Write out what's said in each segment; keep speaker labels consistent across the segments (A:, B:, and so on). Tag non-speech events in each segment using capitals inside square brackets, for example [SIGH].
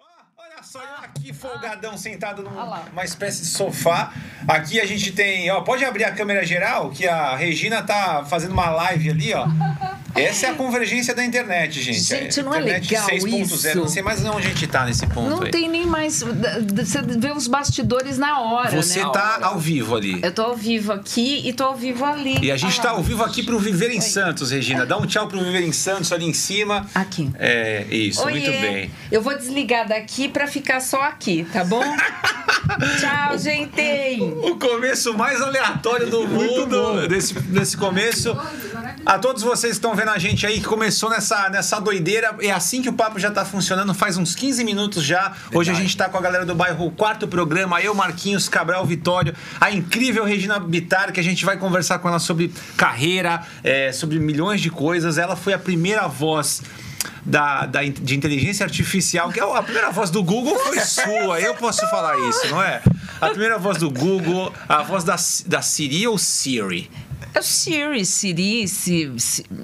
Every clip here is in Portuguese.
A: Ah, Só
B: Ah,
A: eu aqui folgadão sentado numa espécie de sofá. Aqui a gente tem, ó, pode abrir a câmera geral que a Regina tá fazendo uma live ali,
B: [LAUGHS]
A: ó. Essa é a convergência da internet, gente.
B: Gente,
A: A
B: não é
A: internet
B: legal
A: 6.0, não
B: isso?
A: sei mais onde a gente tá nesse ponto
B: Não
A: aí.
B: tem nem mais. d- d- Você vê os bastidores na hora,
A: Você
B: né?
A: tá ao vivo ali.
B: Eu tô ao vivo aqui e tô ao vivo ali.
A: E a gente
B: Olha
A: tá
B: lá.
A: ao vivo aqui pro Viver em Santos, Regina. Dá um tchau pro Viver em Santos ali em cima.
B: Aqui.
A: É, isso, muito
B: Ah. Oiê.
A: bem.
B: Eu vou desligar daqui pra ficar só aqui, tá
A: [LAUGHS]
B: bom? Tchau, gente!
A: O começo mais aleatório do mundo desse, desse começo. A todos vocês que estão vendo a gente aí, que começou nessa, nessa doideira, é assim que o papo já tá funcionando, faz uns 15 minutos já. Hoje a gente tá com a galera do bairro, o quarto programa, eu, Marquinhos, Cabral, Vitório, a incrível Regina Bitar, que a gente vai conversar com ela sobre carreira, é, sobre milhões de coisas. Ela foi a primeira voz da, da in- de inteligência artificial, que é o- a primeira voz do Google [LAUGHS] foi sua, eu posso falar isso, não é? A primeira voz do Google, a voz da, Si- da Siri ou Siri?
B: É o Siri, Siri, Ah, Siri.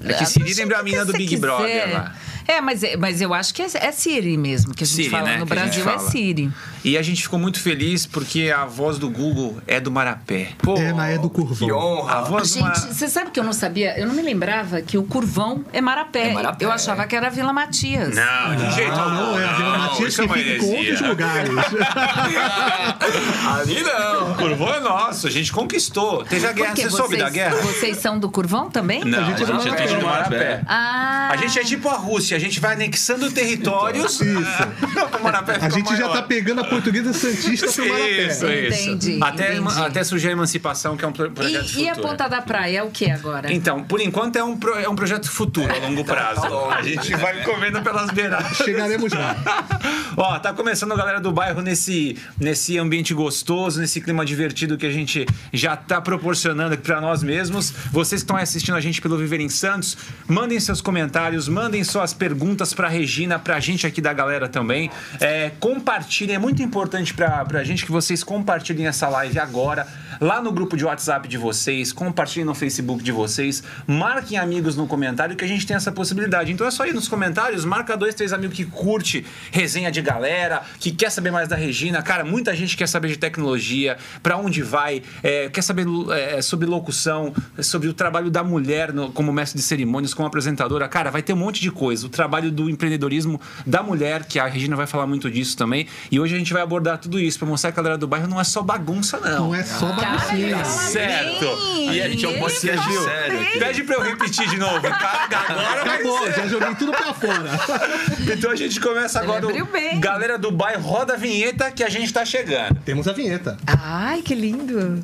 A: É que Siri lembra a mina do Big Brother lá.
B: É mas, é- mas eu acho que é, é Siri mesmo, que a gente
A: Siri,
B: fala
A: né,
B: no
A: que a gente
B: Brasil,
A: fala.
B: é Siri.
A: E a gente ficou muito feliz porque a voz do Google é do Marapé. Pô,
C: É na é do
D: Que
C: Curvão.
D: honra.
A: a voz do
B: Gente,
A: Marapé.
B: você sabe que eu não sabia? Eu não me lembrava que o Curvão é Marapé.
D: É Marapé.
B: Eu achava que era Vila Matias.
A: Não, de jeito
C: Ah, não, é a Vila Matias
A: isso
C: que
A: uma
C: fica com
A: heresia.
C: outros lugares.
D: Ali não.
A: O Curvão é nosso, a gente conquistou. Teve a guerra,
B: Por quê?
A: você soube da guerra?
B: Vocês são do Curvão também?
A: Não, a gente,
C: do
A: é tudo do Marapé.
B: Ah,
A: A gente é tipo a Rússia, a gente vai anexando territórios. Então, Isso. o Marapé
C: A
A: fica
C: gente já
A: maior.
C: tá pegando a portuguesa Santista pro
A: Isso,
C: Marapé.
A: isso.
B: Entendi,
A: Até,
B: entendi.
A: até surgir a emancipação, que é um pro- projeto
B: e,
A: futuro.
B: e a Ponta da Praia é o que agora?
A: Então, por enquanto é um, pro- é um projeto futuro a longo
C: Tá
A: prazo. A gente vai comendo pelas beiradas.
C: Chegaremos lá.
A: Ó, tá começando a galera do bairro nesse, nesse ambiente gostoso, nesse clima divertido que a gente já tá proporcionando aqui pra nós mesmos. Vocês que estão assistindo a gente pelo Viver em Santos, mandem seus comentários, mandem suas perguntas pra Regina, pra gente aqui da galera também. É, compartilhem, é muito importante pra, pra gente que vocês compartilhem essa live agora, lá no grupo de WhatsApp de vocês, compartilhem no Facebook de vocês, marquem amigos no comentário que a gente tem essa possibilidade. Então é só ir nos comentários, marca dois, três amigos que curte resenha de galera, que quer saber mais da Regina. Cara, muita gente quer saber de tecnologia, pra onde vai, é, quer saber é, sobre locução, sobre o trabalho da mulher no- como mestre de cerimônias, como apresentadora. Cara, vai ter um monte de coisa. O trabalho do empreendedorismo da mulher, que a Regina vai falar muito disso também. E hoje a gente vai abordar tudo isso pra mostrar que a galera do bairro não é só bagunça,
C: Não é só baguncinha.
A: tá Certo.
B: Bem,
A: E a gente é um
B: ele
A: podcast
B: fala
A: viu?
B: bem.
A: Pede pra eu repetir de novo. Tá?
B: é
A: Agora vai
C: Acabou,
A: ser.
C: já joguei tudo pra fora.
A: Então a gente começa agora.
B: abriu
A: O...
B: bem.
A: Galera do bairro, roda a vinheta que a gente tá chegando.
C: Temos a vinheta.
B: Ai, que lindo.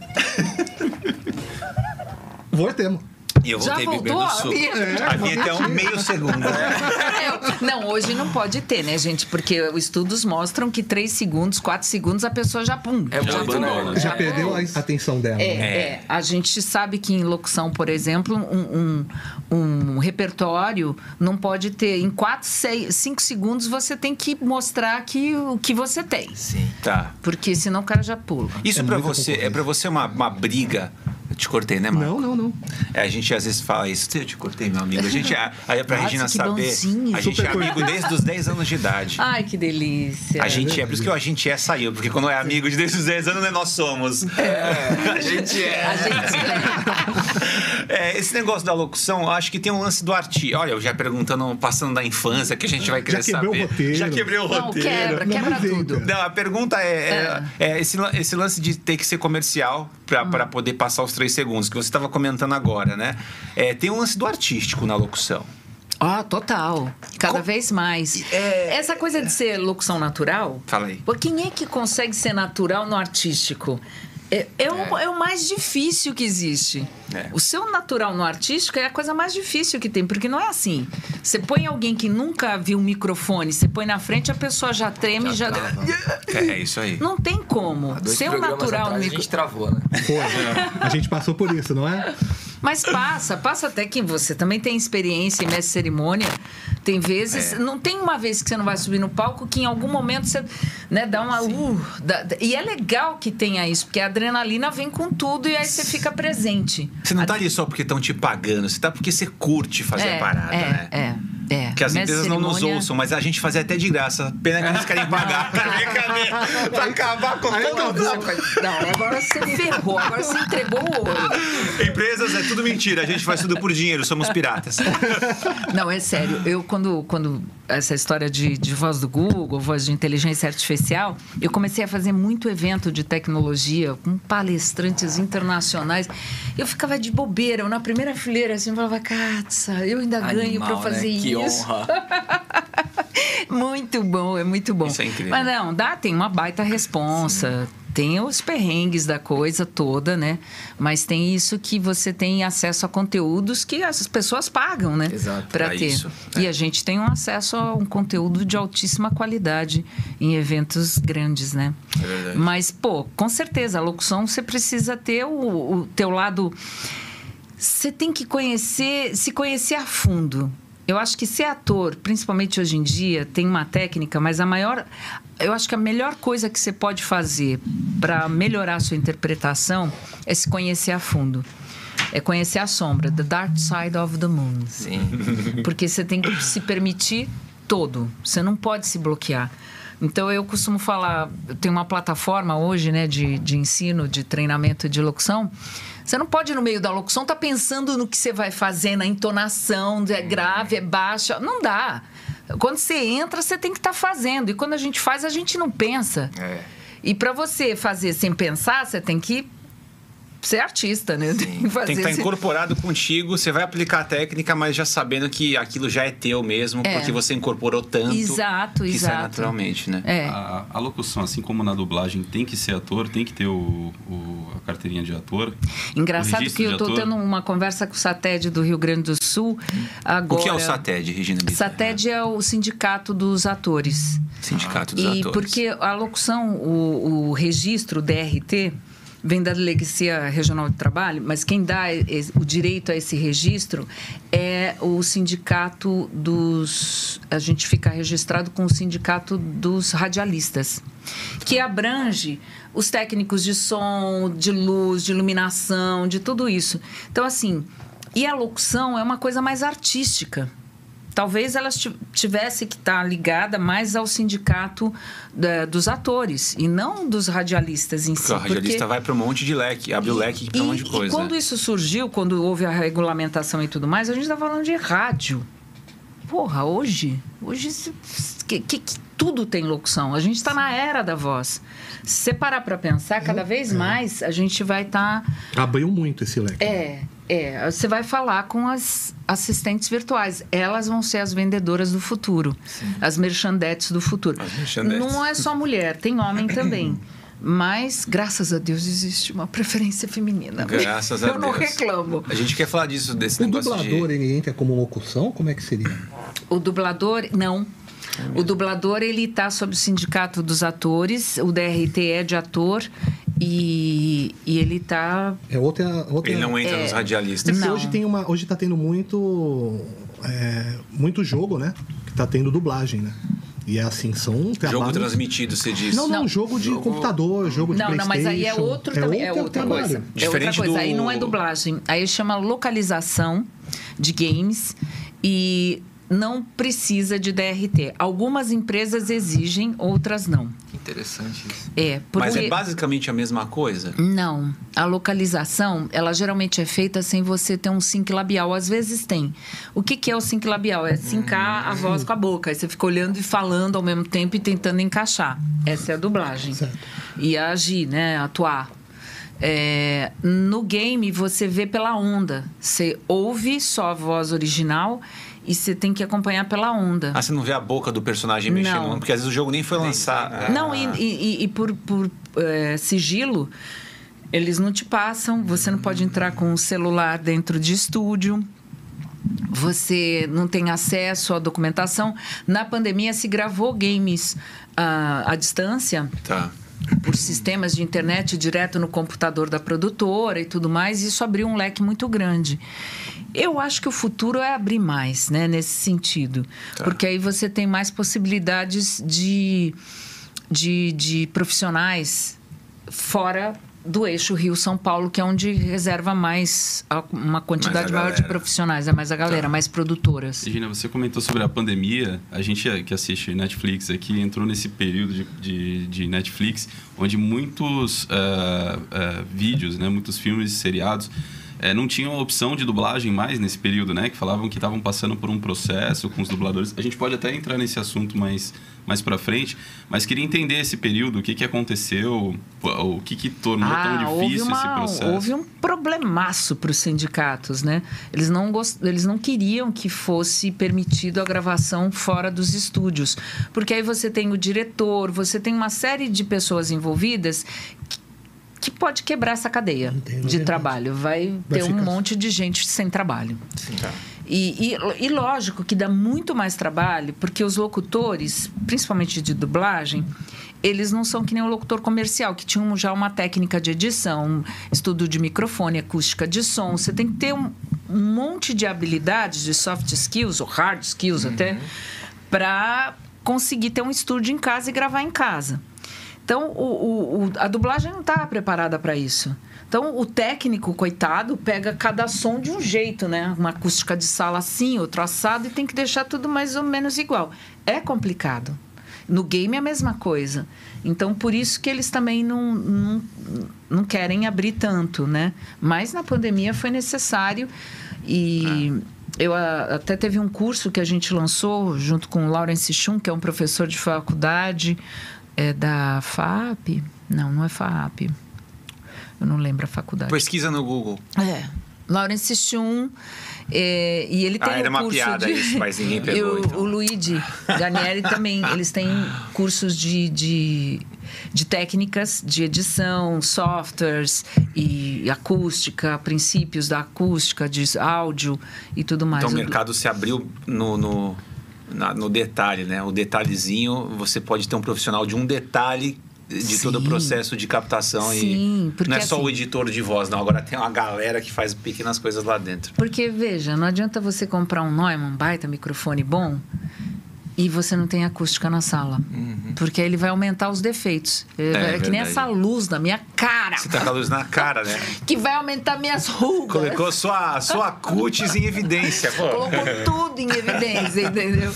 C: Voltemos.
D: E eu
B: Já
D: voltei
B: voltou
D: bebendo
B: a
D: suco.
B: vinheta?
A: A vinheta é um meio segundo. né?
B: Eu- Não, hoje não pode ter, né, gente? Porque os estudos mostram que 3 segundos, 4 segundos, a pessoa já pum.
A: um
D: É muito bom.
A: né?
C: Já perdeu a atenção dela.
B: É, é. a gente sabe que em locução, por exemplo, um, um- um repertório não pode ter. Em 4, 5 segundos você tem que mostrar que, o que você tem.
A: Tá.
B: Porque senão o cara já pula.
A: Isso
C: É
A: pra
C: muita
A: você é
C: concorrência.
A: para você uma, uma briga. Eu te cortei, né, Marco?
C: Não, não, não.
A: É, a gente às vezes fala isso. Eu te cortei, meu amigo. A gente é, aí é pra
B: Nossa,
A: Regina
B: que
A: saber.
B: bonzinho. Ah,
A: A gente é
C: Super
A: amigo desde os 10 anos de idade.
B: Ai, que delícia.
A: A gente é, por isso que o a gente é saiu, porque quando é amigo de desde os 10 anos, né, nós somos. [LAUGHS]
D: A gente é.
B: A gente
A: É, esse negócio da locução, eu acho que tem um lance do artista. Olha, eu já perguntando, passando da infância, que a gente vai querer
C: quebrei o
A: saber.
C: roteiro.
A: Já quebrei o
B: Não, Ah.
A: roteiro.
B: quebra,
C: Não,
B: quebra
C: não vem,
B: tudo.
C: cara.
A: Não, a pergunta é, é- é esse, lan- esse lance de ter que ser comercial pra pra
B: Hum.
A: poder passar os três segundos, que você estava comentando agora, né? É, tem um lance do artístico na locução.
B: Ah, total. Cada vez mais. Essa coisa de ser locução natural.
A: Fala aí.
B: Pô, quem é que consegue ser natural no artístico? É, é o, é o mais difícil que existe.
A: É.
B: O seu natural no artístico é a coisa mais difícil que tem, porque não é assim. Você põe alguém que nunca viu um microfone, você põe na frente, a pessoa já treme, já.
A: É, isso aí.
B: Não tem como.
D: Dois
B: Ser um
D: programas
B: natural no
D: atrás, a
B: microfone.
D: gente travou, né?
C: Foi. A gente passou por isso, não é?
B: Mas passa, passa até que você também tem experiência em mestre de cerimônia. Tem vezes,
E: É.
B: não tem uma vez que você não vai subir no palco que em algum momento você né, dá uma. Uh, dá- dá- e é legal que tenha isso, porque a adrenalina vem com tudo e aí você fica presente.
A: Você não tá ali só porque estão te pagando, você tá porque você curte fazer
B: é,
A: a parada,
B: é,
A: né?
B: é. É,
E: que as
B: mestre
E: empresas não nos
B: cerimônia-
E: ouçam, mas a gente fazia até de graça. Pena que eles querem pagar pra brincadeira, pra acabar com toda a
B: [LAUGHS] Não, agora você ferrou, agora você entregou o ouro.
E: Empresas é tudo mentira, a gente faz tudo por dinheiro, somos piratas.
B: Não, é sério. Eu, quando, quando essa história de, de voz do Google, voz de inteligência artificial, eu comecei a fazer muito evento de tecnologia com palestrantes internacionais. Eu ficava de bobeira, eu na primeira fileira, assim, eu falava, Katsa, eu ainda ganho pra eu
D: Animal,
B: fazer
D: né?
B: isso.
D: Que honra.
B: Muito bom, é muito bom.
D: Isso é incrível.
B: Mas não, dá, tem uma baita responsa. Tem os perrengues da coisa toda, né? Mas tem isso que você tem acesso a conteúdos que as pessoas pagam, né?
D: Exato, é.
B: Pra
E: pra
B: ter.
E: isso,
B: E a gente tem um acesso a um conteúdo de altíssima qualidade em eventos grandes, né?
D: É verdade.
B: Mas, pô, com certeza, a locução você precisa ter o, o teu lado. Você tem que conhecer, se conhecer a fundo. Eu acho que ser ator, principalmente hoje em dia, tem uma técnica, mas a maior. Eu acho que a melhor coisa que você pode fazer para melhorar a sua interpretação é se conhecer a fundo. É conhecer a sombra, the dark side of the moon.
D: Sim.
B: Porque você tem que se permitir todo. Você não pode se bloquear. Então eu costumo falar, eu tenho uma plataforma hoje, né, de, de ensino, de treinamento de locução. Você não pode, no meio da locução, estar pensando no que você vai fazer, na entonação, é grave, é baixa. Não dá. Quando você entra, você tem que estar fazendo. E quando a gente faz, a gente não pensa.
D: É.
B: E para você fazer sem pensar, você tem que ser artista, né? Tem que fazer
E: Tem que estar
B: sem-
E: incorporado contigo, você vai aplicar a técnica, mas já sabendo que aquilo já é teu mesmo,
B: É.
E: porque você incorporou tanto
B: Exato,
E: que sai
B: exato.
E: naturalmente, né?
B: É.
F: A, a locução, assim como na dublagem, tem que ser ator, tem que ter o, o- a carteirinha de ator. O
B: Engraçado
F: registro
B: que eu
F: de
B: estou
F: ator.
B: tendo uma conversa com o SATED do Rio Grande do Sul agora.
E: O que é o SATED, Regina Bita?
B: SATED é o Sindicato dos Atores.
E: Sindicato dos
B: E
E: Atores.
B: porque a locução, o, o registro DRT, vem da Delegacia Regional de Trabalho, mas quem dá es- o direito a esse registro é o sindicato dos. A gente fica registrado com o sindicato dos radialistas, que abrange os técnicos de som, de luz, de iluminação, de tudo isso. Então, assim, e a locução é uma coisa mais artística talvez ela esti- tivesse que estar ligada mais ao sindicato da- dos atores e não dos radialistas em si.
E: Porque o radialista vai para um monte de leque, abre o leque para um monte de coisa.
B: E quando isso surgiu, quando houve a regulamentação e tudo mais, a gente está falando de rádio. Porra, hoje, hoje se- que, que- que tudo tem locução. A gente está na era da voz. Se você parar para pensar, cada vez mais a gente vai tá estar
C: Abriu muito esse leque.
B: é, é. Você vai falar com as assistentes virtuais. Elas vão ser as vendedoras do futuro, as merchandetes do futuro.
E: As merchandetes.
B: Não é só mulher, tem homem também. Mas, graças a Deus, existe uma preferência feminina.
E: Graças a
B: [LAUGHS] Eu não
E: Deus.
B: reclamo.
E: A gente quer falar disso, desse
C: O
E: negócio de-
C: dublador, ele entra como locução? Como é que seria?
B: O dublador, não.
E: É
B: O dublador, ele está sob o sindicato dos atores, o DRT é de ator, e, e ele tá está
C: É outra... outra...
E: Ele não entra nos
C: É
E: radialistas.
C: que
B: Não.
C: hoje tem uma, hoje tá tendo muito, é, muito jogo, né? Que tá tendo dublagem, né? E é assim, são
E: Jogo
C: trabalhos-
E: transmitido, você diz.
C: Não, não,
B: Não.
C: jogo de computador, jogo de
B: Não, não, mas aí é
C: PlayStation.
B: outro também, é
C: outro
B: outra
C: trabalho.
B: coisa. É outra
E: Diferente
B: coisa,
E: do-
B: aí não é dublagem. Aí chama localização de games e não precisa de DRT. Algumas empresas exigem, outras não.
D: Que interessante isso.
B: É, porque
E: Mas é basicamente a mesma coisa.
B: não, a localização, ela geralmente é feita sem você ter um sync labial. Às vezes tem. O que, que é o sync labial? É sincar a voz com a boca. Aí você fica olhando e falando ao mesmo tempo e tentando encaixar. Essa é a dublagem.
C: Certo.
B: E agir, né? Atuar. É, no game, você vê pela onda. Você ouve só a voz original e você tem que acompanhar pela onda.
E: Ah, você não vê a boca do personagem mexendo,
B: Não.
E: não, porque às vezes o jogo nem foi lançado.
A: Ah.
B: Não, e, e- e- e por, por, eh, sigilo, eles não te passam, você não pode entrar com o celular dentro de estúdio. Você não tem acesso à documentação. Na pandemia se gravou games ah, à distância
E: Tá.
B: por sistemas de internet direto no computador da produtora e tudo mais, isso abriu um leque muito grande. Eu acho que o futuro é abrir mais, né, nesse sentido.
E: Tá.
B: Porque aí você tem mais possibilidades de, de, de profissionais fora do eixo Rio-São Paulo, que é onde reserva mais a- uma quantidade
E: Mais a
B: maior de
E: galera. Tá.
B: profissionais, é mais a galera, mais produtoras.
F: Regina, você comentou sobre a pandemia. A gente eh, que assiste Netflix aqui entrou nesse período de, de, de Netflix onde muitos ah, ah, vídeos, né, muitos filmes e seriados eh, não tinham a opção de dublagem mais nesse período, né? Que falavam que estavam passando por um processo com os dubladores. A gente pode até entrar nesse assunto mais, mais pra frente, mas queria entender esse período, o que, que aconteceu, o que, que tornou tão
B: Ah, houve,
F: difícil esse
B: uma-
F: processo.
B: houve um problemaço para os sindicatos, né? Eles não, gost... Eles não queriam que fosse permitido a gravação fora dos estúdios, porque aí você tem o diretor, você tem uma série de pessoas envolvidas que, que pode quebrar essa cadeia
C: Entendo,
B: de
C: verdade.
B: trabalho. Vai,
C: Vai
B: ter um
C: ficar-
B: monte de gente sem trabalho.
E: Tá.
B: E, e- e lógico que dá muito mais trabalho, porque os locutores, principalmente de dublagem, eles não são que nem o locutor comercial, que tinha um- já uma técnica de edição, um estudo de microfone, acústica de som. Você tem que ter um, um monte de habilidades, de soft skills, ou hard skills até, para conseguir ter um estúdio em casa e gravar em casa. Então, o- o- o- a dublagem não está preparada para isso. Então, o técnico, coitado, pega cada som de um jeito, né? Uma acústica de sala assim, outro assado, e tem que deixar tudo mais ou menos igual. É complicado. No game é a mesma coisa. Então, por isso que eles também não, não, não querem abrir tanto, né? Mas na pandemia foi necessário e... Eu ah, até teve um curso que a gente lançou junto com o Lawrence Chum, que é um professor de faculdade é da FAP? Não, não é FAP. Eu não lembro a faculdade.
E: Pesquisa no Google.
B: É. Lawrence Chum. é, e ele
E: Ah,
B: tem
E: era
B: um
E: uma
B: curso
E: piada
B: de...
E: isso, mas ninguém pegou,
B: [LAUGHS] E o,
E: então.
B: o Luigi Ganieri também. Eles têm cursos de, de, de técnicas de edição, softwares e acústica, princípios da acústica, de áudio e tudo mais.
E: Então o
B: O-
E: mercado se abriu no, no, na- no detalhe, né? O detalhezinho, você pode ter um profissional de um detalhe de
B: Sim.
E: todo o processo de captação
B: Sim,
E: e
B: porque
E: não é só
B: assim-
E: o editor de voz, não. Agora tem uma galera que faz pequenas coisas lá dentro.
B: Porque, veja, não adianta você comprar um Neumann, um baita microfone bom, e você não tem acústica na sala. Porque aí ele vai aumentar os defeitos. Ele vai- É, que nem
E: Uhum. verdade.
B: essa luz na minha cara,
E: Você tá com a luz na cara,
B: [LAUGHS]
E: né?
B: que vai aumentar minhas rugas.
E: Colocou sua, sua cutis em evidência, pô.
B: Colocou tudo em evidência, entendeu?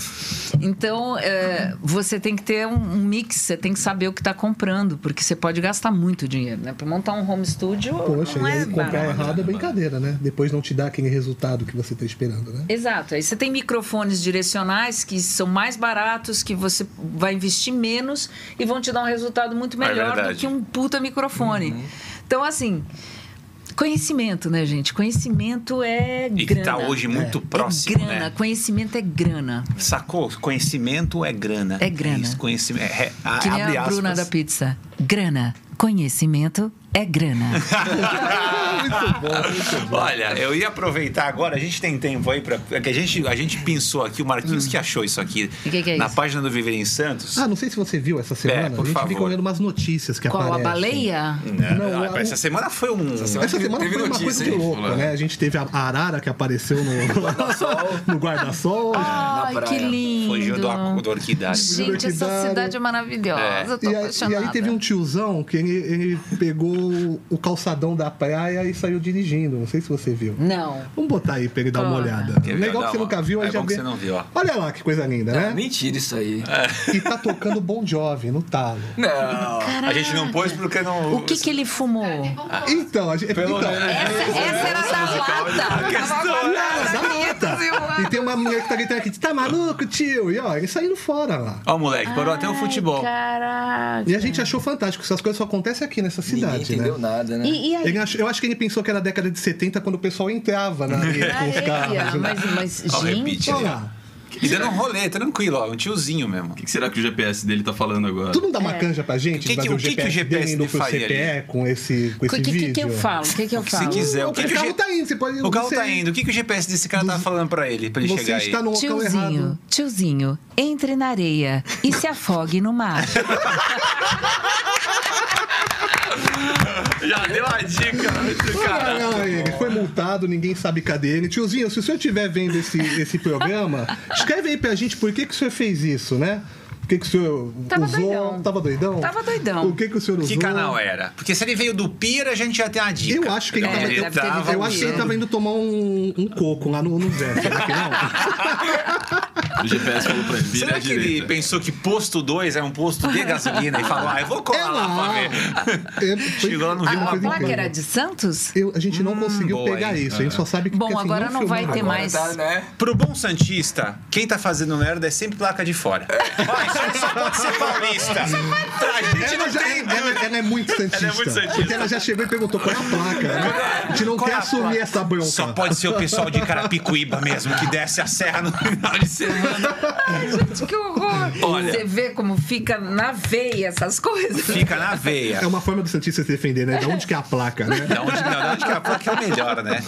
B: Então, é, você tem que ter um, um mix, você tem que saber o que está comprando, porque você pode gastar muito dinheiro, né? Para montar um home studio,
C: Poxa,
B: não
C: e
B: é
C: aí comprar
B: barato.
C: errado é brincadeira, né? Depois não te dá aquele resultado que você tá esperando, né?
B: Exato. Aí você tem microfones direcionais que são mais baratos, que você vai investir menos e vão te dar um resultado muito melhor do
E: Ah, é verdade. Uhum.
B: que um puta microfone. Então, assim, conhecimento, né, gente? Conhecimento é grana.
E: E que tá hoje muito próximo,
B: é grana.
E: né?
B: Conhecimento é grana.
E: Sacou? Conhecimento é grana.
B: É grana.
E: Isso, conhecimento. É, é, a-
C: Ah,
B: Que nem
E: abre
B: a Bruna
E: aspas.
B: da pizza. Grana. Conhecimento é
C: [LAUGHS]
B: grana.
E: [LAUGHS] Olha, eu ia aproveitar agora, a gente tem tempo aí para que a gente a gente pensou aqui o Marquinhos que achou isso aqui
B: Hum. E que que é
E: na
B: isso?
E: página do Viver em Santos.
C: Ah, não sei se você viu essa
E: É,
C: semana.
E: por
C: a gente
E: favor.
C: fica olhando umas notícias que
B: Qual? A
C: aparecem.
B: baleia?
C: não,
E: Ah,
C: a-
B: é
E: essa semana foi um [LAUGHS]
D: semana-
C: Essa semana
D: Teve
C: foi uma
D: notícia,
C: coisa de
D: hein?
C: louco, né? A gente teve a arara que apareceu [LAUGHS] no, no guarda-sol.
B: Ai, que
D: praia.
B: lindo.
E: foi o do, Ac- do Orquidário.
B: Gente, essa
C: Orquidária.
B: cidade é maravilhosa.
E: É.
B: Eu tô
C: E aí, e
B: apaixonada.
C: aí teve um tiozão que ele, ele pegou o calçadão da praia e saiu dirigindo. Não sei se você viu.
B: Não.
C: Vamos botar aí pra ele dar uma
B: Ah.
C: olhada.
E: Quer ver?
C: Legal
E: Dá
C: que você
E: uma-
C: nunca viu, aí
E: é
C: já
E: bom que
C: vê.
E: você não viu, ó.
C: Olha lá que coisa linda,
D: Ah,
C: né?
D: mentira isso aí.
C: E tá tocando Bon Jovi no talo.
D: Não.
E: A gente não pôs porque não [LAUGHS]
B: O que que ele fumou?
C: Então, a gente.
E: Pelo
C: então,
E: menos.
B: Essa, É, essa era da
E: é-
B: lata. Tava guardada
C: da
B: 500 e um
C: lata. E
B: anos.
C: tem uma mulher que tá gritando aqui, tá maluco, tio? E ó, eles saíram fora lá.
E: Ó, moleque, parou até o futebol.
B: Caraca.
C: E a gente achou fantástico, essas coisas só acontecem aqui nessa
D: Ninguém
C: cidade, né?
D: entendeu nada, né?
B: E, e aí?
C: Ele ach- Eu acho que ele pensou que era a década de 70 quando o pessoal
E: [LAUGHS]
C: entrava na areia é com os carros.
B: Areia,
C: né?
B: mas, mas
E: Ó,
B: gente,
E: repite.
C: Olha lá.
E: E dando um rolê, tranquilo, ó, um tiozinho mesmo.
F: O que que será que o GPS dele tá falando agora?
C: Tu não dá
B: É.
C: uma canja pra
E: O
C: gente?
E: que que-
C: trazer
E: o que que o
C: GPS
E: GPS
C: dele indo pro
E: faria
C: CPE com esse, com
B: o
C: esse
B: que, que,
C: vídeo?
B: que eu falo? O que, que eu
E: O que você
B: falo?
E: quiser.
C: O,
E: O que que o
C: carro
E: G-
C: tá indo, você pode...
E: O carro
C: você,
E: tá indo. O que, que o GPS desse cara tá falando pra ele, pra ele
C: Você
E: chegar aí?
C: está no local
B: Tiozinho,
C: errado.
B: tiozinho, entre na areia e se afogue no
C: [LAUGHS]
B: mar.
E: Já deu a dica,
C: Ah,
E: cara.
C: não, ele foi multado, ninguém sabe cadê ele.
B: [LAUGHS]
C: Tiozinho, se o senhor estiver vendo esse, esse programa, escreve aí pra gente por que, que o senhor fez isso, né? O que, que o senhor
B: Tava
C: usou?
B: doidão.
C: Tava doidão?
B: Tava doidão.
C: O que, que o senhor usou?
A: Que canal é? era? Porque se ele veio do Pira, a gente já tem uma dica.
C: Uhum. Eu acho que ele
A: Então,
C: tava-
B: deve ter vindo
C: Eu acho que ele
B: usando.
C: tava indo tomar um, um coco lá no, no Zé. Será que não?
F: O GPS falou pra ele, vira
A: Será
F: à
A: que ele
F: direita.
A: pensou que posto 2 é um posto de gasolina e falou, ah, eu vou
C: É
A: colar lá
C: lá.
A: pra ver?
C: É, foi-
A: Chegou lá no Rio,
C: uma
B: Ah, A, a
C: coisa
B: placa
C: incrível.
B: é era de Santos?
C: Eu- a gente não conseguiu
A: boa,
C: pegar
A: hein?
C: isso. A gente só sabe que
B: Bom,
C: porque, assim,
B: agora não vai
C: filmaram.
B: ter mais.
D: Tá, né?
A: Pro bom Santista, quem tá fazendo merda é sempre placa de fora.
C: É.
A: Vai, só, só pode ser paulista. Pra gente
C: Ela,
A: não
C: já, é,
A: tem
C: ela, ela- ela é muito santista.
A: Ela é muito santista.
C: Porque ela já chegou e perguntou qual é a placa. né? A gente não
A: Qual
C: quer
A: é a
C: assumir
A: placa?
C: essa bronca.
A: Só pode ser o pessoal de Carapicuíba mesmo, que desce a serra no final de semana.
B: Ai, gente, [LAUGHS] que horror!
F: Olha.
B: Você vê como fica na veia essas coisas.
A: Fica na veia.
C: É uma forma do Santista se defender, né? Da onde que é a placa, né?
A: Da onde, não, da onde que a placa é o melhor, né?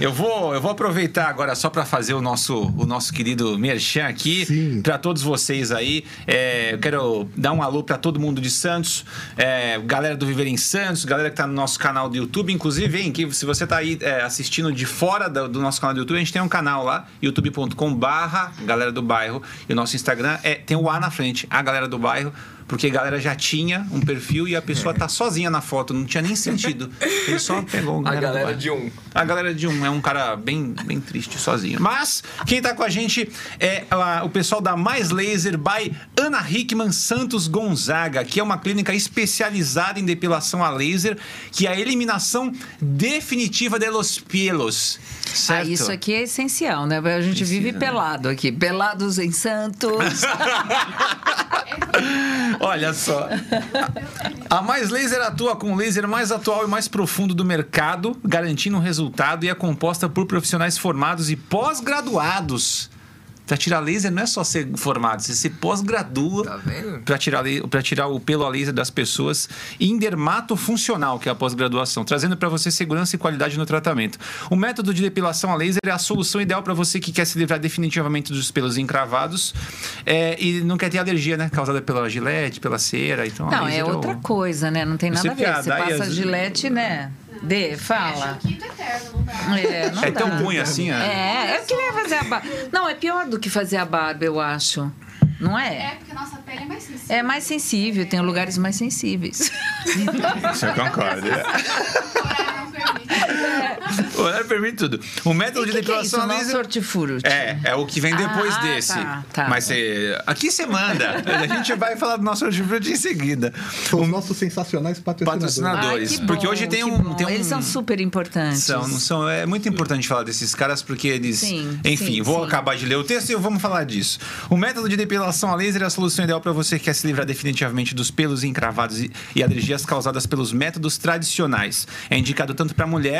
A: Eu vou, eu vou aproveitar agora só para fazer o nosso, o nosso querido merchan aqui.
C: Sim.
A: Para todos vocês aí. É, eu quero dar um alô para todo mundo de Santos. é, galera do Viver em Santos, galera que tá no nosso canal do YouTube. Inclusive, hein, que se você tá aí é, assistindo de fora da- do nosso canal do YouTube, a gente tem um canal lá, youtube.com barra galera do bairro. E o nosso Instagram é, tem o A na frente, a galera do bairro. Porque a galera já tinha um perfil e a pessoa tá sozinha na foto, não tinha nem sentido. Ele só pegou um
D: A
A: do
D: galera
A: bar.
D: de um.
A: A galera de um é um cara bem, bem triste sozinho. Mas quem tá com a gente é a- o pessoal da Mais Laser by Ana Hickman Santos Gonzaga, que é uma clínica especializada em depilação a laser, que é a eliminação definitiva de los pelos.
B: Ah,
A: Certo?
B: isso aqui é essencial, né? A gente vive pelado aqui. Pelados em Santos.
A: Olha só. A Mais Laser atua com o laser mais atual e mais profundo do mercado, garantindo um resultado e é composta por profissionais formados e pós-graduados. Pra tirar laser não é só ser formado, você se pós-gradua
D: Tá vendo?
A: para tirar, le- pra tirar o pelo a laser das pessoas em dermatofuncional, que é a pós-graduação, trazendo para você segurança e qualidade no tratamento. O método de depilação a laser é a solução ideal para você que quer se livrar definitivamente dos pelos encravados é, e não quer ter alergia, né? Causada pela gilete, pela cera. Então, a
B: Não,
A: laser
B: é
A: o-
B: outra coisa, né? Não tem
A: Eu
B: nada a
A: sempre
B: ver.
A: ia
B: Você
A: dar e
B: passa
A: é às-
B: gilete, né? Dê,
G: É
B: fala.
G: choquito eterno, não dá.
A: [LAUGHS]
B: É, não
A: É
B: dá.
A: tão ruim assim, é?
B: É, eu queria fazer a barba. Não, é pior do que fazer a barba, eu acho. Não
G: É,
B: é?
G: porque a nossa pele é mais sensível.
B: É mais sensível, tem lugares mais sensíveis.
A: Isso eu concordo. é. [LAUGHS]
G: O horário não permite.
A: O horário permite tudo. [LAUGHS] é O método
B: O que,
A: de
B: que é
A: depilação
B: isso?
A: a
B: Nosso
A: laser.
B: hortifruti.
A: É, é o que vem depois
B: Ah,
A: desse.
B: tá, tá.
A: Mas você- aqui você
B: [LAUGHS]
A: manda. A gente vai falar do nosso hortifruti em seguida.
C: São os nossos sensacionais patrocinadores.
A: Patrocinador.
B: Ai,
A: dois,
B: que
A: porque
B: bom,
A: hoje tem
B: que
A: um-
B: bom.
A: tem um-
B: Eles são super importantes.
A: São, não são. É muito importante falar desses caras porque eles.
B: Sim,
A: enfim,
B: sim,
A: vou
B: sim.
A: acabar de ler o texto e vamos falar disso. O método de depilação a laser é a solução ideal para você que quer se livrar definitivamente dos pelos encravados e, e alergias causadas pelos métodos tradicionais. É indicado tanto para mulher.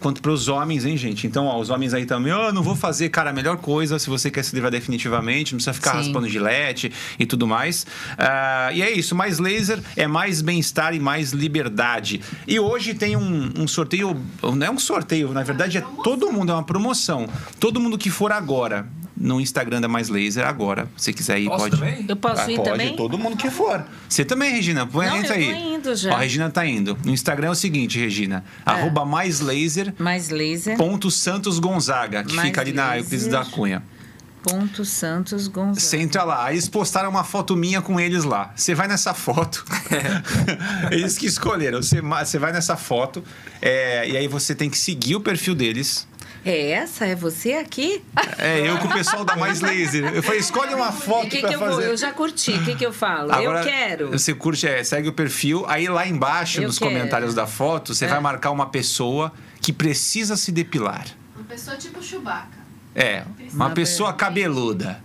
A: Quanto para os homens, hein, gente? Então, ó, os homens aí também, ó, não vou fazer, cara, a melhor coisa se você quer se livrar definitivamente, não precisa ficar
B: Sim.
A: raspando gilete e tudo mais. Ah, e é isso, mais laser é mais bem-estar e mais liberdade. E hoje tem um, um sorteio, não é um sorteio, na verdade é todo mundo, é uma promoção. Todo mundo que for agora no Instagram da Mais Laser, agora, se quiser ir,
D: Posso
A: pode.
D: também?
B: Eu posso ir
A: Ah, pode,
B: também?
A: todo mundo que for. Você também, Regina, põe
B: Não,
A: entra
B: eu tô
A: aí.
B: indo já. É.
A: Ó, a Regina tá indo. No Instagram é o seguinte, Regina, arroba mais laser
B: Mais laser.
A: ponto Santos Gonzaga, que
B: Mais
A: fica ali na
B: laser.
A: Euclides da Cunha.
B: Ponto Santos Gonzaga.
A: Você entra lá, eles postaram uma foto minha com eles lá. Você vai nessa foto. [LAUGHS] eles que escolheram. Você ma- você vai nessa foto. é, e aí você tem que seguir o perfil deles.
B: É essa? É você aqui?
A: É, eu com o pessoal da Mais Laser. Eu falei, escolhe uma
B: O
A: foto
B: que,
A: pra
B: que eu vou?
A: fazer.
B: Eu já curti. O que, que eu falo?
A: Agora,
B: eu quero.
A: Você curte, é, segue o perfil. Aí lá embaixo,
B: Eu
A: nos
B: quero. É.
A: comentários da foto, você vai marcar uma pessoa que precisa se depilar.
G: Uma pessoa tipo Chewbacca.
A: É, uma
B: Precisa.
A: pessoa cabeluda.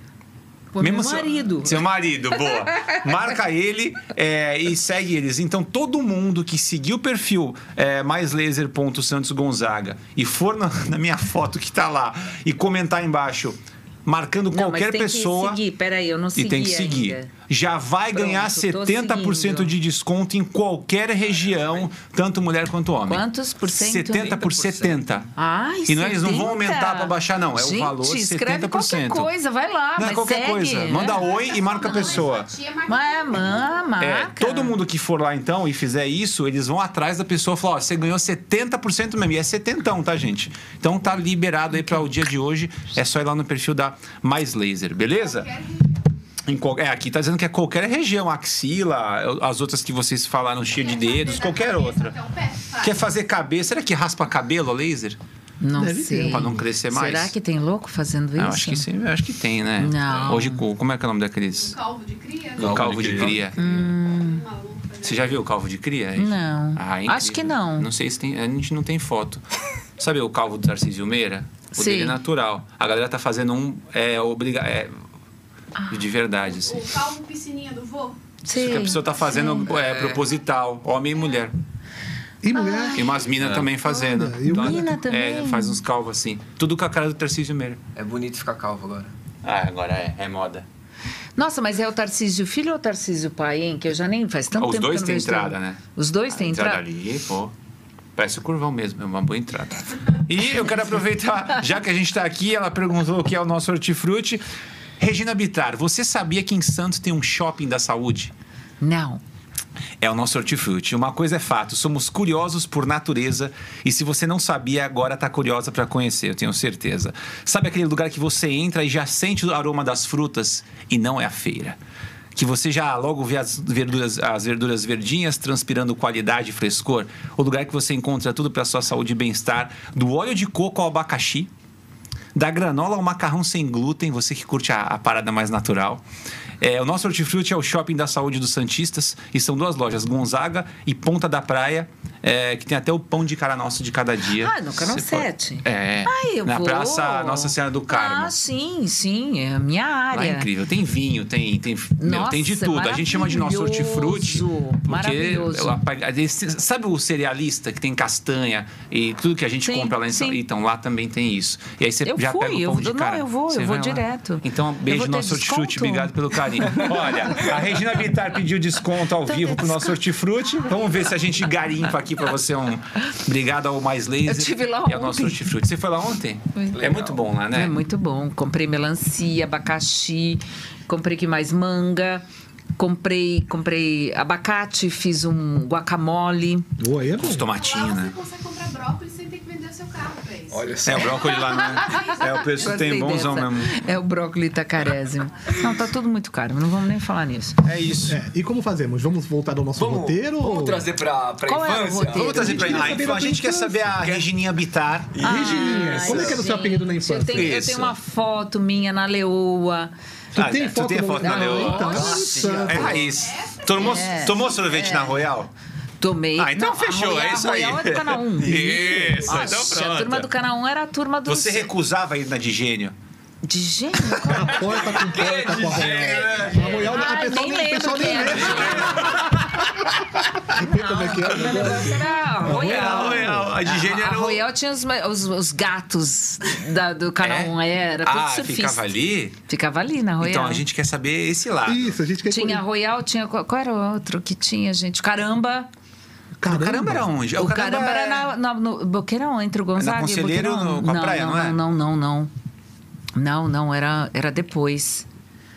B: Pô, meu
A: seu-
B: marido.
A: Seu, marido, boa. Marca ele é, e segue eles. Então, todo mundo que seguir o perfil é, maislaser.santosgonzaga e for na, na minha foto que tá lá e comentar embaixo, marcando
B: Não, mas
A: qualquer
B: tem
A: pessoa.
B: Que seguir. Peraí, eu não segui
A: E tem que seguir.
B: ainda.
A: Já vai
B: Pronto,
A: ganhar
B: tô
A: 70%
B: seguindo.
A: de desconto em qualquer região, tanto mulher quanto homem.
B: Quantos por cento?
A: 70 por 70.
B: Ai,
A: E não, é, eles não vão
B: 70?
A: aumentar pra baixar, não. É o
B: Gente,
A: valor
B: escreve
A: 70%.
B: qualquer coisa, vai lá,
A: não
B: mas
A: é qualquer
B: segue.
A: coisa. Manda oi e marca a pessoa.
B: Mas, mãe,
A: É,
B: marca.
A: todo mundo que for lá então e fizer isso, eles vão atrás da pessoa e falar: ó, você ganhou 70% mesmo. E é setentão, tá, gente? Então tá liberado aí pra o dia de hoje. É só ir lá no perfil da Mais Laser, beleza? Em qual- é, aqui tá dizendo que é qualquer região, axila, as outras que vocês falaram, cheia de
G: um Quer fazer
A: dedos,
G: da
A: qualquer
G: cabeça
A: outra.
G: até o pé? Faz.
A: Quer fazer cabelo? Será que raspa cabelo a laser?
B: Não
C: Deve ter,
B: sei.
A: pra não crescer
B: Será
A: mais. Ah,
B: que tem louco fazendo isso?
A: Eu acho que sim, eu acho que tem, né?
B: Não.
A: Hoje, co- como é que é o nome daqueles?
G: Um calvo de cria?
A: O
F: Calvo
A: calvo
F: de
A: de
F: cria.
A: cria.
G: Maluco, né?
A: Você já viu o calvo de cria? Ed?
B: Hum. Não.
A: Ah, é
B: acho
A: incrível.
B: que não.
A: Não sei se tem. A gente não tem
B: [LAUGHS]
A: foto. Sabe o calvo do Tarcísio Meira? O
B: Sim.
A: dele é natural. A galera tá fazendo um. É, obriga é,
B: Ah.
A: de verdade, assim.
G: O calvo piscininha do vô?
A: Isso que a
B: Sim.
A: pessoa tá fazendo é, proposital, homem e mulher.
C: E mulher.
A: E umas minas também fazendo.
C: Olha, e o
B: É. Mina
A: é,
B: também?
A: faz uns calvos assim. Tudo com a cara do Tarcísio Meira.
D: É bonito ficar calvo agora.
A: Ah, agora é, é moda.
B: Nossa, mas é o Tarcísio filho ou o Tarcísio pai, hein? Que eu já nem faz tanto
A: Os
B: tempo
A: dois
B: que eu não
A: têm
B: vejo
A: entrada,
B: tanto.
A: né?
B: Os dois
A: A
B: têm
A: entrada
B: entrada?
A: ali, pô. Parece o curvão mesmo, é uma boa entrada. E eu quero aproveitar, já que a gente está aqui, ela perguntou o que é o nosso hortifruti. Regina Bittar, você sabia que em Santos tem um shopping da saúde?
B: Não.
A: É o nosso hortifruti. Uma coisa é fato, somos curiosos por natureza e se você não sabia, agora tá curiosa para conhecer, eu tenho certeza. Sabe aquele lugar que você entra e já sente o aroma das frutas e não é a feira? Que você já logo vê as verduras, as verduras verdinhas transpirando qualidade e frescor. O lugar que você encontra tudo para sua saúde e bem-estar, do óleo de coco ao abacaxi, da granola ao macarrão sem glúten, você que curte a, a parada mais natural. É, o nosso hortifruti é o shopping da saúde dos Santistas e são duas lojas, Gonzaga e Ponta da Praia, é, que tem até o pão de cara nosso de cada dia.
B: Ah, no Canal
A: Você pode-
B: 7.
A: É.
B: Ai, eu
A: na
B: vou.
A: Praça Nossa Senhora do Carmo.
B: Ah, sim, sim. É a minha área.
A: Lá é incrível, tem vinho, tem tem, meu,
B: Nossa,
A: tem de tudo. A gente chama de nosso hortifruti.
B: maravilhoso,
A: Porque
B: maravilhoso.
A: eu apa- esse- sabe o cerealista que tem castanha e tudo que a gente
B: Sim,
A: compra lá em São
B: sim.
A: Então lá também tem isso. E aí você
B: Eu
A: já
B: fui,
A: pega o
B: eu
A: pão de
B: vou- não,
A: cara.
B: eu vou, eu
A: Você
B: vou
A: vai lá.
B: direto.
A: Então
B: Eu
A: beijo
B: vou ter
A: nosso hortifruti,
B: desconto?
A: obrigado pelo carinho. Olha, a Regina Bittar pediu desconto ao
B: Então
A: vivo
B: tem
A: pro nosso hortifruti. Vamos ver se a gente garimpa aqui pra você um obrigado ao mais laser.
B: Eu tive lá
A: É o nosso
B: ontem.
A: hortifruti. Você foi lá ontem? É
D: Legal.
A: muito bom lá, né?
B: É muito bom. Comprei melancia, abacaxi, comprei que mais manga, comprei, comprei abacate, fiz um guacamole.
C: Boa, aí é bom.
A: Os tomatinhos,
G: Lá
A: né?
G: você consegue comprar brócolis sem ter que vender o seu carro pra isso.
D: Olha só.
A: É, o brócolis lá
B: [LAUGHS]
A: não. É, o preço
B: Gostei
A: tem bonzão
B: dessa.
A: mesmo.
B: É o brócolis tacarésimo. Não, tá tudo muito caro, não vamos nem falar nisso.
A: É isso.
C: É, e como fazemos? Vamos voltar ao nosso
D: Vamos,
C: roteiro?
D: vamos
C: ou-
D: trazer pra, pra
B: Qual era o
D: infância?
B: roteiro?
A: Vamos trazer pra
C: queria
A: aí.
C: saber
A: Então,
C: da
A: a
C: tua
A: gente quer
C: infância.
A: saber a Regininha Bitar.
C: Regininha, como é que era o seu apelido
B: Ah,
C: na
B: Gente, Eu
C: infância?
B: tenho, eu
A: Isso.
B: tenho uma foto minha na leoa.
C: Tu
A: Ah,
C: tem
A: tu
C: foto
A: tem
C: do-
A: foto na
C: Ah,
A: Leoa?
C: então,
D: Nossa,
A: É
C: santo.
A: raiz. Tomou,
B: É.
A: tomou sorvete na Royal?
B: Tomei.
A: Ah, então
B: Não,
A: fechou,
B: a Royal,
A: é isso aí.
B: A Royal é do Canal 1.
A: [LAUGHS] Isso,
B: Nossa,
A: então
B: A turma do
A: pronto.
B: Canal 1 era a turma dos...
A: Você recusava ir na de gênio?
B: De gênio?
C: Porta com porta com a
A: É,
C: Royal. A Royal, a
B: Ah,
C: pessoa
B: nem
C: Então, nem, a
B: lembro
C: pessoa
B: quem
C: nem
B: era.
C: lembra. Como é que
B: Meu
C: é?
B: negócio era a Royal.
A: Royal. A de gênio
B: A
A: era o-
B: Royal tinha os, ma- os- os gatos da- do Canal
A: É?
B: 1, era tudo
A: Ah,
B: surfista.
A: ficava ali?
B: Ficava ali na Royal.
A: Então, a gente quer saber esse lado.
C: Isso, a gente quer
B: Tinha a Royal, tinha... Qual qual era o outro que tinha, gente? Caramba!
A: O caramba é era um onde?
B: o caramba era na, na- no Boqueirão, entre o Gonzaga
A: Conselheiro,
B: e o Boqueirão.
A: no- com a praia, não é?
B: Não, não, não, não. Não, não, era, era depois.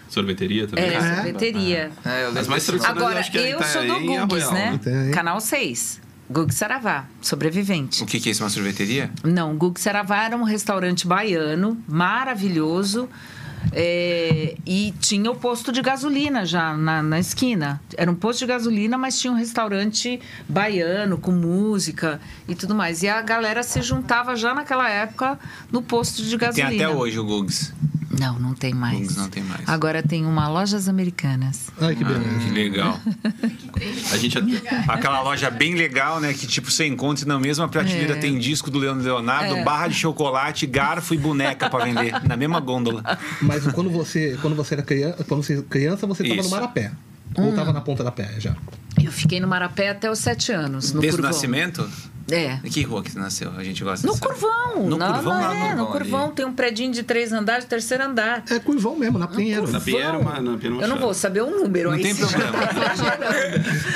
F: Sorveteria também.
B: Era
C: É?
B: sorveteria.
A: tá.
D: É, eu lembro
F: As mais
D: desse nome.
F: tradicionais
B: Agora,
F: acho que é
B: eu sou do
F: Itanhaém e
B: Gugs,
F: Arraial,
B: né?
C: Tem.
B: Canal 6. Gugs Saravá, sobrevivente.
A: O que, que é isso, uma sorveteria?
B: Não, Gugs Saravá era um restaurante baiano, maravilhoso. é, e tinha o posto de gasolina já na, na esquina. Era um posto de gasolina, mas tinha um restaurante baiano, com música e tudo mais. E a galera se juntava já naquela época no posto de
A: Tem
B: gasolina.
A: até hoje o Gugs.
B: Não, não tem mais.
A: Gugs não tem mais.
B: Agora tem uma Lojas Americanas.
C: Ai,
A: Ah,
C: que beleza.
A: Que legal.
F: A
B: [LAUGHS]
F: gente até...
A: Aquela loja bem legal, né? Que tipo, você encontra e na mesma prateleira
B: É.
A: tem disco do Leandro Leonardo, barra de chocolate, garfo e boneca pra vender. Na mesma gôndola.
C: Mas quando você, quando você era criança, quando você criança, você tava
A: Isso.
C: no Marapé.
B: Ah.
C: Ou tava na ponta da pé já.
B: Eu fiquei no Marapé até os sete anos. No
A: Desde o
B: Curvão.
A: nascimento?
B: É.
A: Em que rua que você nasceu? A gente gosta de
B: No
A: saber.
B: Curvão.
A: No
B: na-
A: Curvão,
B: na-
A: lá no
B: é, no
D: Curvão, ali.
B: Curvão. Tem um predinho de três andares, terceiro andar.
C: É curvão mesmo,
B: Ah,
C: na Pinheiro.
F: Na Pinheiro, mas na Pinheiro
B: Eu não vou saber o número.
A: Não
B: aí
A: tem
B: sim. [LAUGHS]
A: problema.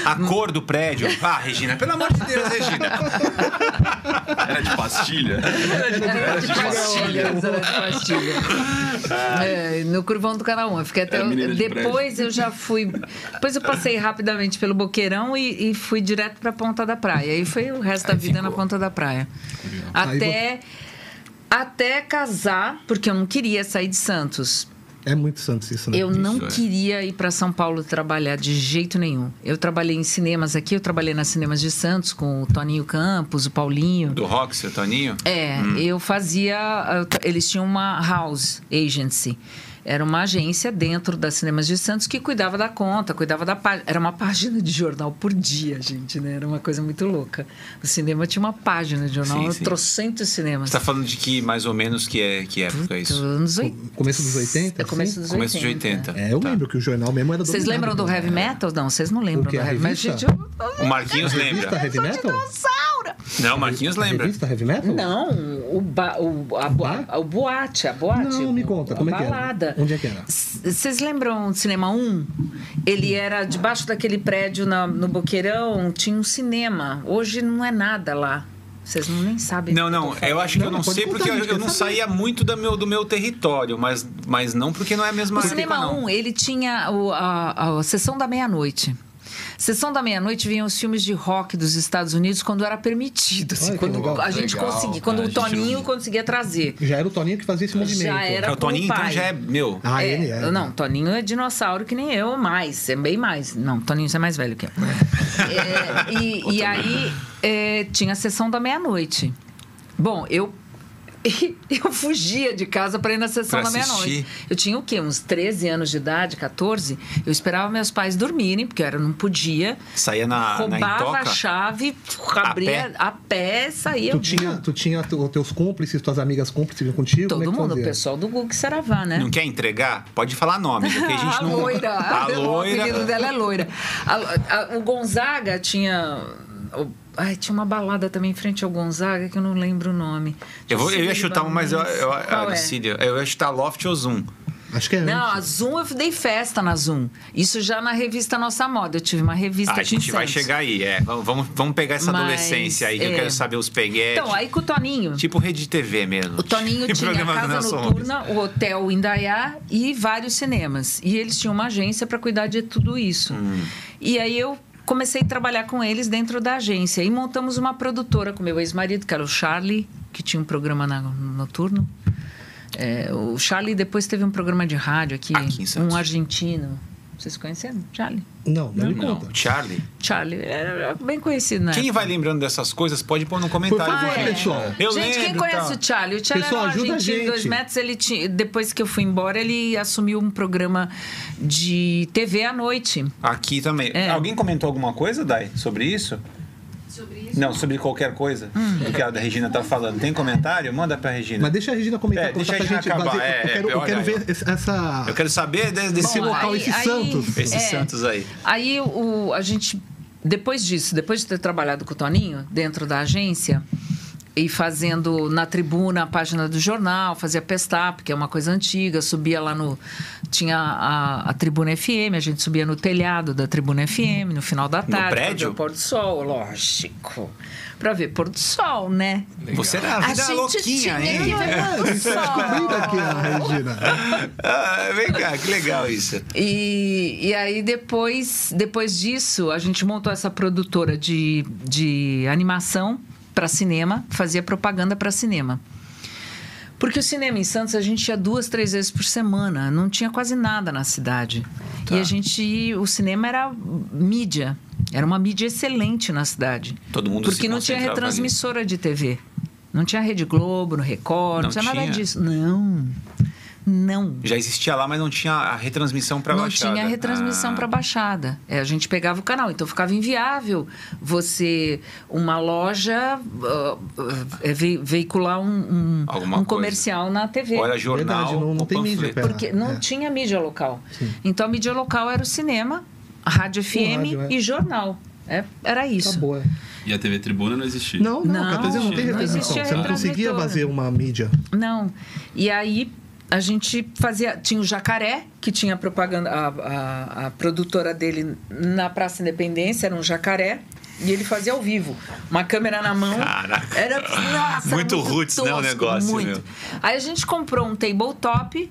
A: A cor do prédio. Ah, Regina, pelo amor de Deus, Regina.
F: Era de pastilha.
B: Era de pastilha, era de pastilha. É, no Curvão do Canal 1. Eu
A: É,
B: fiquei até-
F: Era menina de
B: depois eu já fui. Depois eu passei rapidamente pelo Boqueirão e, e fui direto pra Ponta da Praia. E foi o resto da vida na Ponta da Praia. Até, até casar, porque eu não queria sair de Santos.
C: É muito santista, né?
B: Eu não
F: é.
B: queria ir para São Paulo trabalhar de jeito nenhum. Eu trabalhei em cinemas aqui, eu trabalhei nas cinemas de Santos com o Toninho Campos, o Paulinho.
A: Do rock, seu Toninho?
B: É,
A: Hum.
B: eu fazia. eu t- Eles tinham uma house agency. Era uma agência dentro das Cinemas de Santos que cuidava da conta, cuidava da página. Era uma página de jornal por dia, gente, né? Era uma coisa muito louca. O cinema tinha uma página de jornal,
A: Sim,
B: eu
A: sim.
B: trocentos cinemas.
A: Você tá falando de que mais ou menos que, é, que época é isso?
B: Anos oit-
C: Começo dos 80,
B: É, começo
C: assim?
B: dos
A: Começo de
B: 80.
A: 80.
C: É, eu
A: Tá.
C: lembro que o jornal mesmo era do
B: Vocês lembram do heavy metal? Não, vocês não lembram
C: O
B: do
C: quê? A
B: heavy metal.
C: revista?
B: Gente, eu-
A: O Marquinhos
C: Revista
A: lembra.
C: Tá, heavy metal?
B: Dinossauro!
A: Não, o Marquinhos
C: A
A: lembra.
C: Revista heavy metal?
B: Não, o, ba, o, a, boa- o boate, a boate.
C: Né? Não, me conta,
B: a
C: como é que era?
B: balada.
C: Onde é que era?
B: C- Vocês lembram do Cinema 1? Ele era debaixo daquele prédio na- no Boqueirão, tinha um cinema. Hoje não é nada lá. Vocês não nem sabem.
A: Não, não, eu acho que
C: Não,
A: eu não
C: pode
A: sei
C: contar,
A: porque eu,
C: gente,
A: eu
C: quer
A: não
C: saber.
A: saía muito do meu, do meu território, mas, mas não porque não é a mesma
B: O
A: época,
B: Cinema
A: não.
B: 1, ele tinha o- a, a sessão da meia-noite. Sessão da meia-noite vinham os filmes de rock dos Estados Unidos quando era permitido. assim,
C: Olha que
B: quando
C: legal.
B: a gente
D: Legal,
B: conseguia,
D: cara,
B: quando
F: a
B: o
F: gente não-
B: Toninho conseguia trazer.
C: Já era o Toninho que fazia esse movimento.
B: era.
A: É, o Toninho,
B: com o
A: então,
B: pai.
A: já é meu.
C: Ah,
B: É,
C: ele era.
B: Não, Toninho é dinossauro que nem eu, mais, é bem mais. Não, Toninho você é mais velho que eu. É, e, e aí é, tinha a sessão da meia-noite. Bom, eu [LAUGHS] eu fugia de casa para ir na sessão
A: Pra
B: da meia-noite.
A: assistir.
B: Eu tinha o quê? Uns 13 anos de idade, 14. Eu esperava meus pais dormirem, porque eu era- não podia.
A: Saía Ah, na, na
B: roubava a
A: intoca.
B: chave, abria a pé, saía.
C: Tu tinha, tu tinha te- os teus cúmplices, tuas amigas cúmplices vinham contigo?
B: Todo
C: como é que
B: mundo, o
C: fazia?
B: pessoal do Google Saravá, né?
A: Não quer entregar? Pode falar nome, porque a gente
B: [LAUGHS] a
A: não.
B: loira.
A: [LAUGHS] A
B: O apelido
A: loira.
B: dela é loira. A- a- o Gonzaga tinha. o- ai, tinha uma balada também em frente ao Gonzaga que eu não lembro o nome.
A: Eu, vou, eu ia chutar uma, mas eu, eu,
B: é Qual é?
A: Cília, eu ia chutar Loft ou Zoom.
C: Acho que é antes.
B: Não, a Zoom eu dei festa na Zoom. Isso já na revista Nossa Moda. Eu tive uma revista.
A: Ah, a
B: aqui em
A: gente vai
B: Santos.
A: chegar aí, é. Vamos, vamos- vamos pegar essa
B: Mas,
A: adolescência aí, que eu
B: é.
A: quero saber os peguetes.
B: Então, aí com o Toninho.
A: Tipo rede TV mesmo.
B: O
A: [LAUGHS]
B: Toninho
A: E
B: tinha a
A: programa do
B: Casa
A: Nelson Rubens.
B: Noturna, o Hotel Indaiá e vários cinemas. E eles tinham uma agência para cuidar de tudo isso.
A: Hum.
B: E aí eu comecei a trabalhar com eles dentro da agência. E montamos uma produtora com meu ex-marido, que era o Charlie, que tinha um programa na- no noturno. É, o Charlie depois teve um programa de rádio aqui,
A: Aqui em Santos.
B: um argentino. Vocês conheceram? Charlie?
C: Não, não, me
A: Não,
C: conta.
A: Charlie.
B: Charlie, era bem conhecido, né?
A: Quem vai lembrando dessas coisas pode pôr no
C: Por
A: comentário.
C: favor,
A: gente.
C: pessoal.
A: Eu
B: Ah, é. gente, quem
A: lembro,
B: conhece
A: tá.
B: o Charlie? O Charlie
C: Pessoal,
B: era um
C: ajuda a
B: argentino de dois
C: gente.
B: metros. Ele tinha, depois que eu fui embora, ele assumiu um programa de TV à noite.
A: Aqui também.
B: É.
A: Alguém comentou alguma coisa, Dai, sobre isso?
H: Sobre isso.
A: Não, sobre qualquer coisa do que a Regina tá falando. Tem comentário? Manda pra Regina.
C: Hum. Mas deixa a Regina comentar,
A: É,
C: contar
A: deixa a
C: pra
A: Regina
C: gente.
A: acabar,
C: fazer-
A: é,
C: eu quero,
A: é,
C: eu quero
A: olha aí,
C: ver esse- essa...
A: Eu quero saber de- desse
C: Bom,
A: local. É.
C: local, esse Santos.
A: Esse
B: é,
A: Santos aí.
B: Aí o, a gente, depois disso, depois de ter trabalhado com o Toninho dentro da agência e fazendo na tribuna a página do jornal, fazia pestap, que é uma coisa antiga, subia lá no. Tinha a, a Tribuna FM, a gente subia no telhado da Tribuna FM no final da tarde. pra ver
A: prédio?
B: o pôr do sol, lógico. Pra ver pôr do sol, né?
A: Você era a Ah, vida louquinha, hein?
B: que ver pôr do sol.
C: Vem Tá aqui, a
B: Tá
C: Regina.
A: [LAUGHS] Ah, vem cá, que legal isso.
B: E, e aí depois, depois disso, a gente montou essa produtora de, de animação para cinema, fazia propaganda para cinema. Porque o cinema em Santos a gente ia duas, três vezes por semana, não tinha quase nada na cidade.
A: Tá.
B: E a gente, o cinema era mídia, era uma mídia excelente na cidade.
A: Todo mundo se
B: Porque não tinha
A: concentrava ali.
B: retransmissora de TV. Não tinha Rede Globo, no Record, não,
A: Não
B: tinha, nada
A: tinha?
B: disso. Não. Não.
A: Já existia lá, mas não tinha a retransmissão pra
B: Não
A: baixada.
B: tinha retransmissão
A: Ah.
B: para baixada. É, a gente pegava o canal, então ficava inviável você, uma loja, ah, ah, é, ve- veicular um, um-
A: Alguma
B: um
A: coisa.
B: comercial na TV.
A: Ou era jornal,
C: Verdade, não- não
A: ou
C: tem mídia
A: panfleto.
C: perto.
B: Porque não
C: É.
B: tinha mídia local. Então a mídia local era o cinema, a rádio FM
C: rádio, é.
B: e jornal. É, era isso.
C: Acabou, é.
F: E a TV Tribuna não existia.
C: Não, não,
B: Não,
C: quer dizer, não tem
F: não
C: retransmissão.
F: existia Tá.
C: Você não conseguia
B: retransmissora.
C: fazer uma mídia.
B: Não. E aí a gente fazia. Tinha o Jacaré, que tinha a propaganda. A, a- a produtora dele na Praça Independência era um jacaré. E ele fazia ao vivo. Uma câmera na mão.
A: Caraca.
B: Era, nossa, era
A: Muito roots, né, o
B: tosco,
A: negócio,
B: muito.
A: meu.
B: Aí a gente comprou um tabletop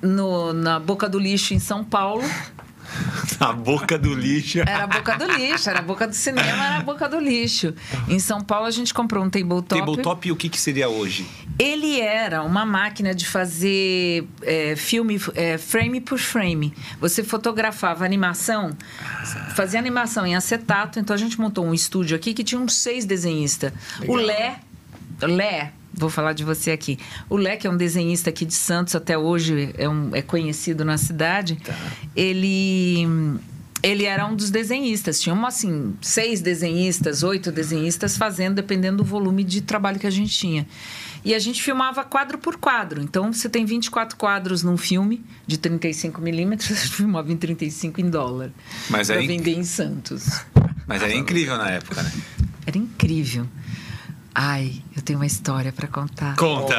B: no- na Boca do Lixo, em São Paulo.
A: [LAUGHS] A boca do lixo.
C: É,
B: Era a boca do lixo, era a boca do cinema, era a boca do lixo. Em São Paulo a gente comprou um tabletop.
A: Tabletop, o que, que seria hoje?
B: Ele era uma máquina de fazer é, filme é, frame por frame. Você fotografava animação, fazia animação em acetato. Então a gente montou um estúdio aqui que tinha uns seis desenhistas. O Lé, Lé, vou falar de você aqui. O Lé, que é um desenhista aqui de Santos, até hoje é, um- é conhecido na cidade. Ele ele era um dos desenhistas. Tinham, assim, seis desenhistas, oito desenhistas fazendo, dependendo do volume de trabalho que a gente tinha. E a gente filmava quadro por quadro. Então, você tem 24 quadros num filme de 35 milímetros, [LAUGHS] a gente filmava em 35 em dólar.
A: Mas é
B: pra
A: aí-
B: vender em Santos.
A: Mas era incrível na época, né?
B: Era incrível. Ai, eu tenho uma história para contar.
A: [LAUGHS] Conta.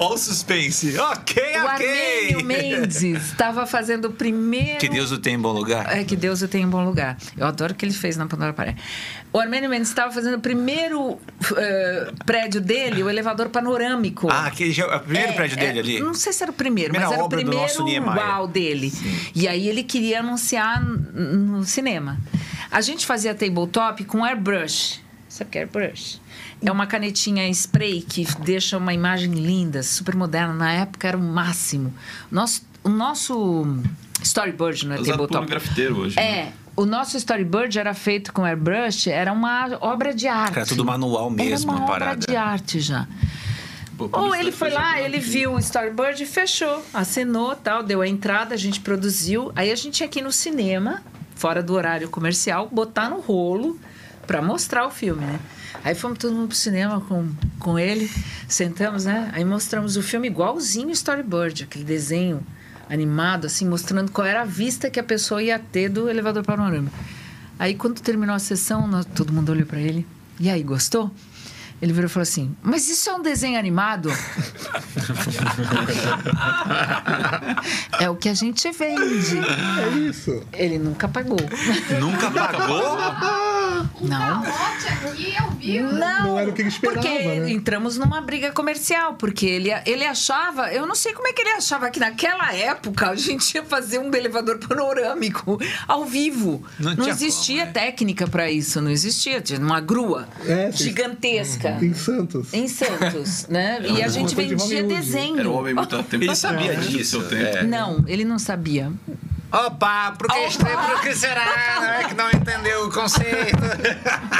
A: Olha o suspense. Ok,
B: o
A: ok.
B: Armênio Mendes
A: [LAUGHS]
B: estava fazendo o primeiro...
A: Que Deus o tem em bom lugar.
B: É que Deus eu tenho em bom lugar. Eu adoro o que ele fez na Pandora Paré. O Armênio Mendes estava fazendo o primeiro eh, prédio dele, o elevador panorâmico.
A: Ah, aquele já, é o primeiro
B: É,
A: prédio dele
B: é,
A: ali?
B: Não sei se era o primeiro,
A: Primeira
B: mas era o
A: obra do nosso
B: primeiro
A: Niemeyer.
B: uau dele. E aí ele queria anunciar n- no cinema. A gente fazia tabletop com airbrush. Sabe o que é airbrush? É uma canetinha spray que deixa uma imagem linda, super moderna. Na época era o máximo. Nosso, o nosso storyboard não é
F: Usado por um
B: tabletop.
F: grafiteiro hoje. né?
B: É, o nosso storyboard era feito com airbrush, era uma obra de arte.
A: Era tudo manual mesmo,
B: Era uma
A: a parada.
B: obra de arte já.
F: Pô,
B: Ou
F: publicidade
B: ele foi
F: faz
B: lá,
F: alguma
B: ele
F: coisa.
B: viu o storyboard e fechou, assinou, tal, deu a entrada, a gente produziu. Aí a gente ia aqui no cinema, fora do horário comercial, botar no rolo pra mostrar o filme, né? Aí fomos todo mundo pro cinema com, com ele, sentamos, né? Aí mostramos o filme igualzinho o storyboard, aquele desenho animado, assim, mostrando qual era a vista que a pessoa ia ter do elevador panorâmico. Aí quando terminou a sessão, nós- todo mundo olhou pra ele. E aí, gostou? Ele virou e falou assim: Mas isso é um desenho animado? é o que a gente vende.
C: É isso.
B: Ele nunca pagou.
A: Nunca pagou?
G: Um
B: Não.
G: calote aqui ao vivo.
C: Não era o que ele esperava,
B: Porque
C: né?
B: entramos numa briga comercial, porque ele, ele achava, eu não sei como é que ele achava que naquela época a gente ia fazer um elevador panorâmico ao vivo.
A: Não
B: Não,
A: tinha
B: existia
A: como, né?
B: técnica pra isso, não existia. Tinha uma grua
C: É, sim.
B: gigantesca.
C: Em Santos.
B: Em Santos, né? E a gente
C: coisa de
B: vendia
C: Hollywood.
B: desenho.
F: Era um homem muito
B: [LAUGHS]
F: tempo. né?
A: Ele sabia disso,
F: Seu tempo.
A: é.
B: Não, ele não sabia.
A: Opa, por
B: Opa!
A: por que será? Não
B: [LAUGHS]
A: é que não entendeu o [LAUGHS] conceito.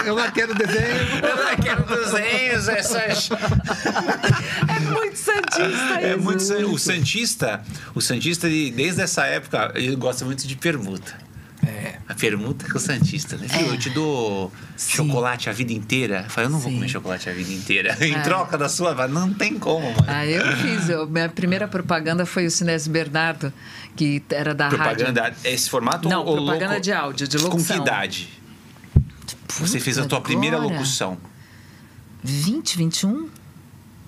C: Eu não quero desenho.
A: Eu não quero desenhos, essas...
B: É muito santista
A: É
B: isso.
A: muito... san- O Santista, o Santista, ele, desde essa época, ele gosta muito de permuta.
D: É.
A: A permuta com o Santista, né? Viu, eu te dou chocolate a vida inteira. Eu falo, eu não vou
B: É. Sim.
A: comer chocolate a vida inteira. [LAUGHS] Em troca da sua, fala, não tem como, mano.
B: Ah, eu fiz. eu- minha primeira propaganda foi o Sinésio Bernardo, que era da Ah, rádio.
A: propaganda, esse formato
B: Não,
A: ou
B: propaganda
A: loco-
B: de áudio, de
A: Com que
B: locução.
A: idade? Você fez a tua
B: agora.
A: primeira locução.
B: 20, 21?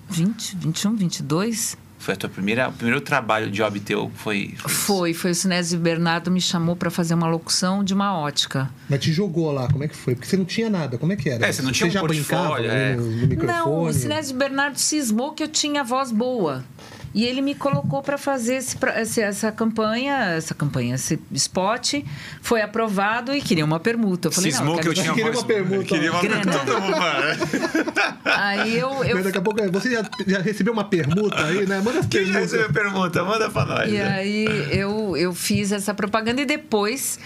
B: 20, 21, 22?
A: Foi a tua primeira, o primeiro trabalho de job teu foi
B: Foi, foi o Sinésio Bernardo me chamou para fazer uma locução de uma ótica.
C: Mas te jogou lá, como é que foi? Porque você não tinha nada, como é que era?
A: É, você não tinha um
C: já brincava
A: portfólio,
C: ali
A: é.
C: né, no, no microfone?
B: Não, o Sinésio Bernardo cismou que eu tinha voz boa. E ele me colocou para fazer esse pro- esse- essa campanha, essa campanha, esse spot. Foi aprovado e queria uma permuta. Eu falei, não,
A: Cismou que eu
B: quero-
A: tinha
C: Queria
A: voz-
C: uma permuta.
A: Queria uma
B: Grana.
A: permuta. Todo mundo, [LAUGHS] mano.
B: [LAUGHS] Aí eu,
C: Mas
B: eu
C: Daqui a pouco, é, você já, já recebeu uma permuta aí, né? Manda as
A: Quem já
C: perguntas.
A: recebeu pergunta? Manda pra nós.
B: E aí eu, eu fiz essa propaganda e depois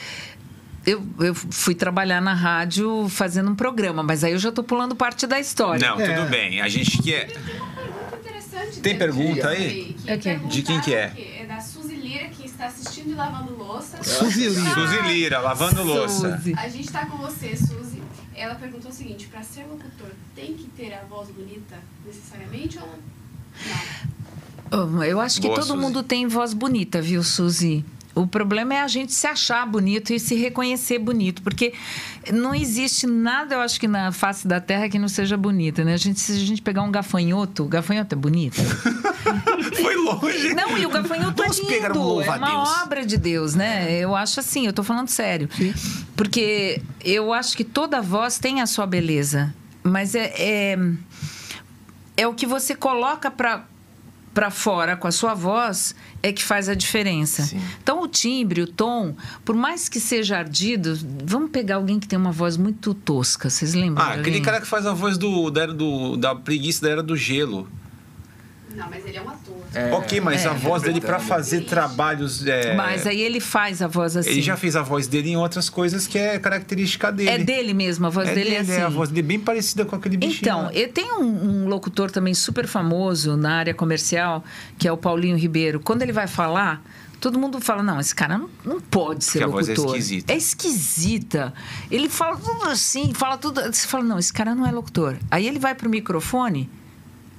B: eu, eu fui trabalhar na rádio fazendo um programa, mas aí eu já tô pulando parte da história.
A: Não,
C: É.
A: tudo bem. A gente que é.
G: Tem uma pergunta interessante.
A: Tem
G: daqui,
A: pergunta
G: que-
A: aí?
G: que
B: É quem?
G: perguntaram
A: De quem que é?
G: aqui. É da Suzy Lira, que está assistindo e lavando louça.
C: Suzy Lira.
A: Suzy Lira, lavando louça.
B: Suzy.
G: A gente tá com você, Suzy. Ela perguntou o seguinte, pra ser locutor, tem que ter a voz bonita necessariamente ou não?
B: Ah, Eu acho que
A: Boa,
B: todo
A: Suzy.
B: mundo tem voz bonita, viu, Suzy? O problema é a gente se achar bonito e se reconhecer bonito, porque não existe nada, eu acho que na face da Terra que não seja bonita, né? A gente, se a gente pegar um gafanhoto, o gafanhoto é bonito.
A: Foi longe.
B: Não, e o gafanhoto é
A: Vamos pegar um
B: lindo. É
A: louva-a-Deus. É.
B: uma obra de Deus, né? Eu acho assim, eu tô falando sério. Porque eu acho que toda voz tem a sua beleza. Mas é, é, é o que você coloca pra para fora com a sua voz é que faz a diferença.
I: Sim.
B: Então, o timbre, o tom, por mais que seja ardido, vamos pegar alguém que tem uma voz muito tosca. Vocês lembram?
A: Ah,
B: de
A: aquele
B: alguém?
A: cara que faz a voz do, da, era do- da preguiça da era do gelo.
G: Não, mas ele é um ator.
A: ok,
B: É.
A: mas a voz dele
D: É,
A: pra fazer trabalhos. é,
B: Mas aí ele faz a voz assim.
A: Ele já fez a voz dele em outras coisas que é característica dele.
B: É dele mesmo, a voz
A: É
B: dele é
A: dele,
B: assim.
A: é a voz dele bem parecida com aquele bichinho.
B: Então,
A: lá.
B: eu tenho um, um locutor também super famoso na área comercial, que é o Paulinho Ribeiro. Quando ele vai falar, todo mundo fala: não, esse cara não, não pode ser
A: Porque a voz é
B: locutor.
A: esquisita.
B: É esquisita. Ele fala tudo assim, fala tudo. Você fala: não, esse cara não é locutor. Aí ele vai pro microfone,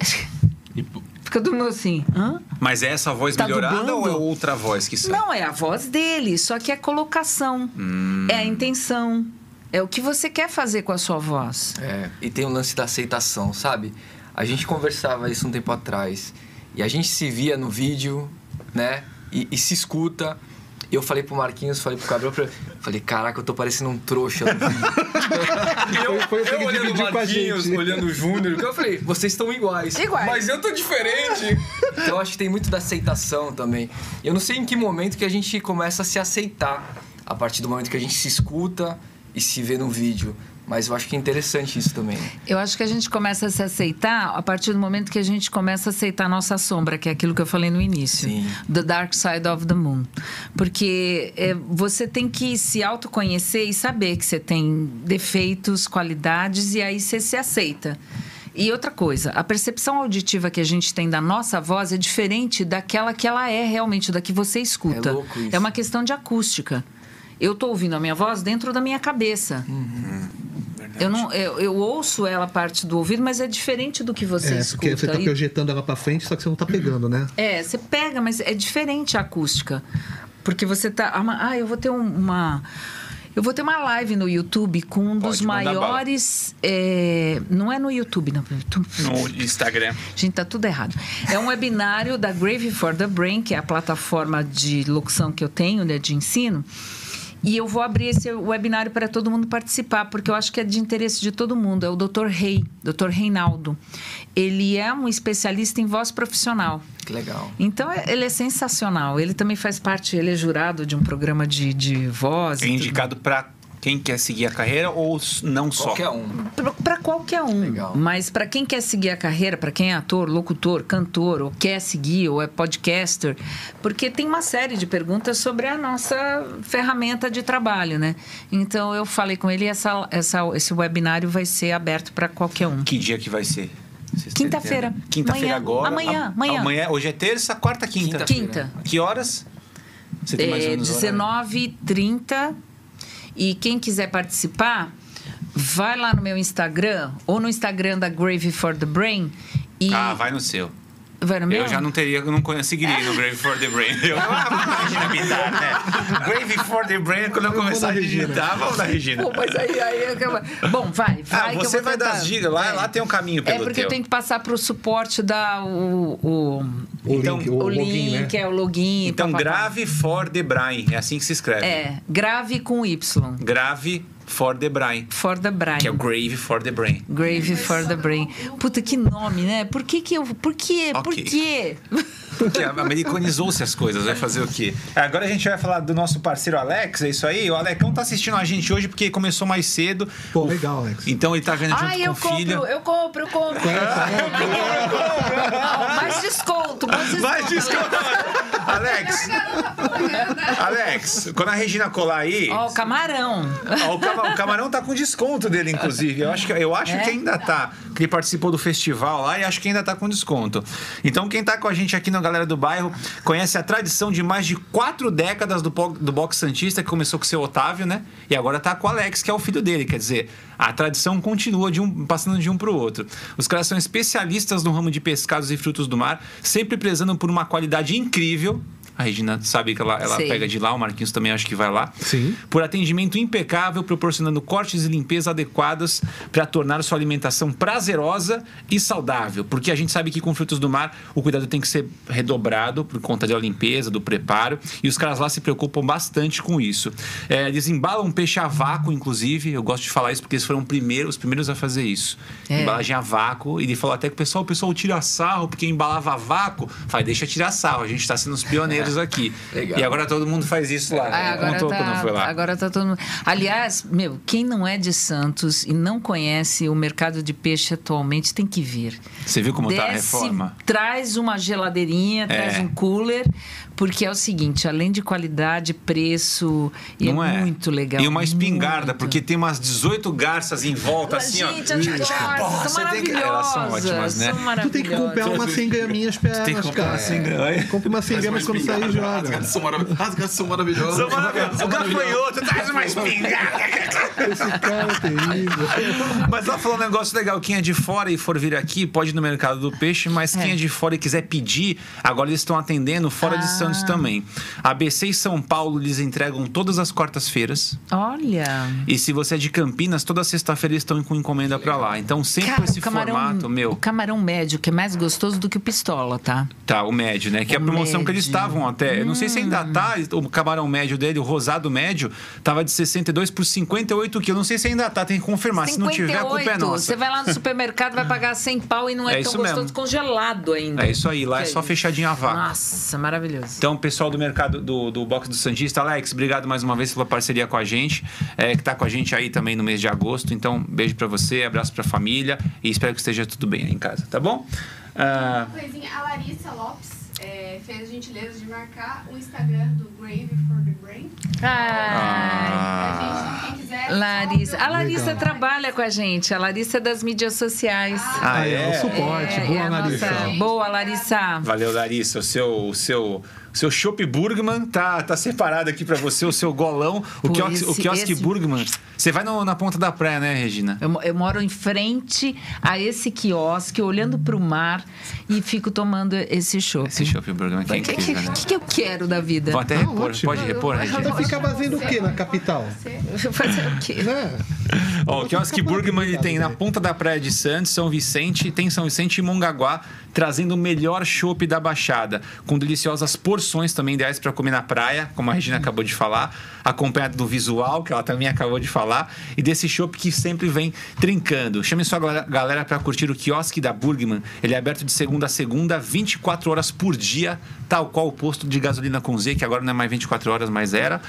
B: É.
F: E, pô,
B: fica todo mundo assim: hã?
A: Mas é essa voz
B: Tá
A: melhorada ou é
B: dublando?
A: outra voz que sai?
B: Não, é a voz dele, só que é colocação,
A: Hum.
B: é a intenção, é o que você quer fazer com a sua voz.
I: É.
D: E tem o lance da aceitação, sabe? A gente conversava isso um tempo atrás. E a gente se via no vídeo, né? E, e se escuta. E eu falei pro Marquinhos, falei pro Gabriel, pra- falei, caraca, eu tô parecendo um trouxa. no [LAUGHS] vídeo."
C: Foi- foi você que dividiu com a gente.
D: olhando o Júnior, que eu falei, vocês estão iguais.
B: Iguais.
D: Mas eu tô diferente. Então, eu acho que tem muito da aceitação também. E Eu não sei em que momento que a gente começa a se aceitar. A partir do momento que a gente se escuta e se vê no vídeo. Mas eu acho que é interessante isso também. né?
B: Eu acho que a gente começa a se aceitar a partir do momento que a gente começa a aceitar a nossa sombra, que é aquilo que eu falei no início.
D: Sim.
B: The Dark Side of the Moon. Porque é, você tem que se autoconhecer e saber que você tem defeitos, qualidades, e aí você se aceita. E outra coisa, a percepção auditiva que a gente tem da nossa voz é diferente daquela que ela é realmente, da que você escuta.
D: É louco isso.
B: é uma questão de acústica. Eu tô ouvindo a minha voz dentro da minha cabeça. Eu, não, eu, eu ouço ela parte do ouvido, mas é diferente do que você
C: É, porque
B: escuta.
C: você tá
B: E-
C: projetando ela pra frente, só que você não tá pegando, né?
B: é, você pega, mas é diferente a acústica. Porque você tá. ah, ma- Ah, eu vou ter um- uma. Eu vou ter uma live no YouTube com um dos
A: Pode mandar bala.
B: maiores. é, não é no YouTube, não. YouTube.
A: No
F: assim,
A: Instagram.
B: Gente, tá tudo errado. É um webinário da Grave for the Brain, que é a plataforma de locução que eu tenho, né, de ensino. E eu vou abrir esse webinário para todo mundo participar, porque eu acho que é de interesse de todo mundo. É o Dr. Rei, Dr. Reinaldo. Ele é um especialista em voz profissional.
D: Que legal.
B: Então, é- ele é sensacional. Ele também faz parte, ele é jurado de um programa de, de voz.
A: É indicado pra quem quer seguir a carreira ou s- não só?
D: Qualquer um.
B: Para qualquer um.
D: Legal.
B: Mas para quem quer seguir a carreira, para quem é ator, locutor, cantor, ou quer seguir, ou é podcaster, porque tem uma série de perguntas sobre a nossa ferramenta de trabalho, né? Então, eu falei com ele e essa, essa, esse webinário vai ser aberto para qualquer um.
A: Que dia que vai ser? Vocês têm
B: Quinta-feira.
A: ideia? Quinta-feira
B: Amanhã.
A: agora.
B: Amanhã,
A: A-
B: amanhã.
A: Hoje é terça, quarta, quinta.
B: Quinta-feira. Quinta.
A: Que horas? Você tem mais ou
B: É,
A: menos o horário?
B: 19h30. E quem quiser participar, vai lá no meu Instagram ou no Instagram da Grave for the Brain. E
A: Ah, vai no seu.
B: Vai no meu?
A: Eu já não teria, eu não conseguiria no Grave for the Brain. Eu, ah, imagina bizarro, né? Grave for the Brain, quando eu começar a digitar, vamos da Regina.
B: Pô, mas aí, aí é acaba- Bom, vai,
A: Ah,
B: vai. que eu
A: você
B: vou
A: vai dar
B: tentar.
A: as dicas, lá,
B: É.
A: lá tem um caminho
B: É
A: pelo
B: porque
A: teu.
B: eu tenho que passar para o suporte da o, o,
C: O
A: Então,
C: link,
B: o,
C: o, login,
B: link,
C: né?
B: é o login.
A: Então,
B: pá, pá, pá.
A: grave for the Brain, é assim que se escreve.
B: É, grave com Y.
A: Grave for the Brain,
B: For the Brian.
A: que é o Grave for the Brain.
B: Grave for the Brain. Puta, que nome, né? Por que que eu... Por quê? Por
A: Ok.
B: quê?
A: Porque americanizou-se as coisas, vai fazer o quê? É, Agora a gente vai falar do nosso parceiro Alex, é isso aí? O Alecão tá assistindo a gente hoje porque começou mais cedo.
B: é
C: Pô, legal, Alex.
A: Então ele tá vendo junto
B: Ah, eu
A: com o filho.
B: compro, eu compro, eu compro. Não, mais desconto, mais desconto.
A: Vai, desculpa. Alex, Alex, quando a Regina colar aí,
B: Ó, o camarão.
A: ó, o, cama- o camarão tá com desconto dele, inclusive. Eu acho que, eu acho
B: É?
A: que ainda tá. Que ele participou do festival lá e acho que ainda tá com desconto. Então, quem tá com a gente aqui na Galera do Bairro conhece a tradição de mais de quatro décadas do, po- do boxe Santista, que começou com o seu Otávio, né? E agora tá com o Alex, que é o filho dele. Quer dizer, a tradição continua de um, passando de um pro outro. Os caras são especialistas no ramo de pescados e frutos do mar, sempre prezando por uma qualidade incrível. A Regina sabe que ela, ela
B: Sei.
A: pega de lá, o Marquinhos também acho que vai lá.
C: Sim.
A: Por atendimento impecável, proporcionando cortes e limpeza adequadas para tornar sua alimentação prazerosa e saudável. Porque a gente sabe que com frutos do mar o cuidado tem que ser redobrado por conta da limpeza, do preparo. E os caras lá se preocupam bastante com isso. É, eles embalam peixe a vácuo, inclusive. Eu gosto de falar isso porque eles foram primeiro- os primeiros a fazer isso.
B: É.
A: Embalagem a vácuo. E ele falou até que o pessoal, o pessoal tira sarro porque embalava a vácuo. Fala, deixa tirar sarro. A gente está sendo os
B: [LAUGHS]
A: pioneiros aqui.
D: Legal.
A: E agora todo mundo faz isso lá.
B: Ah,
A: Ele
B: agora,
A: contou
B: tá,
A: quando foi lá.
B: agora tá todo mundo. Aliás, meu, quem não é de Santos e não conhece o mercado de peixe atualmente tem que vir.
A: Você viu como tá a
B: Desce,
A: reforma? É.
B: Traz uma geladeirinha, traz um cooler, porque é o seguinte, além de qualidade, preço, e
A: Não
B: é,
A: é?
B: muito legal.
A: E uma espingarda,
B: muito.
A: porque tem umas 18 garças em volta, assim,
B: Gente,
A: ó.
B: as
A: Porra,
B: garças são
A: você tem que-
B: maravilhosas.
A: Elas são ótimas, né?
B: são
C: Tu tem que comprar
B: maravilhosas.
C: uma 100 graminhas pra
A: Tem que
C: elas,
A: comprar
C: cara.
A: assim, né?
C: Compre uma 100 gramas quando sair e
F: As
C: joga.
F: gatas são maravilhosas. As gatas são maravilhosas.
A: São maravilhosos. O tá Um gafanhoto traz uma espingarda.
C: Esse cara é terrível.
A: Mas ela falou um negócio legal. Quem é de fora e for vir aqui, pode ir no mercado do peixe, mas quem é de fora e quiser pedir, agora eles estão atendendo fora de
B: Ah.
A: Santos também. ABC e São Paulo eles entregam todas as quartas-feiras.
B: Olha.
A: E se você é de Campinas, toda sexta-feira eles estão com encomenda pra lá. Então sempre
B: Cara,
A: esse formato, meu.
B: O camarão médio, que é mais gostoso do que o pistola, tá?
A: Tá, o médio, né? Que é a
B: O
A: promoção que eles
B: médio. Hum.
A: estavam até. Eu não sei se ainda tá. O camarão médio dele, o rosado médio, tava de 62 por 58 quilos. Não sei se ainda tá, tem que confirmar. Se não tiver, a culpa é nossa.
B: Você vai lá no supermercado, vai pagar 100 pau e não é,
A: É
B: tão
A: isso
B: gostoso
A: mesmo.
B: congelado ainda.
A: É isso aí, lá é
B: Que
A: só
B: isso.
A: fechadinho a vaca.
B: Nossa, maravilhoso.
A: Então, pessoal do mercado do, do Box do Santista, Alex, obrigado mais uma vez pela parceria com a gente, é, que tá com a gente aí também no mês de agosto. Então, beijo pra você, abraço pra família e espero que esteja tudo bem aí em casa, tá bom? Ah,
G: Coisinha, a Larissa Lopes eh, fez a gentileza de marcar o Instagram do Grave for the Brain.
B: Ai.
G: A
A: Ah.
G: gente, quem quiser. só
B: Larissa.
G: procurar.
B: A Larissa
C: Legal.
B: trabalha com a gente. A Larissa é das mídias sociais.
A: ah,
C: Aí, ó, o
A: é?
C: suporte.
B: É, é
C: Boa,
B: a
C: Larissa.
B: nossa- Boa, Larissa.
A: Valeu, Larissa. O seu, o seu, o seu Chopp Burgman tá, tá separado aqui pra você, o seu golão. O,
B: Pô,
A: quiosque, o
B: esse-
A: quiosque
B: esse-
A: Burgman. Você vai no- na ponta da praia, né, Regina?
B: Eu, mo- eu moro em frente a esse quiosque, olhando para o mar e fico tomando esse chopp.
A: Esse Chopp Burgman aqui é
B: O que, que,
A: incrível, né?
B: que- que eu quero da vida?
A: Vou até
C: Ah,
A: repor.
C: ótimo.
A: Pode repor, Regina?
C: Você fica fazendo o quê na capital?
G: Você-
B: Fazer o quê?
C: Né?
A: Ó, o quiosque Burgman ele tem na ponta da Praia de Santos, São Vicente, tem São Vicente e Mongaguá, trazendo o melhor chopp da Baixada, com deliciosas porções também ideais para comer na praia, como a Regina acabou de falar, acompanhado do visual, que ela também acabou de falar, e desse chopp que sempre vem trincando. Chame sua gal- galera para curtir o quiosque da Burgman. Ele é aberto de segunda a segunda, 24 horas por dia, tal qual o posto de gasolina com Z, que agora não é mais 24 horas, mas era.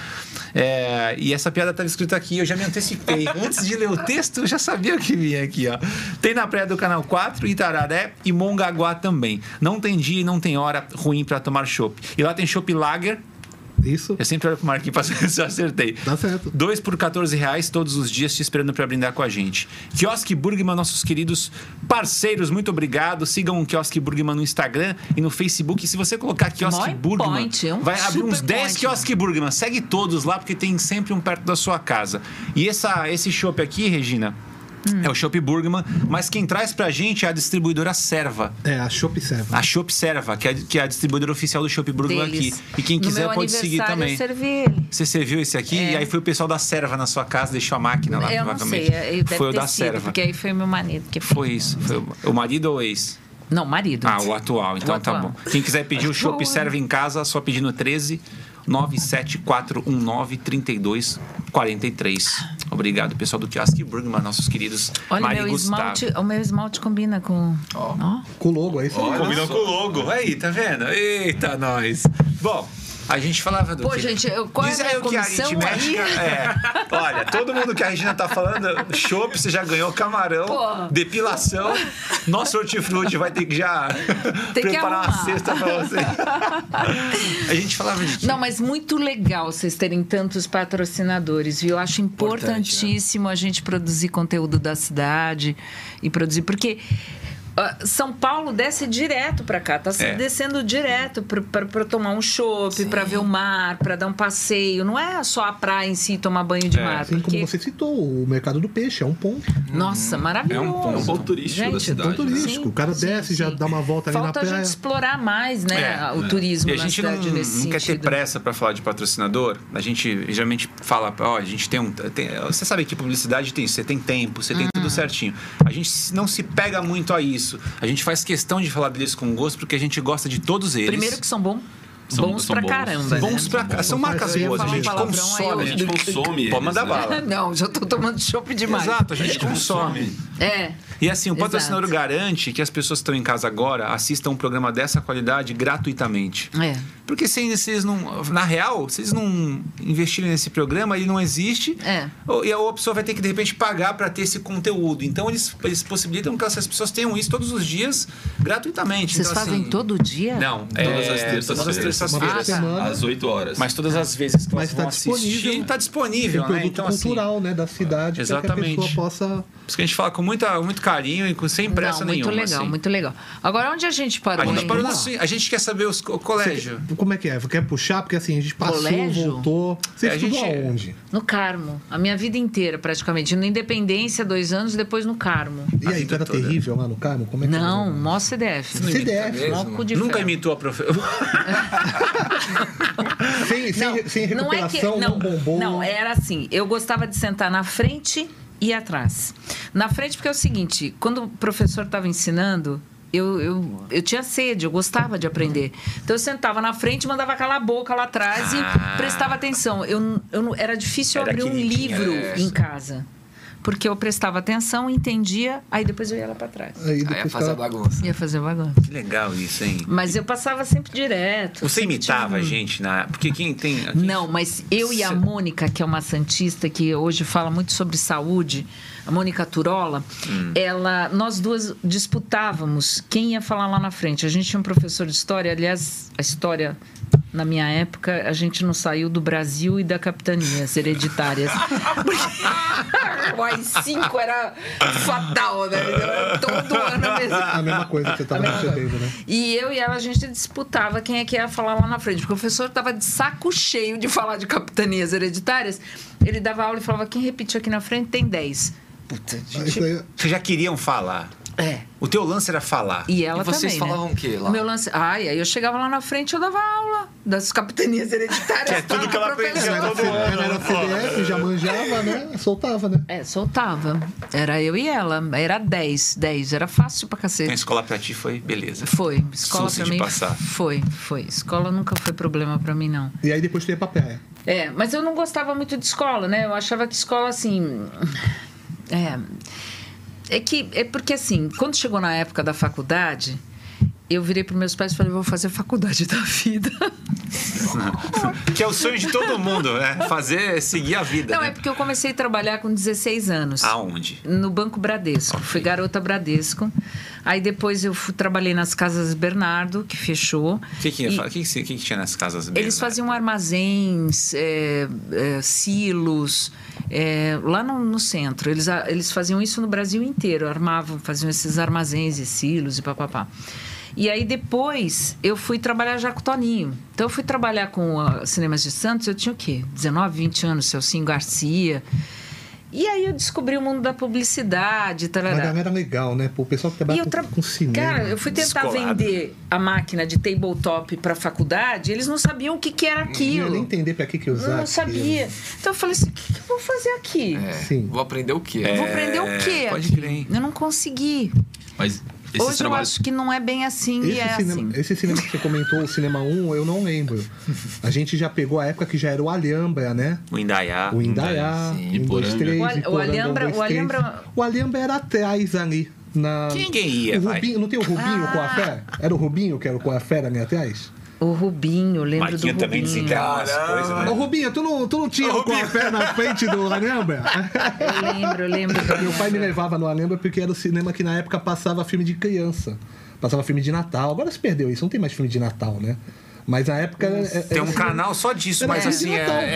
A: É, e essa piada estava escrita aqui, eu já me antecipei. Antes de ler o texto, eu já sabia o que vinha aqui, ó. Tem na praia do Canal 4, Itararé e Mongaguá também. Não tem dia e não tem hora ruim para tomar chopp. E lá tem chopp lager,
C: Isso.
A: eu sempre olho pro Marquinhos pra saber se [LAUGHS] eu acertei.
C: Tá certo.
A: Dois por 14 reais todos os dias te esperando pra brindar com a gente. Kiosque Burgman, nossos queridos parceiros, muito obrigado. Sigam o Kiosque Burgman no Instagram e no Facebook. E se você colocar Kiosque
B: Mó
A: Burgman,
B: point, é um
A: vai abrir uns
B: super
A: 10
B: point. né?
A: Kiosque Burgman. Segue todos lá, porque tem sempre um perto da sua casa. E essa, esse chopp aqui, Regina... É o Chopp Burgman, mas quem traz pra gente é a distribuidora Serva.
C: É, a Shop Serva.
A: A Chopp Serva, que é, que é a distribuidora oficial do Chopp Burgman aqui.
B: Deles.
A: E quem
B: No
A: quiser
B: meu
A: pode seguir
B: aniversário,
A: também.
B: Eu servi ele.
A: Você serviu esse aqui e aí foi o pessoal da serva na sua casa, deixou a máquina lá,
B: É. Eu não sei,
A: provavelmente.
B: eu- deve
A: foi o
B: ter
A: da
B: sido,
A: serva.
B: porque aí foi meu marido que fez.
A: Foi isso. Foi o- o marido ou o ex?
B: Não, marido.
A: Ah, o atual. Então tá
B: atual.
A: bom. Quem quiser pedir o chopp serva em casa, só pedir no 13 97419 3243. Obrigado, pessoal do Kiaski Burgman, nossos queridos
B: Olha,
A: Mari
B: meu
A: e Gustavo.
B: esmalte, o meu esmalte combina com. Ó.
C: Com o logo, é isso aí.
A: Combinou com o logo. Aí, tá vendo? Eita, nós. Bom, a gente falava do
B: Pô,
A: quê?
B: gente, eu- qual é a
A: Diz
B: minha
A: aí o que a
B: comissão
A: aritmética
B: aí?
A: é. Olha, todo mundo que a Regina tá falando, chopp, você já ganhou camarão,
B: Pô.
A: depilação. Nosso hortifruti vai ter que já
B: Tem que
A: preparar uma
B: arrumar.
A: cesta pra
B: [LAUGHS]
A: você. a gente falava de quê?
B: Não, mas muito legal vocês terem tantos patrocinadores, viu? Eu acho
D: Importante, né?
B: importantíssimo a gente produzir conteúdo da cidade e produzir, porque ah, São Paulo desce direto pra cá, tá
A: É.
B: descendo direto pra- pra pra tomar um chopp, pra ver o mar, pra dar um passeio. Não é só a praia em si tomar banho de
A: É,
B: mar.
C: Assim
B: porque-
C: como você citou, o mercado do peixe é um ponto,
B: Nossa,
A: É
B: maravilhoso.
A: um ponto-
F: um ponto turístico da
B: Gente,
F: cidade,
C: ponto
F: né?
C: turístico.
B: Sim,
C: o cara
B: sim,
C: desce, já
B: sim.
C: dá uma volta ali na
B: Falta a
C: praia.
B: gente explorar mais, né,
A: É,
B: o turismo
A: E a
B: na
A: gente não,
B: cidade nesse
A: não quer ter
B: sentido. né?
A: pressa para falar de patrocinador. A gente geralmente fala, ó, a gente tem um. tem- você sabe que publicidade tem, você tem tempo, você tem
B: Uhum.
A: tudo certinho. A gente não se pega muito a isso. A gente faz questão de falar deles com gosto, porque a gente gosta de todos eles.
B: Primeiro que são bons,
F: São-
B: bons
F: são
B: pra
F: bons.
B: caramba.
A: Bons
B: né? [LAUGHS]
A: pra cá. São
C: Bom,
A: marcas
C: eu ia
A: boas, a
C: falar
A: gente
B: um palavrão,
A: consome.
F: A
B: aí eu-
F: gente consome
A: Pode
F: eles,
A: mandar
F: né?
A: bala.
B: Não, já tô tomando chopp demais.
A: Exato, a gente consome.
B: É.
A: E assim, o patrocinador
B: Exato.
A: garante que as pessoas que estão em casa agora assistam um programa dessa qualidade gratuitamente.
B: É.
A: Porque sem vocês não. Na real, vocês não investirem nesse programa, ele não existe.
B: É.
A: Ou- E a pessoa vai ter que, de repente, pagar para ter esse conteúdo. Então, eles, eles possibilitam que essas pessoas tenham isso todos os dias gratuitamente.
B: Vocês
A: Então, assim,
B: fazem Ah, tá. todo dia?
A: Não, é,
F: Todas as terças-feiras.
A: Todas as
C: Uma vez por
A: terças-feiras.
C: semana.
F: Às 8 horas.
A: Mas todas as vezes que
C: Mas
A: elas
C: tá
A: vão assistir,
C: disponível.
A: está
C: Tem um
A: disponível,
C: produto
A: né? Então, assim,
C: cultural, né, da cidade, pra
A: Exatamente.
C: que a pessoa possa...
A: por isso que a gente fala com muita, muito carinho e com, sem pressa
B: Não, muito
A: nenhuma.
B: legal,
A: assim.
B: muito legal. Agora, onde a gente parou?
A: A gente,
B: hein?
A: parou
C: Vamos
A: no- a gente quer saber os, o colégio.
C: Como é que é? Quer puxar? Porque assim, a gente passou,
B: Colégio?
C: voltou. Você
A: É, a
C: estudou
A: gente-
C: aonde?
B: No Carmo. A minha vida inteira, praticamente. No Independência, dois anos, depois no Carmo.
C: E aí, tu era terrível lá no Carmo? Como é que
B: Não,
C: era?
B: mó CDF.
C: Você deve.
D: mesmo?
B: Mó cu de
A: Nunca
B: ferro.
A: imitou a professora.
C: Sem, sem, sem
B: não é que
C: recuperação,
B: não,
C: não bombou.
B: não era assim. Eu gostava de sentar na frente e atrás. Na frente porque é o seguinte, quando o professor estava ensinando eu, eu, eu tinha sede, eu gostava de aprender. Então eu sentava na frente, mandava calar a boca lá atrás
A: Ah.
B: e prestava atenção. Eu, n- eu, não- era difícil eu
A: Era
B: abrir um
A: queridinha,
B: livro
A: né?
B: em casa. Porque eu prestava atenção, entendia, aí depois eu ia lá para trás.
A: Ah,
C: Aí
D: Aí ia
C: depois
D: fazer a
C: ela-
D: bagunça.
B: Ia fazer
A: [LAUGHS]
B: bagunça.
A: Que legal isso, hein?
B: Mas eu passava sempre direto.
A: Você
B: sempre tinha
A: imitava a
B: um-
A: gente na. Porque quem tem. a gente-
B: Não, mas eu e a
A: Cê-
B: Mônica, que é uma santista que hoje fala muito sobre saúde, a Mônica Turola, ela, nós duas disputávamos quem ia falar lá na frente. A gente tinha um professor de história, aliás, a história na minha época, a gente não saiu do Brasil e da capitanias hereditárias. Porque [LAUGHS] o AI-5 era fatal, né? Era todo ano mesmo.
C: A mesma coisa que você tava
B: A mesma
C: recebendo,
B: coisa.
C: né?
B: E eu e ela, a gente disputava quem é que ia falar lá na frente. O professor estava de saco cheio de falar de capitanias hereditárias. Ele dava aula e falava: quem repetiu aqui na frente tem 10. Puta, gente.
C: Isso aí- é
A: Vocês já queriam falar.
B: É.
A: O teu lance era falar.
B: E ela
D: E vocês
B: também,
D: falavam
B: né?
D: o quê lá?
B: Meu lance... Ai, aí eu chegava lá na frente eu dava aula das capitanias hereditárias.
A: [LAUGHS] Que é tudo que
B: pra
A: ela aprendia né?
B: professora.
A: todo ano.
C: Ela era CDF, já manjava, né? Soltava, né?
B: É, soltava. Era eu e ela. Era 10. 10. Era fácil pra
A: A
B: cacete.
A: escola pra ti foi beleza.
B: Foi. Escola
A: Sussa
B: pra
A: de
B: mim.
A: passar.
B: Foi, foi. Escola nunca foi problema pra mim, não.
C: E aí depois tu ia pra praia.
B: É, mas eu não gostava muito de escola, né? Eu achava que escola, assim. É. É que. É porque, assim, quando chegou na época da faculdade, eu virei para meus pais e falei: vou fazer faculdade [LAUGHS] da vida.
A: [LAUGHS] Que é o sonho de todo mundo, né? Fazer, seguir a vida.
B: Não,
A: né?
B: é porque eu comecei a trabalhar com 16 anos.
A: Ah, Aonde?
B: No Banco Bradesco. Fui garota Bradesco. Aí depois eu fui, trabalhei nas Casas Bernardo, que fechou.
A: O que, que, ia
B: E-
A: falar? O que, que, se- o que que tinha nas casas mesmo? né?
B: Eles faziam armazéns, é, é, silos, é, lá no, no centro. Eles, a- eles faziam isso no Brasil inteiro, armavam, faziam esses armazéns e silos e papapá. E aí depois eu fui trabalhar já com o Toninho. Então eu fui trabalhar com a Cinemas de Santos, eu tinha o quê? 19, 20 anos, Celcinho Garcia. E aí eu descobri o mundo da publicidade, tarará.
C: Uma galera legal, né? Pô, o pessoal
B: E
C: que trabalha
B: eu tra-
C: com cinema.
B: Cara, eu fui tentar
A: Descolado.
B: vender a máquina de tabletop para faculdade, eles não sabiam o que, que era
C: não ia
B: aquilo.
C: nem entender pra que que
B: Eu
C: usar.
B: não sabia. Então eu falei assim: o que, que eu vou fazer aqui?
D: É.
C: Sim.
D: Vou aprender o quê?
B: Vou aprender o quê?
A: É, pode
B: aqui?
A: crer, hein?
B: Eu não consegui.
F: Mas esses
B: Hoje eu
F: trabalhos-
B: acho que não é bem assim
C: Esse,
B: e é
C: cinema,
B: assim.
C: esse cinema que você comentou, o cinema 1, eu não lembro. A gente já pegou a época que já era o Alhambra, né?
A: O Indaiá.
C: O Indaiá,
F: sim.
C: um, dois,
F: Iporanga.
C: três,
B: O Al- o
C: Iporanga, um,
B: Alhambra-
C: dois,
B: o
C: três.
B: Alhambra-
C: O Alhambra era atrás ali. Na...
A: Que Ninguém ia,
C: o
A: vai.
C: Rubinho, não tem o Rubinho com a
B: Ah.
C: fé? Era o Rubinho que era com a fera ali atrás?
B: O Rubinho, lembro do
A: Marquinho também
B: Rubinho.
A: desenterrava umas coisas, né?
C: Ô Rubinho, tu não, tu não tinha o com a fé na frente
A: [LAUGHS]
C: do Alhambra?
B: Eu lembro, eu lembro. do
C: [LAUGHS] Meu pai me
B: Alhambra.
C: levava no Alhambra porque era o cinema que na época passava filme de criança. Passava filme de Natal. Agora se perdeu isso, não tem mais filme de Natal, né? Mas na época. é-
A: Tem
C: é-
A: um canal só disso,
C: Era
A: mas
C: filme de
A: assim, é,
C: Natal.
A: é-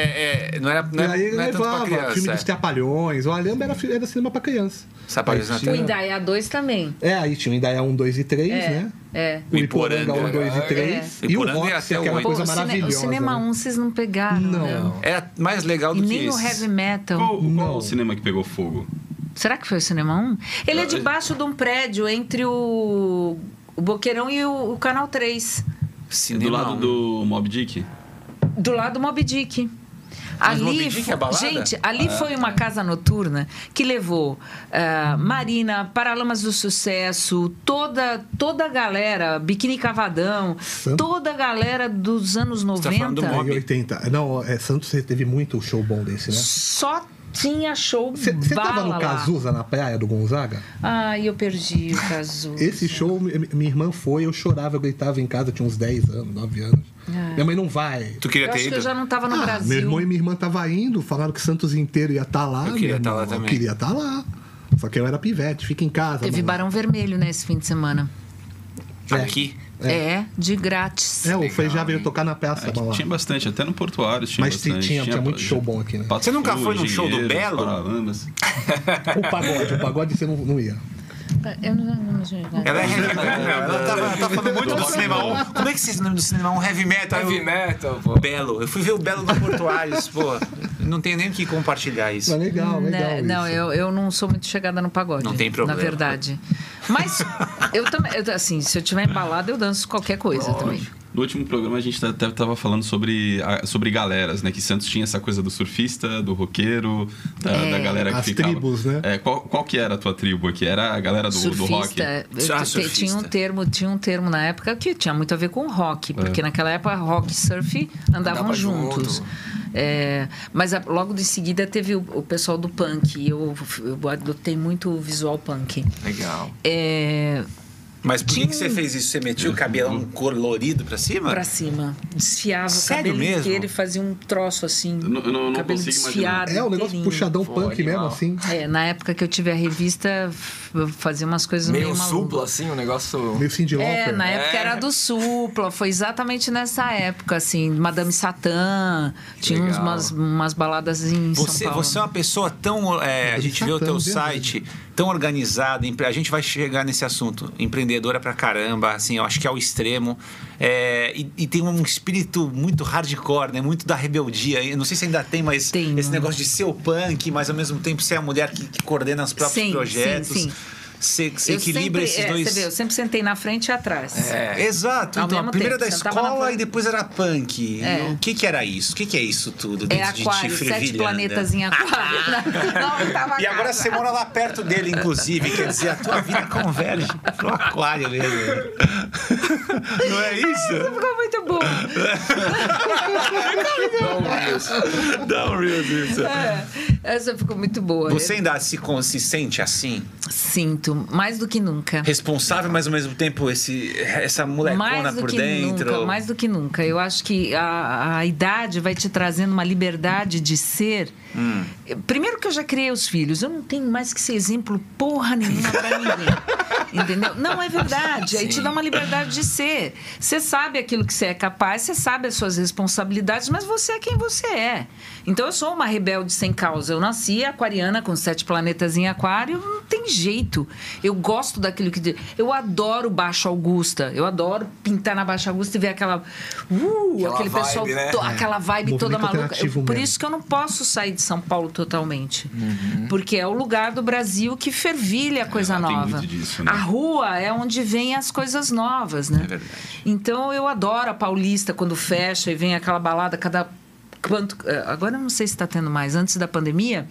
A: é- não era, não
C: E
A: era,
C: aí
A: não era tanto pra
C: levava filme
A: criança.
C: dos
A: é.
C: Trapalhões. O Alhambra era, fi- era cinema pra criança.
A: Trapalhões
C: Aí
A: na
C: tinha-
B: O Indaiá 2 também.
C: É, aí tinha o Indaiá 1, 2 e 3,
B: É,
C: né?
B: é.
C: O Iporanga 1, 2 e 3.
A: É.
C: E o
A: Iporanga é
C: Roxy,
A: até
C: aquela
A: hoje.
B: Pô,
C: coisa
B: o, cine-
C: maravilhosa.
B: o Cinema
C: né?
B: 1 vocês não pegaram,
C: Não.
B: né?
A: Era É mais legal
B: E
A: do que
B: nem o
A: esses.
B: Heavy Metal.
F: Qual, qual
C: Não.
F: o cinema que pegou fogo? É
B: Será que foi o Cinema 1? Ele é
F: Ah,
B: debaixo de um prédio entre o, o Boqueirão e o, o Canal 3.
F: Do
A: Cinema
F: lado
A: um.
F: do Mob Dick?
B: Do lado do Mob Dick.
A: Mas
B: Ali,
A: Moby Dick é balada?
B: gente, ali foi uma casa noturna que levou ah, Marina, Paralamas do Sucesso, toda toda a galera, Biquíni Cavadão,
C: Santa.
B: toda a galera dos anos
A: tá
B: 90.
A: falando do Mob?
C: Aí 80. Não, é, Santos teve muito show bom desse, né?
B: Só tinha show
C: Você tava
B: bala
C: no
B: lá.
C: Cazuza, na praia do Gonzaga?
B: Ai, eu perdi o Cazuza.
C: Esse show, mi- mi- minha irmã foi, eu chorava, eu gritava em casa, eu tinha uns 10 anos, 9 anos.
B: Ah.
C: Minha mãe não vai.
A: Tu
B: Eu
A: queria
B: acho
A: ter
B: que eu
A: ido?
B: já não tava no
C: Ah,
B: Brasil.
C: meu irmão e minha irmã tava indo, falaram que Santos inteiro ia estar lá.
A: Eu queria
C: meu
A: tá lá
C: irmão,
A: também.
C: Eu queria estar lá. Só que eu era pivete, fica em casa.
B: Teve
C: mano.
B: Barão Vermelho, né, esse fim de semana.
C: É.
A: Aqui.
B: É, de grátis.
C: É, o Frejá veio tocar na peça.
F: Aqui
C: lá.
F: É, tinha bastante, até no Porto Aires tinha
C: Mas tinha-
F: bastante.
C: tinha- tinha muito show bom aqui, né?
F: Pato
A: Você nunca foi num
F: Engenheiros,
A: show do Belo?
F: Paralamas.
C: O pagode, o pagode você não, não ia.
B: Eu não, não, não-
A: Ela é heavy metal.
C: [LAUGHS]
A: Ela tava, tá falando muito do cinema 1. Como é que vocês lembram do cinema 1 heavy metal?
D: Heavy
A: Eu-
D: metal, pô.
A: Belo. Eu fui ver o Belo do Porto Aires, pô. Não tenho nem o que compartilhar
C: Mas
A: isso.
C: legal, legal.
B: Né, Não,
C: isso.
B: eu, eu não sou muito chegada no pagode.
A: Não tem problema.
B: Na verdade. Mas eu também, eu, assim, se eu tiver embalada, eu danço qualquer coisa também.
F: No último programa a gente tá- até tava falando sobre, a- sobre galeras, né? Que Santos tinha essa coisa do surfista, do roqueiro, da,
B: É.
F: da galera que
C: As
F: ficava.
C: tribos, né?
F: É, qual, qual que era a tua tribo aqui? Era a galera do, do rock?
B: surfista, eu te-
A: Ah,
B: te-
A: surfista.
B: Tinha, um termo, tinha um termo na época que tinha muito a ver com rock,
C: É.
B: porque naquela época rock e surf andavam
D: Andava
B: juntos.
D: junto.
B: É, mas a- logo de seguida teve o, o pessoal do punk, e eu, eu adotei muito o visual punk.
D: Legal.
B: É,
A: Mas por que que você fez isso? Você metia o cabelão colorido pra cima?
B: Pra cima. Desfiava
A: Ah. Sério
B: o cabelo
A: mesmo?
B: inteiro e fazia um troço assim.
F: não- eu não
B: cabelo
F: consigo
B: desfiado.
C: É, o negócio
B: inteirinho.
C: puxadão
D: Pô,
C: punk mesmo,
D: animal.
C: assim.
B: É, na época que eu tive a revista, f- eu fazia umas coisas meio,
D: Meio supla, assim, um negócio...
C: Meio Cindy Lauper.
B: É, na época
D: É.
B: era do Supla, foi exatamente nessa época, assim, Madame Satã, tinha uns-
D: Legal.
B: umas, umas baladas em São
A: Você,
B: Paulo.
A: você é uma pessoa tão. é, a
C: Ele
A: gente
C: tá
A: vê o teu
C: tão verdade.
A: site tão organizado. empre- A gente vai chegar nesse assunto. Empreendedora pra caramba, assim, eu acho que é o extremo. É, e, e tem um espírito muito hardcore, né? Muito da rebeldia. Eu não sei se ainda tem, mas
B: Tem.
A: esse negócio de ser o punk, mas ao mesmo tempo ser a mulher que, que coordena os próprios
B: Sim,
A: projetos.
B: sim, sim.
A: Você, você
B: Eu
A: equilibra
B: sempre-
A: esses
B: é,
A: dois.
B: Você vê, eu sempre sentei na frente e atrás.
D: É.
A: Exato,
B: Ao
A: então a
B: mesmo
A: primeira
B: tempo,
A: da
B: sentava na
A: escola
B: frente.
A: e depois era punk.
B: É.
A: O que, que era isso? O que, que é isso tudo?
B: É
A: dentro de né? ti,
B: aquário, sete
A: fervilhando?
B: planetas em aquário. [LAUGHS] Não, eu tava
A: E agora você mora lá perto dele, inclusive. Quer dizer, a tua vida converge pro aquário
B: [LAUGHS]
A: mesmo. Não é isso?
B: Ficou muito bom.
A: Dá um real disso.
B: É, essa ficou muito boa.
A: Você ainda se, con- se sente assim?
B: Sinto, mais do que nunca.
A: Responsável, mas ao mesmo tempo esse, essa molecona
B: mais do
A: por
B: que
A: dentro?
B: nunca, mais do que nunca. Eu acho que a, a idade vai te trazendo uma liberdade de ser.
A: Hum.
B: Primeiro que eu já criei os filhos, eu não tenho mais que ser exemplo porra nenhuma pra
A: [LAUGHS]
B: ninguém. Entendeu? Não, é verdade. Aí te dá uma liberdade de ser. Você sabe aquilo que você é capaz, você sabe as suas responsabilidades, mas você é quem você é. Então eu sou uma rebelde sem causa. Eu nasci aquariana com sete planetas em aquário, não tem jeito. Eu gosto daquilo que. Eu adoro Baixo Augusta. Eu adoro pintar na Baixa Augusta e ver aquela. Uh,
D: Aquela
B: aquele
D: vibe,
B: pessoal.
D: né?
B: to- Aquela vibe toda
C: Movimento
B: maluca. Eu-
C: alternativo
B: por
C: mesmo.
B: isso que eu não posso sair de São Paulo totalmente. Porque é o lugar do Brasil que fervilha coisa
F: Uhum. É, lá tem
B: nova.
F: muito disso, né?
B: A rua é onde vem as coisas novas, né? É verdade. Então eu adoro a Paulista quando fecha e vem aquela balada, cada. Quanto, eh, agora eu não sei se está tendo mais. Antes da pandemia,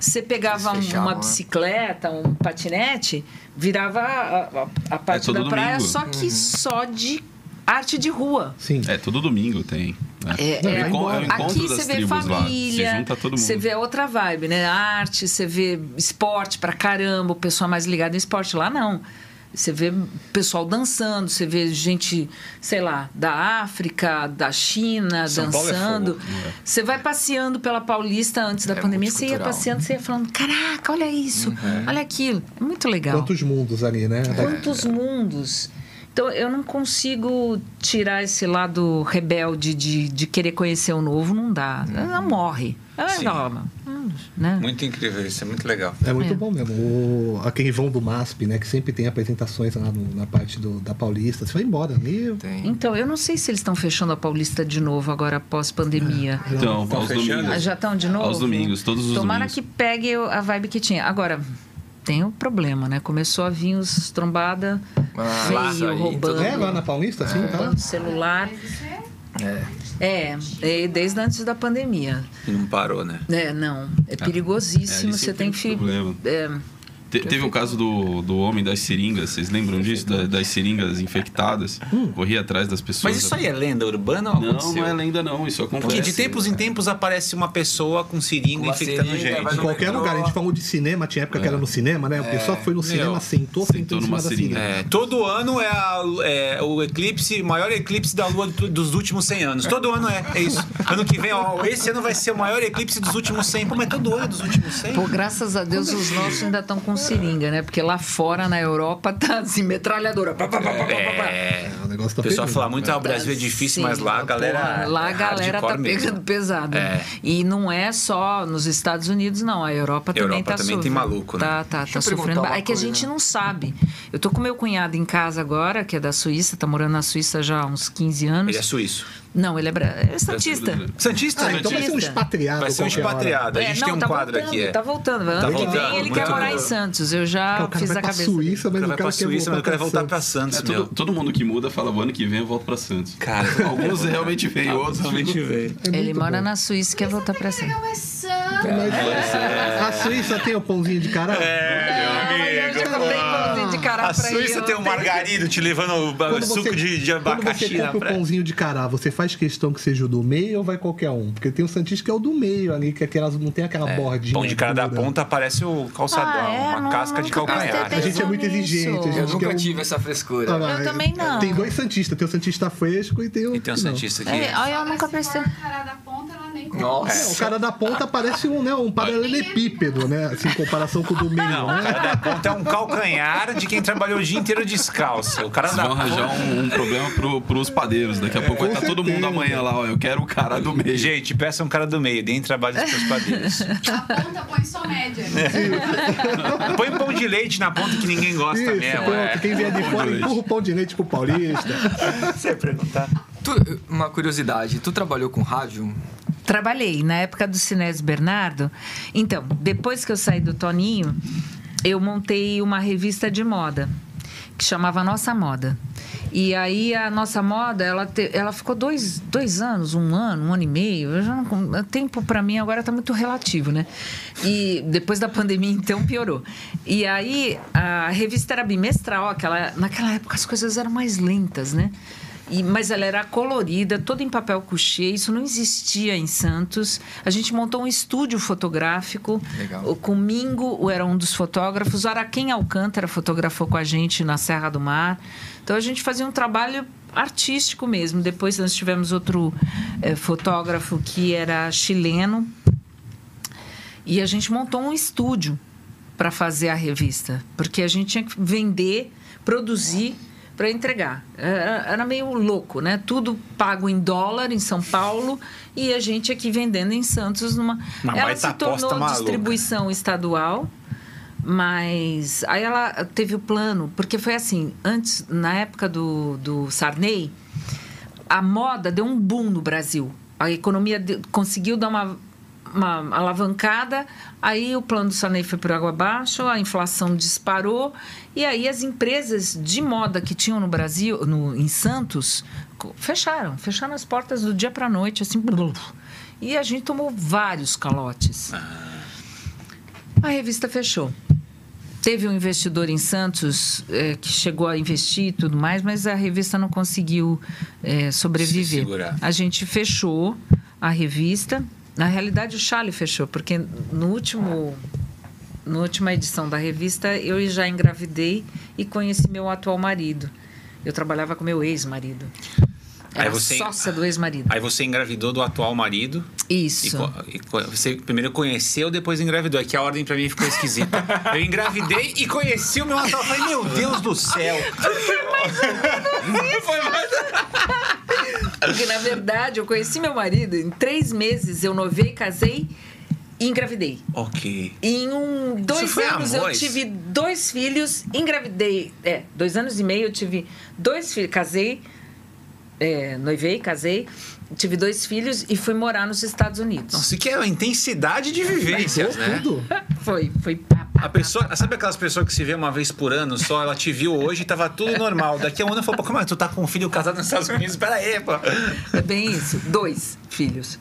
B: você pegava
D: Eles
B: um-
D: fechavam,
B: uma
D: né?
B: bicicleta, um patinete, virava a, a- a parte
F: todo
B: da praia,
F: domingo.
B: só que só de arte de rua.
C: Sim.
F: É, todo domingo tem. né?
B: É,
F: Não,
B: é,
F: o encon- é o encontro
B: aqui
F: das
B: você vê
F: tribos lá.
B: família,
F: Se junta todo
B: você
F: mundo.
B: vê outra vibe, né? Arte, você vê esporte pra caramba, o pessoal é mais ligado em esporte. Lá não. Você vê pessoal dançando, você vê gente, sei lá, da África, da China
A: São Paulo é
B: dançando.
A: fogo,
F: é.
B: Você vai passeando pela Paulista antes da
D: É
B: pandemia, você ia
D: multicultural.
B: passeando, você ia falando: caraca,
F: Uhum.
B: olha isso, olha aquilo. É muito legal.
C: Quantos mundos ali, né?
B: Quantos mundos. Então, eu não consigo tirar esse lado rebelde de, de querer conhecer o novo, não dá. Ela morre. Ela
A: Sim.
B: não, hum, né?
A: Muito incrível isso, é muito legal.
C: É muito
B: É.
C: bom mesmo. O, aquele vão do MASP, né? Que sempre tem apresentações lá no- na parte do- da Paulista. Você vai embora. Ali,
D: Tem.
B: Então, eu não sei se eles estão fechando a Paulista de novo agora, pós-pandemia.
F: Então,
C: Tá
A: Estão
F: aos
A: fechando?
F: domingos.
B: Ah, Já estão de novo?
F: Aos domingos, todos os
B: Tomara
F: domingos.
B: que pegue o- a vibe que tinha. Agora, tem um problema, né? Começou a vir os trombada,
D: Ah, isso
B: feio,
D: aí,
B: roubando,
C: é lá na Paulista, assim, tá?
A: É.
B: roubando celular.
G: Mas isso é
D: É.
B: É, é, desde antes da pandemia.
A: E não parou, né?
B: É, não. É
F: É,
B: perigosíssimo.
F: ali
B: Você
F: sempre
B: tem
F: tem
B: que.
A: um
F: problema.
B: É,
F: Te- teve um caso do, do homem das seringas, vocês lembram disso? Da- das seringas infectadas?
B: Hum.
F: Corria atrás das pessoas.
A: Mas isso aí é lenda urbana ou
F: Não,
A: aconteceu?
F: não é lenda, não. Isso acontece.
A: Porque de tempos em tempos aparece uma pessoa com seringa
D: Uma
A: infectando
D: seringa,
A: gente.
D: vai
C: Em
D: no
C: qualquer
D: metrô.
C: lugar. A gente falou de cinema, tinha época que era no cinema, né? O pessoal foi no cinema, sentou,
F: Sentou
C: sentou em cima
F: numa
C: da
F: seringa.
C: seringa.
A: É, todo ano é, a- é o eclipse, maior eclipse da Lua do- dos últimos 100 anos. Todo ano é, é isso. Ano que vem, ó, esse ano vai ser o maior eclipse dos últimos 100. Pô, mas todo ano é dos últimos 100?
B: pô, graças a Deus os nossos ainda estão com seringa, né? Porque lá fora, na Europa, tá assim, metralhadora. Pá, pá, pá, pá, pá, pá, pá.
A: É,
C: O negócio
A: o
C: tá
A: pessoal
C: pegando.
A: fala muito, ah, o Brasil é difícil, mas lá a
B: Sim,
A: galera.
B: porra, lá a
A: é
B: galera tá
A: hardcore mesmo.
B: pegando pesado. né? E não é só nos Estados Unidos, não. A Europa, também
A: Europa
B: tá
A: também tem
B: sofrendo.
A: maluco, né?
B: Tá, tá,
D: Deixa
B: tá
D: eu perguntar
B: sofrendo.
D: uma
B: É que a
D: coisa.
B: gente não sabe. Eu tô com meu cunhado em casa agora, que é da Suíça, tá morando na Suíça já há uns 15 anos.
A: Ele é né? suíço.
B: Não, ele é, bra... é statista.
A: Santista?
C: Ah, então vai ser um
B: Artista.
C: expatriado.
A: Vai ser um
C: qualquer hora.
A: expatriado. A
B: É,
A: gente
B: não,
A: tem um
B: tá
A: quadro
B: voltando,
A: aqui. é.
B: Tá voltando. Ano
C: Tá
B: que
A: voltando,
B: vem ele
A: muito
B: quer morar
A: bom.
B: em Santos. Eu já
C: Ah, O cara
B: fiz
C: vai
B: a
C: pra
B: Ah, cabeça.
C: Suíça,
A: O
C: mas
A: cara
C: o
A: vai
C: cara
A: pra
C: quer
A: Suíça, mas o cara vai voltar pra
C: Santos.
A: Santos,
F: É,
A: meu.
F: todo, todo mundo que muda fala, o ano que vem eu volto pra Santos.
A: Cara,
F: Alguns realmente vêm, outros
A: realmente vem.
C: É
B: Ele
C: muito
B: mora
C: bom.
B: na Suíça e quer voltar tá pra Santos.
G: legal, mas santo.
C: Mas-
A: É.
C: A Suíça tem o pãozinho de caralho?
B: É, eu já comprei pãozinho de cará
A: Ah, A
B: pra ele
A: Suíça tem um
B: ontem.
A: margarido te levando o ba-
C: Quando
A: suco de, de
C: Quando
A: abacaxi
C: você
A: na
C: compra um o
A: praia.
C: pãozinho de cará, você faz questão que seja o do meio ou vai qualquer um? Porque tem o Santista que é o do meio ali, que é aquelas, não tem aquela bordinha.
A: Pão de cara da
C: dura.
A: ponta parece o calçadão,
B: Ah, é?
A: uma
B: Não,
A: casca de
B: nunca prestei
A: calcanhar.
C: A gente é muito
B: Nisso.
C: exigente. A gente
D: Eu
C: quer
D: nunca
C: um-
D: tive essa
C: Ah,
D: frescura.
C: lá,
B: Eu também não.
C: Tem dois Santistas. Tem o Santista fresco e tem o.
A: E tem um
C: que não.
A: Santista aqui.
B: É, olha, eu nunca
G: Agora, se
B: prestei.
G: for o cara da ponta, ela nem compra.
D: Nossa.
C: É, o cara da
A: Ah.
C: ponta parece um, né, um paralelepípedo, né? Assim, em comparação com o do meio,
A: Não, o
C: né?
A: cara da ponta é um calcanhar de quem trabalhou o dia inteiro descalço. O cara
F: Vocês
A: da
F: vão
A: ponta.
F: arranjar um, um problema pro, pros padeiros. Daqui a pouco vai
C: com
F: estar todo mundo
C: certeza.
F: amanhã lá, ó. Eu quero o cara do meio.
A: Gente, peça um cara do meio, deem trabalho para os padeiros.
G: A ponta põe
A: [LAUGHS]
G: só média.
A: É, Põe pão de leite na ponta que ninguém gosta
C: Isso,
A: mesmo.
C: pronto.
A: é.
C: Quem vier de fora empurra o pão de leite pro paulista.
A: Você ia perguntar.
D: Tu- uma curiosidade, tu trabalhou com rádio?
B: Trabalhei na época do Sinésio Bernardo. Então, depois que eu saí do Toninho, eu montei uma revista de moda que chamava Nossa Moda. E aí a nossa moda, ela, te- ela ficou dois, dois anos, um ano, um ano e meio. Eu já não, con- o tempo para mim agora tá muito relativo, né? E depois da pandemia, então, piorou. E aí a revista era bimestral, aquela, naquela época as coisas eram mais lentas, né? E- mas ela era colorida, toda em papel couchê, isso não existia em Santos. A gente montou um estúdio fotográfico.
D: Legal.
B: O Comingo o- era um dos fotógrafos, o Araquém Alcântara fotografou com a gente na Serra do Mar. Então a gente fazia um trabalho artístico mesmo. Depois nós tivemos outro eh, fotógrafo que era chileno, e a gente montou um estúdio para fazer a revista, porque a gente tinha que vender, produzir para entregar. Era, era meio louco, né? Tudo pago em dólar em São Paulo e a gente aqui vendendo em Santos numa.
A: Uma
B: Ela
A: baita
B: se
A: aposta
B: tornou
A: maluca.
B: distribuição estadual. Mas aí ela teve o plano, porque foi assim, antes, na época do, do Sarney, a moda deu um boom no Brasil. A economia de- conseguiu dar uma, uma alavancada, aí o plano do Sarney foi por água abaixo, a inflação disparou, e aí as empresas de moda que tinham no Brasil, no, em Santos, co- fecharam, fecharam as portas do dia para a noite, assim, bluf. e a gente tomou vários calotes. A revista fechou. Teve um investidor em Santos eh, que chegou a investir e tudo mais, mas a revista não conseguiu eh,
A: Se
B: sobreviver.
A: segurar.
B: A gente fechou a revista. Na realidade, o Chale fechou, porque no último, na última edição da revista eu já engravidei e conheci meu atual marido. Eu trabalhava com meu ex-marido.
A: Aí
B: Era
A: você-
B: sócia do ex-marido.
A: Aí você engravidou do atual marido. E
B: Isso.
A: co- e co- você primeiro conheceu, depois engravidou. É que a ordem pra mim ficou esquisita. Eu engravidei e conheci o meu atual. Eu Falei, meu Deus do céu.
B: Porque, na verdade, eu conheci meu marido. Em três meses, eu novei, casei e engravidei.
A: ok.
B: Em um, dois
A: foi
B: anos
A: amor,
B: eu
A: isso?
B: tive dois filhos, engravidei. É, dois anos e meio eu tive dois filhos, casei, é, noivei, casei, tive dois filhos e fui morar nos Estados Unidos.
A: Nossa, que é a intensidade de vivências, né?
C: Tudo.
B: Foi, foi pá, pá,
A: A pessoa, sabe aquelas pessoas que se vê uma vez por ano só, ela te viu hoje e tava tudo normal. Daqui a um ano falou, pô, como é que tu tá com um filho casado nos Estados Unidos? Pera aí, pô.
B: É bem isso. Dois filhos.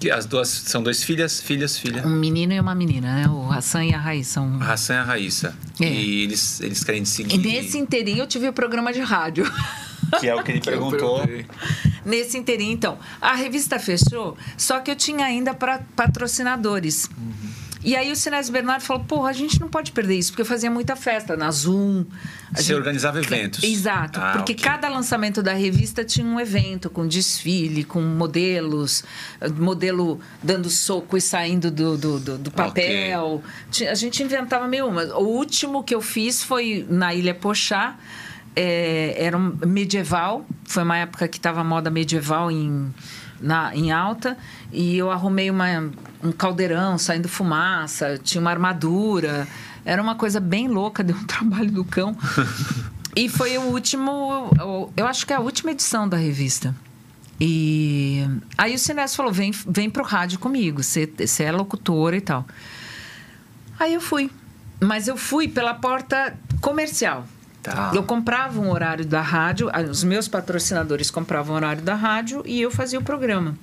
A: Que As duas são duas filhas, filhas, filha.
B: Um menino e uma menina, né? O Hassan e a Raiz são.
A: A Hassan e a Raíssa.
B: É.
A: E eles, eles querem te seguir.
B: E nesse inteirinho eu tive o programa de rádio.
A: [LAUGHS]
B: [LAUGHS]
A: Que é o que ele perguntou.
D: perguntei.
B: Nesse inteirinho, então. A revista fechou, só que eu tinha ainda pra patrocinadores. E aí o Sinés Bernardo falou, porra, a gente não pode perder isso, porque eu fazia muita festa na Zoom. A
A: Você
B: gente-
A: organizava eventos.
B: Exato,
A: Ah,
B: porque
A: ok.
B: cada lançamento da revista tinha um evento com desfile, com modelos, eh, modelo dando soco e saindo do, do, do- do papel. Ti- A gente inventava meio uma. O último que eu fiz foi na Ilha Pochá, eh, era um medieval, foi uma época que estava moda medieval em, na, em alta, e eu arrumei uma, um caldeirão saindo fumaça, tinha uma armadura. Era uma coisa bem louca, [LAUGHS] deu um trabalho do cão. E foi o último, o- eu acho que é a última edição da revista. E aí o Sinés falou: vem, vem pro rádio comigo, você você é locutora e tal. Aí eu fui. Mas eu fui pela porta comercial.
D: Tá.
B: Eu comprava um horário da rádio, ah, os meus patrocinadores compravam o horário da rádio e eu fazia o programa.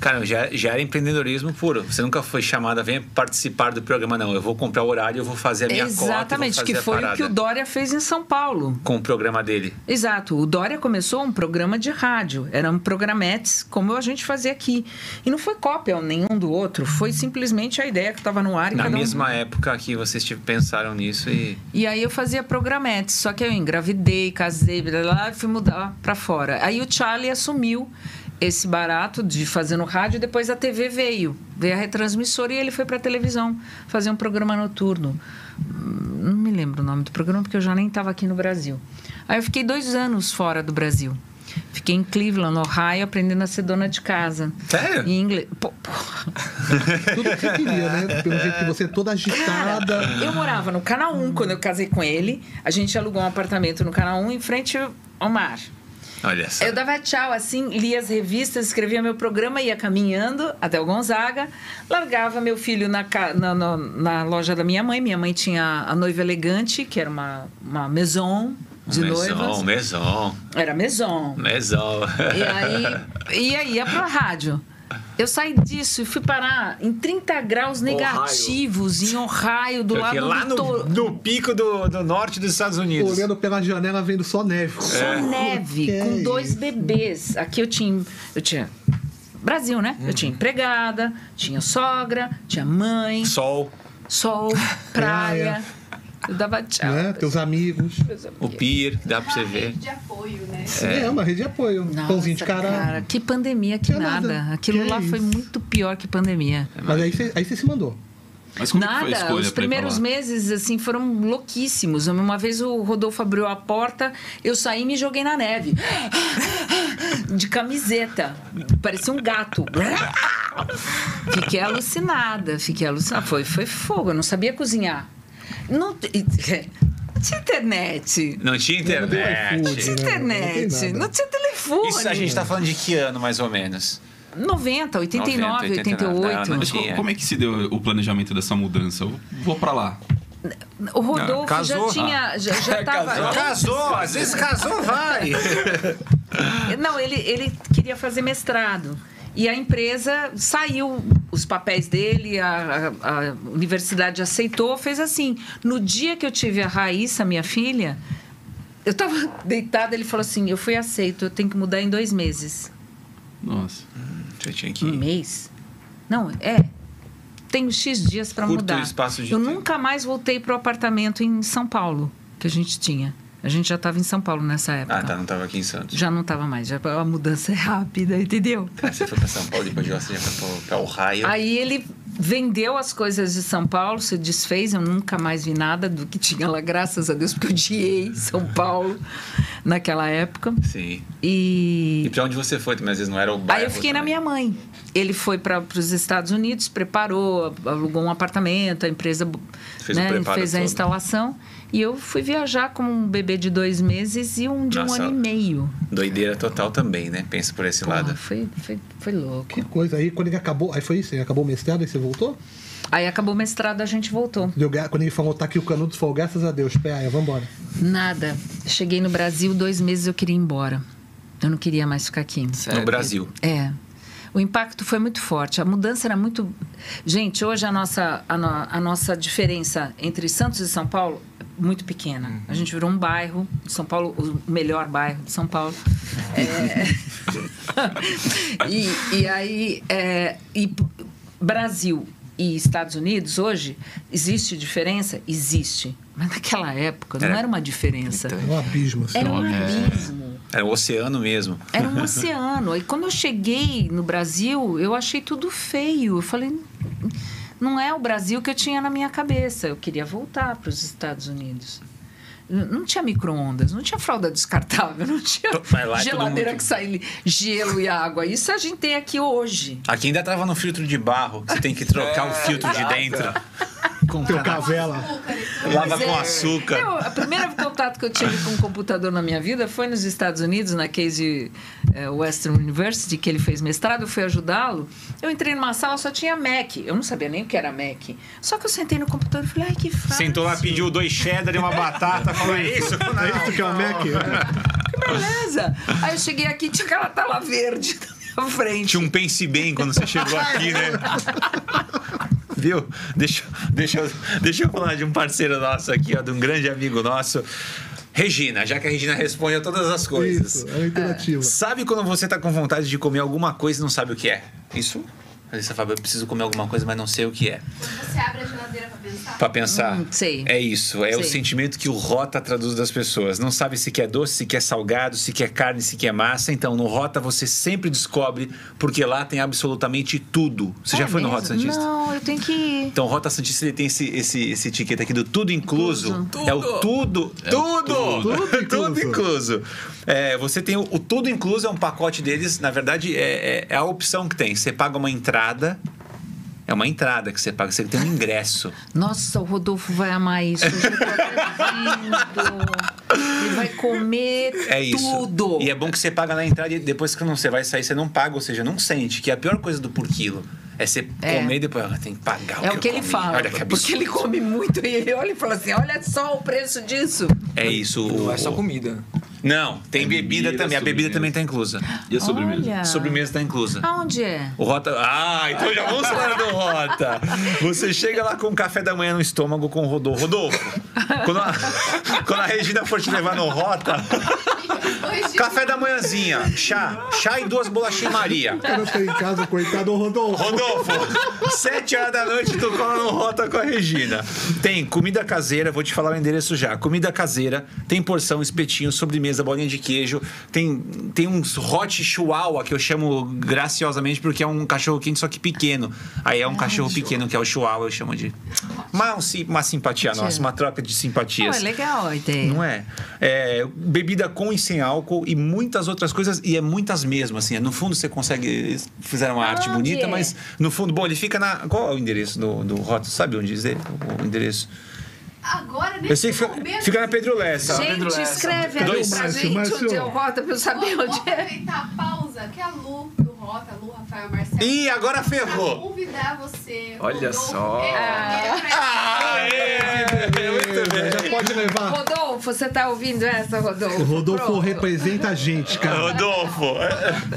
A: Cara, já, já era empreendedorismo puro. Você nunca foi chamada, venha participar do programa, não. Eu vou comprar o horário, eu vou fazer a É minha cota, eu vou
B: Exatamente,
A: fazer
B: que
A: a
B: foi o
A: parada
B: que o Dória fez em São Paulo.
A: com o programa dele.
B: Exato. O Dória começou um programa de rádio. Eram programetes, como a gente fazia aqui. E não foi cópia um nenhum do outro. Foi simplesmente a ideia que estava no ar. e
A: Na
B: cada um-
A: mesma época que vocês te- pensaram nisso e...
B: E aí eu fazia programetes. Só que eu engravidei, casei, blá, blá, blá, e fui mudar para fora. Aí o Charlie assumiu esse barato de fazer no rádio. Depois a TV veio. Veio a retransmissora e ele foi para televisão fazer um programa noturno. Hum, Não me lembro o nome do programa, porque eu já nem estava aqui no Brasil. Aí eu fiquei dois anos fora do Brasil. Fiquei em Cleveland, Ohio, aprendendo a ser dona de casa.
A: Sério?
B: Em inglês. Pô, porra.
C: Tudo que você queria, né? Pelo jeito que você é toda agitada.
B: Eu morava no Canal 1 quando eu casei com ele. A gente alugou um apartamento no Canal 1 em frente ao mar.
A: Olha só.
B: Eu dava tchau assim, lia as revistas, escrevia meu programa, ia caminhando até o Gonzaga, largava meu filho na, ca- na, na- na loja da minha mãe. Minha mãe tinha a noiva elegante, que era uma, uma maison de noivas.
A: Meson, meson,
B: Era maison.
A: meson.
B: E aí, e aí ia pra rádio. Eu saí disso e fui parar em 30 graus negativos, em Ohio, do lado
A: lá
B: do
A: no,
B: to-
A: no pico do, do norte dos Estados Unidos.
C: Olhando pela janela, vendo só neve.
A: É.
B: Só neve,
C: Que
B: com
C: é
B: dois
C: isso?
B: bebês. Aqui eu tinha. Eu tinha. Brasil, né? Eu tinha empregada, tinha sogra, tinha mãe,
A: Sol,
C: [LAUGHS]
B: sol, praia. Eu dava tchau.
C: É, Né? Teus amigos.
A: o pier, dá pra você ver.
G: De apoio, né?
C: É, uma rede de apoio.
B: Nossa,
C: Pãozinho de caralho.
B: cara, que pandemia, que
C: Tinha
B: nada.
C: nada.
B: Aquilo
C: Que
B: lá foi
C: isso?
B: muito pior que pandemia.
C: Mas aí você aí você se mandou.
F: [LAUGHS] Mas como é que foi a
B: Nada, os
F: escolha pra ir pra
B: primeiros
F: lá?
B: meses assim foram louquíssimos. Uma vez o Rodolfo abriu a porta, eu saí e me joguei na neve. [GASPS] De camiseta. Parecia um gato. [LAUGHS] Fiquei alucinada, fiquei alucinada. Foi, foi fogo, eu não sabia cozinhar. Não t- [LAUGHS] tinha internet.
A: Não tinha
C: Não
A: internet.
C: tem
B: Não tinha
C: iFood, né? Não tem
B: internet,
C: nada.
B: não tinha telefone.
A: Isso a gente tá falando de que ano, mais ou menos?
B: 90, 89,
A: 90,
B: 88.
A: não, não
F: Mas co-
A: tinha.
F: como é que se deu o planejamento dessa mudança? Eu vou pra lá.
B: O Rodolfo
A: casou.
B: já tinha. Já, já tava-
A: [LAUGHS] Casou, às vezes casou, vai.
B: Não, ele, ele queria fazer mestrado. E a empresa saiu os papéis dele, a, a- a universidade aceitou, fez assim. No dia que eu tive a Raíssa, minha filha, eu estava [LAUGHS] deitada, ele falou assim: eu fui aceito, eu tenho que mudar em dois meses.
F: Nossa.
A: Você tinha
B: Um
A: que
B: mês? Não, é. Tenho X dias para
A: Curto
B: mudar.
A: espaço de
B: eu
A: tempo.
B: nunca mais voltei pro apartamento em São Paulo que a gente tinha. A gente já estava em São Paulo nessa época.
A: Ah, tá, não tava aqui em Santos.
B: Já não estava mais, já, a mudança é rápida, [LAUGHS] entendeu?
A: Ah, Você foi pra São Paulo, depois de lá você já foi pra, pra Ohio.
B: Aí ele vendeu as coisas de São Paulo, se desfez, eu nunca mais vi nada do que tinha lá, graças a Deus, porque eu odiei São Paulo naquela época.
A: Sim.
B: E,
A: E pra onde você foi também? Às vezes não era o Tipo, bairro. né?
B: Aí eu fiquei na
A: também.
B: minha mãe. Ele foi para os Estados Unidos, preparou, alugou um apartamento, a empresa
A: Fez o
B: né,
A: preparo
B: fez a
A: todo.
B: instalação. E eu fui viajar como um bebê de dois meses e um de um
A: Nossa.
B: ano e meio.
A: Doideira total também, né? Pensa por esse
B: Porra,
A: lado.
B: foi, foi, foi louco.
C: Que coisa aí, quando ele acabou. Aí foi isso, ele acabou o mestrado, aí você voltou?
B: Aí acabou o mestrado, a gente voltou.
C: Deu gra- Quando ele falou, tá aqui o canudo, falou, graças a Deus, pé, vamos embora.
B: Nada. Cheguei no Brasil, dois meses eu queria ir embora. Eu não queria mais ficar aqui.
D: Sério.
A: No Brasil.
B: É. O impacto foi muito forte. A mudança era muito. Gente, hoje a nossa, a, no- a nossa diferença entre Santos e São Paulo é muito pequena. A gente virou um bairro, São Paulo, o melhor bairro de São Paulo. É. e, e aí. é, e p- Brasil e Estados Unidos hoje, existe diferença? Existe. Mas naquela época não
A: Era
B: era uma diferença.
D: gritante.
C: Um abismo, assim.
B: Era um
F: É.
B: abismo.
A: Era o oceano mesmo.
B: Era um oceano. E quando eu cheguei no Brasil, eu achei tudo feio. Eu falei, não é o Brasil que eu tinha na minha cabeça. Eu queria voltar para os Estados Unidos. N- Não tinha micro-ondas, não tinha fralda descartável, [LAUGHS] não tinha
A: Mas lá é todo
B: geladeira
A: mundo-
B: que sai li- gelo e água. Isso a gente tem aqui hoje.
A: Aqui ainda tava no filtro de barro. Você tem que trocar o filtro de dentro.
C: Teu cavela.
G: Açúcar, então.
A: Lava
B: Mas
A: com
B: é-
A: açúcar.
B: Eu, a primeira contato que eu tive com um computador na minha vida foi nos Estados Unidos, na Case eh, Western University, que ele fez mestrado, eu fui ajudá-lo. Eu entrei numa sala, só tinha Mac. Eu não sabia nem o que era Mac. Só que eu sentei no computador e falei, ai, que fácil.
A: Sentou lá, pediu dois cheddar e uma batata. Falou, é isso? Não,
C: É isso que é o Mac?
B: Beleza. Aí eu cheguei aqui e tinha aquela tela verde [LAUGHS] na minha frente.
A: Tinha um pense bem quando você chegou aqui, né? Viu? Deixa, deixa, eu- deixa eu falar de um parceiro nosso aqui, ó, de um grande amigo nosso. Regina, já que a Regina responde a todas as coisas.
C: Isso, é uma interativa.
A: Sabe quando você tá com vontade de comer alguma coisa e não sabe o que é? Isso? Às vezes você fala, eu preciso comer alguma coisa, mas não sei o que é.
G: Quando você abre a geladeira pra pensar,
A: Pra pensar.
B: Hum, sei.
A: É isso. É o
B: Sei.
A: sentimento que o Rota traduz das pessoas. Não sabe se quer doce, se quer salgado, se quer carne, se quer massa. Então, no Rota você sempre descobre, porque lá tem absolutamente tudo. Você já
B: É
A: foi no
B: mesmo?
A: Rota Santista?
B: Não, eu tenho que ir.
A: Então, o Rota Santista ele tem esse, esse, esse etiqueta aqui do tudo incluso. É o tudo. tudo!
C: tudo. Tudo
A: [LAUGHS] Tudo
C: incluso.
A: incluso. É, você tem o, o tudo incluso, é um pacote deles. Na verdade, é, é- é a opção que tem. Você paga uma entrada. É uma entrada que você paga, você tem um ingresso.
B: Nossa, o Rodolfo vai amar isso. Eu já tô até vendo. Ele vai comer
A: É isso.
B: tudo.
A: E é bom que você paga na entrada e depois que não- você vai sair, você não paga, ou seja, não sente. Que é a pior coisa do por quilo. É você
B: É.
A: comer e depois, ah, tem que pagar o
B: É
A: que
B: o que
A: eu
B: ele
A: comi.
B: fala.
A: Olha que
B: porque ele
A: absurdo.
B: come muito e ele olha e fala assim: olha só o preço disso.
A: É isso.
D: Não
A: o-
D: é só comida.
A: Não, tem
F: É
A: bebida
F: bebida,
A: também. A bebida
F: sobremesa.
A: também tá inclusa.
F: E a sobremesa?
B: Olha.
A: A Sobremesa tá inclusa.
B: Aonde é?
A: O Rota. Ah, então já vamos falar do Rota. Você chega lá com o café da manhã no estômago com o Rodolfo. Rodolfo, quando a, [LAUGHS] quando a Regina for te levar no Rota,
G: dois dias
A: café da manhãzinha, chá, chá e duas bolachinhas Maria.
C: O cara tá em casa, coitado, ô um Rodolfo.
A: Rodolfo, [LAUGHS] sete horas da noite tu cola no Rota com a Regina. Tem comida caseira, vou te falar o endereço já. Comida caseira, tem porção, espetinho, sobremesa, bolinha de queijo. Tem, tem uns hot chihuahua que eu chamo graciosamente porque é um cachorro quente, só que pequeno. Aí é um cachorro pequeno que é o chihuahua, eu chamo de... Uma, um sim- uma simpatia nossa, uma troca de assim.
B: Pô,
A: simpatias.
B: é legal a ideia.
A: Não é? É, Bebida com e sem álcool e muitas outras coisas, e é muitas mesmo, assim. No fundo você consegue. Eles fizeram uma arte
B: Onde
A: bonita,
B: é?
A: mas no fundo, bom, ele fica na. Qual é o endereço do, do Rota? Sabe onde dizer o endereço?
G: Agora,
A: Eu
G: nesse
A: sei que fica,
G: momento,
A: fica na Pedro Lessa.
B: Gente, escreve aí
A: Dois.
B: pra
C: Márcio,
B: gente
C: Márcio.
B: onde é o Rota pra eu
G: Vou,
B: saber
G: vou
B: onde é.
G: aproveitar a pausa que é a Lu do Rota, a Lu, Rafael, Marcelo.
A: Ih, agora
G: Vou
A: ferrou!
G: convidar você.
D: Olha
G: Rodolfo,
D: só.
G: é,
A: Ah. Aê! Muito bem.
C: Já pode
B: [LAUGHS]
C: levar.
B: Rodolfo, você tá ouvindo essa, Rodolfo?
C: O Rodolfo
B: Pronto.
C: representa a gente, cara.
A: Rodolfo,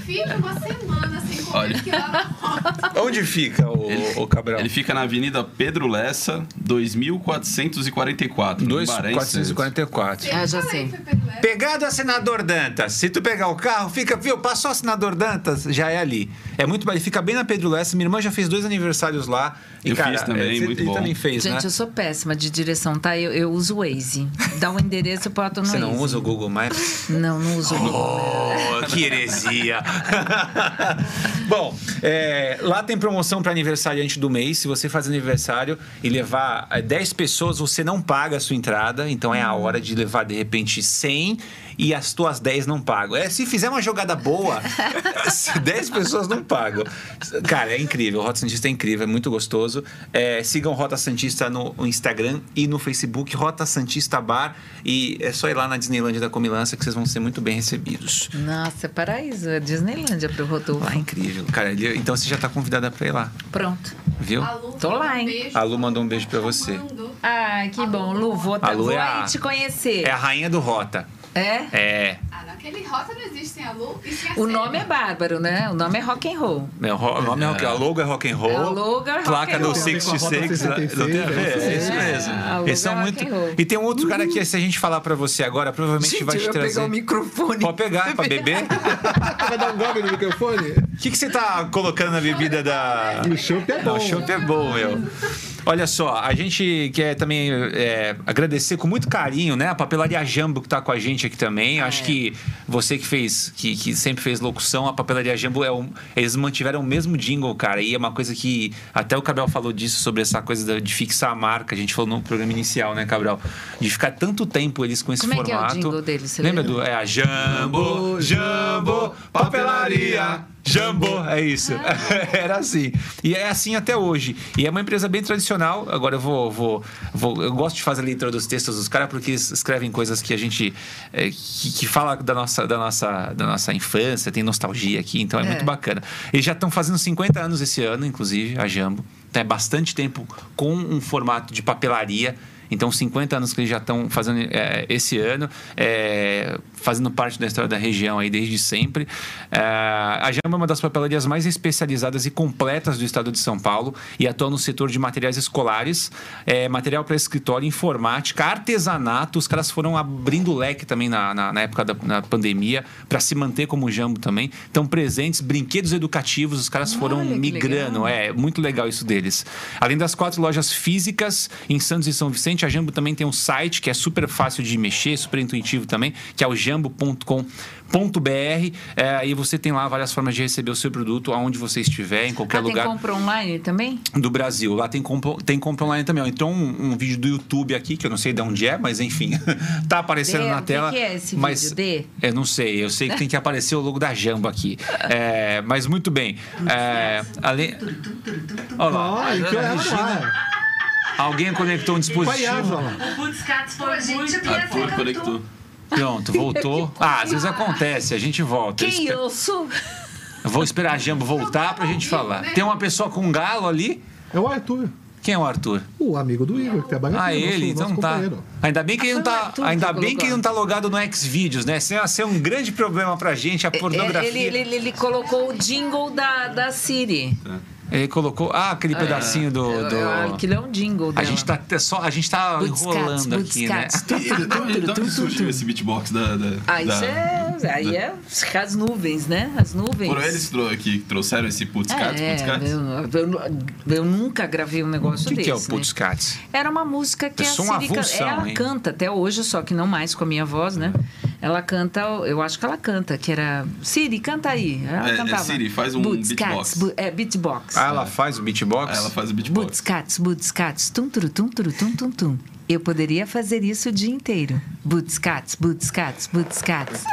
G: Fica uma semana sem comer,
F: Olha.
G: porque lá na Rota
A: onde fica o o, o Cabral?
F: Ele fica na Avenida Pedro Lessa, 2444. em Barém, Santos.
A: 2,444.
B: Ah, já sei.
A: Pegado assinador Dantas. Se tu pegar o carro, fica, viu? Passou assinador Dantas, já é ali. É muito bom. Ele fica bem na Pedro Lessa. Minha irmã já fez dois aniversários lá. E,
F: Eu
A: cara,
F: fiz também,
A: é,
F: muito
A: ele
F: bom.
A: também fez,
B: Gente,
A: né?
B: eu sou péssima de direção, tá? Eu, eu uso o Waze. Dá o endereço e boto no
A: Você não
B: Waze.
A: usa o Google Maps?
B: Não, não uso.
A: Oh, [LAUGHS] que heresia! Bom, é, lá tem promoção para aniversariante do mês. Se você faz aniversário e levar eh, 10 pessoas, você não paga a sua entrada. Então é a hora de levar, de repente, 100 e as tuas 10 não pagam. É, se fizer uma jogada boa, se 10 pessoas não pagam. Cara, é incrível. O Rota Santista é incrível, é muito gostoso. É, sigam o Rota Santista no Instagram e no Facebook, Rota Santista Bar. E é só ir lá na Disneylândia da Comilança que vocês vão ser muito bem recebidos.
B: Nossa, é paraíso. É Disneylândia pro
A: Ah,
B: Rotovai.
A: incrível. Cara, ele- então você já tá convidada pra ir lá,
B: Pronto.
A: viu?
B: Tô lá, hein?
A: A Lu mandou um
G: tá
A: beijo pra você.
B: Ai, Ah, que bom. Lu, vou, tá,
A: A Lu
B: vou
A: é
B: aí
A: a-
B: te conhecer.
A: É a rainha do Rota.
B: É?
A: É.
G: Ah, naquele rota não existe sem a Lu e sem a
B: O
G: Cê.
B: nome é bárbaro, né? O nome é rock and roll.
A: Meu, ro- o nome é rock, a logo é rock and roll.
B: É, a logo é rock
A: placa
B: and
A: do
B: roll. Tem a ver
C: com a Rota
A: 66. né? Não tem a ver, é
C: 66,
A: isso
B: é.
A: mesmo.
B: A logo
A: Eles
B: é
A: são
B: rock
A: muito.
B: and roll.
A: E tem um outro cara que se a gente falar pra você agora, provavelmente
D: Gente,
A: vai
D: eu
A: te
D: ia
A: trazer.
D: pegar o microfone.
A: Pode pegar pra
B: [LAUGHS]
A: beber?
C: Vai dar um golpe no microfone?
A: O que, que você tá colocando na bebida da.
C: O chopp é
A: Não,
C: bom.
A: o chopp é bom, meu. Olha só, a gente quer também é, agradecer com muito carinho, né? A Papelaria Jambo que tá com a gente aqui também.
B: É.
A: Acho que você que fez, que, que sempre fez locução, a Papelaria Jambo é um, eles mantiveram o mesmo jingle, cara. E é uma coisa que até o Cabral falou disso sobre essa coisa da- de fixar a marca. A gente falou no programa inicial, né, Cabral? De ficar tanto tempo eles com esse
B: Como é que é o
A: formato.
B: jingle deles? Você
A: Lembra
B: lembra?
A: do é a Jambo, Jambo, Papelaria Jambo, é isso. [LAUGHS] Era assim. E é assim até hoje. E é uma empresa bem tradicional. Agora eu vou. vou, vou- eu gosto de fazer a leitura dos textos dos caras porque eles escrevem coisas que a gente. é, que, que fala da nossa, da, nossa, da nossa infância, tem nostalgia aqui, então é,
B: É.
A: muito bacana. Eles já estão fazendo 50 anos esse ano, inclusive, a Jambo. Então é bastante tempo com um formato de papelaria. Então, 50 anos que eles já estão fazendo é, esse ano, é, fazendo parte da história da região aí desde sempre. É, a Jamba é uma das papelarias mais especializadas e completas do estado de São Paulo e atua no setor de materiais escolares, é, material para escritório, informática, artesanato. Os caras foram abrindo o leque também na, na- na época da na pandemia para se manter como Jambo também. Estão presentes, brinquedos educativos, os caras foram
B: Olha que
A: migrando.
B: legal.
A: É, é muito legal isso deles. Além das quatro lojas físicas em Santos e São Vicente, a Jambo também tem um site que é super fácil de mexer, super intuitivo também, que é o jambo.com.br. É, e você tem lá várias formas de receber o seu produto aonde você estiver, em qualquer
B: Ah, tem
A: lugar
B: compra online também?
A: do Brasil. Lá tem compra, tem compra online também. ó. Entrou um, um vídeo do YouTube aqui, que eu não sei de onde é, mas enfim, [LAUGHS] tá aparecendo
B: Dê,
A: na
B: o que
A: tela.
B: que é esse
A: mas
B: vídeo? Dê?
A: Eu não sei, eu sei que tem que aparecer o logo da Jambo aqui. É, mas muito bem. É, além... Olha lá.
C: Olha, então é lá.
A: Alguém conectou um
C: Vai,
A: dispositivo.
C: Ávila.
F: Ah, foi, conectou.
A: Pronto, voltou. Ah, às vezes acontece, a gente volta. Eu
B: Quem
A: espero-
B: eu sou?
A: eu Vou esperar a Jambo voltar pra gente falar. Tem uma pessoa com um galo ali.
C: É o Arthur,
A: Quem é o Arthur?
C: o amigo do Igor, que trabalha
A: Ah,
C: aqui, nosso-
A: ele,
C: nosso
A: então tá.
C: companheiro.
A: Ainda bem que ele não
B: foi o
A: tá,
B: Arthur que
A: ainda bem
B: colocou.
A: que ele não tá logado no Xvideos, né? Isso ia ser um grande problema pra gente, a [LAUGHS] pornografia.
B: É, Ele, ele, ele- ele colocou o jingle da, da Siri.
A: Ele colocou, ah, aquele pedacinho do,
B: É, Eu-
A: do...
B: eu- Aquilo é um jingle
A: A
B: dela.
A: gente tá até só, a gente tá
B: Boots
A: enrolando
B: cats, boots
A: aqui, né?
B: cats.
F: E de onde surgiu esse beatbox da... da
B: Ah, isso
F: da-
B: é. Aí é as nuvens, né? As nuvens.
F: Foram eles tro- que trouxeram esse putz cats,
B: É,
F: putz cats?
B: eu, eu- eu nunca gravei um negócio
A: [LAUGHS] O que,
B: desse.
A: que é o
B: né?
A: Putz Cats?
B: Era uma música que
A: Eu
B: a
A: sou é uma
B: Siri can-
A: avulsão,
B: ela
A: hein?
B: canta até hoje, só que não mais com a minha voz, né? Ela canta, eu acho que ela canta, que era Siri, canta aí. Ela
F: É, é,
B: cantava.
F: Siri, faz um
B: Boots,
F: beatbox.
B: Cats, bu- é beatbox.
A: Ah, ela faz o beatbox?
F: Aí ela faz o beatbox.
B: Boots cats, boots cats, tum turu tum turu tum tum tum. Eu poderia fazer isso o dia inteiro. Boots cats, boots cats, boots cats.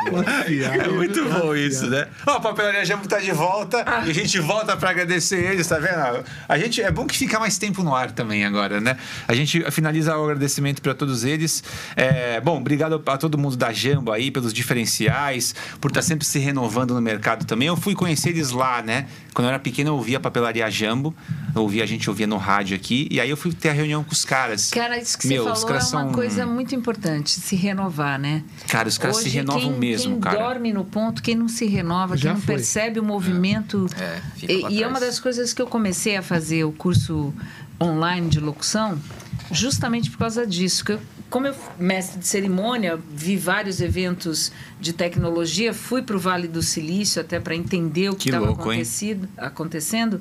A: É muito bom isso, né? Ó, a Papelaria Jambo tá de volta
B: Ah.
A: e a gente volta pra agradecer eles, tá vendo? A gente, é bom que fica mais tempo no ar também agora, né? A gente finaliza o agradecimento pra todos eles. É, bom, obrigado a todo mundo da Jambo aí, aí, pelos diferenciais, por estar sempre se renovando no mercado também. Eu fui conhecer eles lá, né? Quando eu era pequeno, eu ouvia a papelaria Jambo, eu ouvia, a gente ouvia no rádio aqui, e aí eu fui ter a reunião com os caras.
B: Cara, isso que
A: Meu,
B: você
A: os
B: falou é
A: caras
B: uma
A: são-
B: coisa muito importante, se renovar, né?
A: Cara, os caras se
B: Hoje,
A: renovam
B: quem,
A: mesmo,
B: quem
A: cara.
B: dorme no ponto, quem não se renova,
C: Já
B: quem não
C: foi.
B: percebe o movimento.
D: É, fica
B: e,
D: pra
B: e é
D: trás.
B: uma das coisas que eu comecei a fazer o curso online de locução, justamente por causa disso. Que eu, como eu fui mestre de cerimônia, vi vários eventos de tecnologia, fui para o Vale do Silício até para entender o que
A: Que
B: estava
A: louco, hein?
B: acontecido, acontecendo.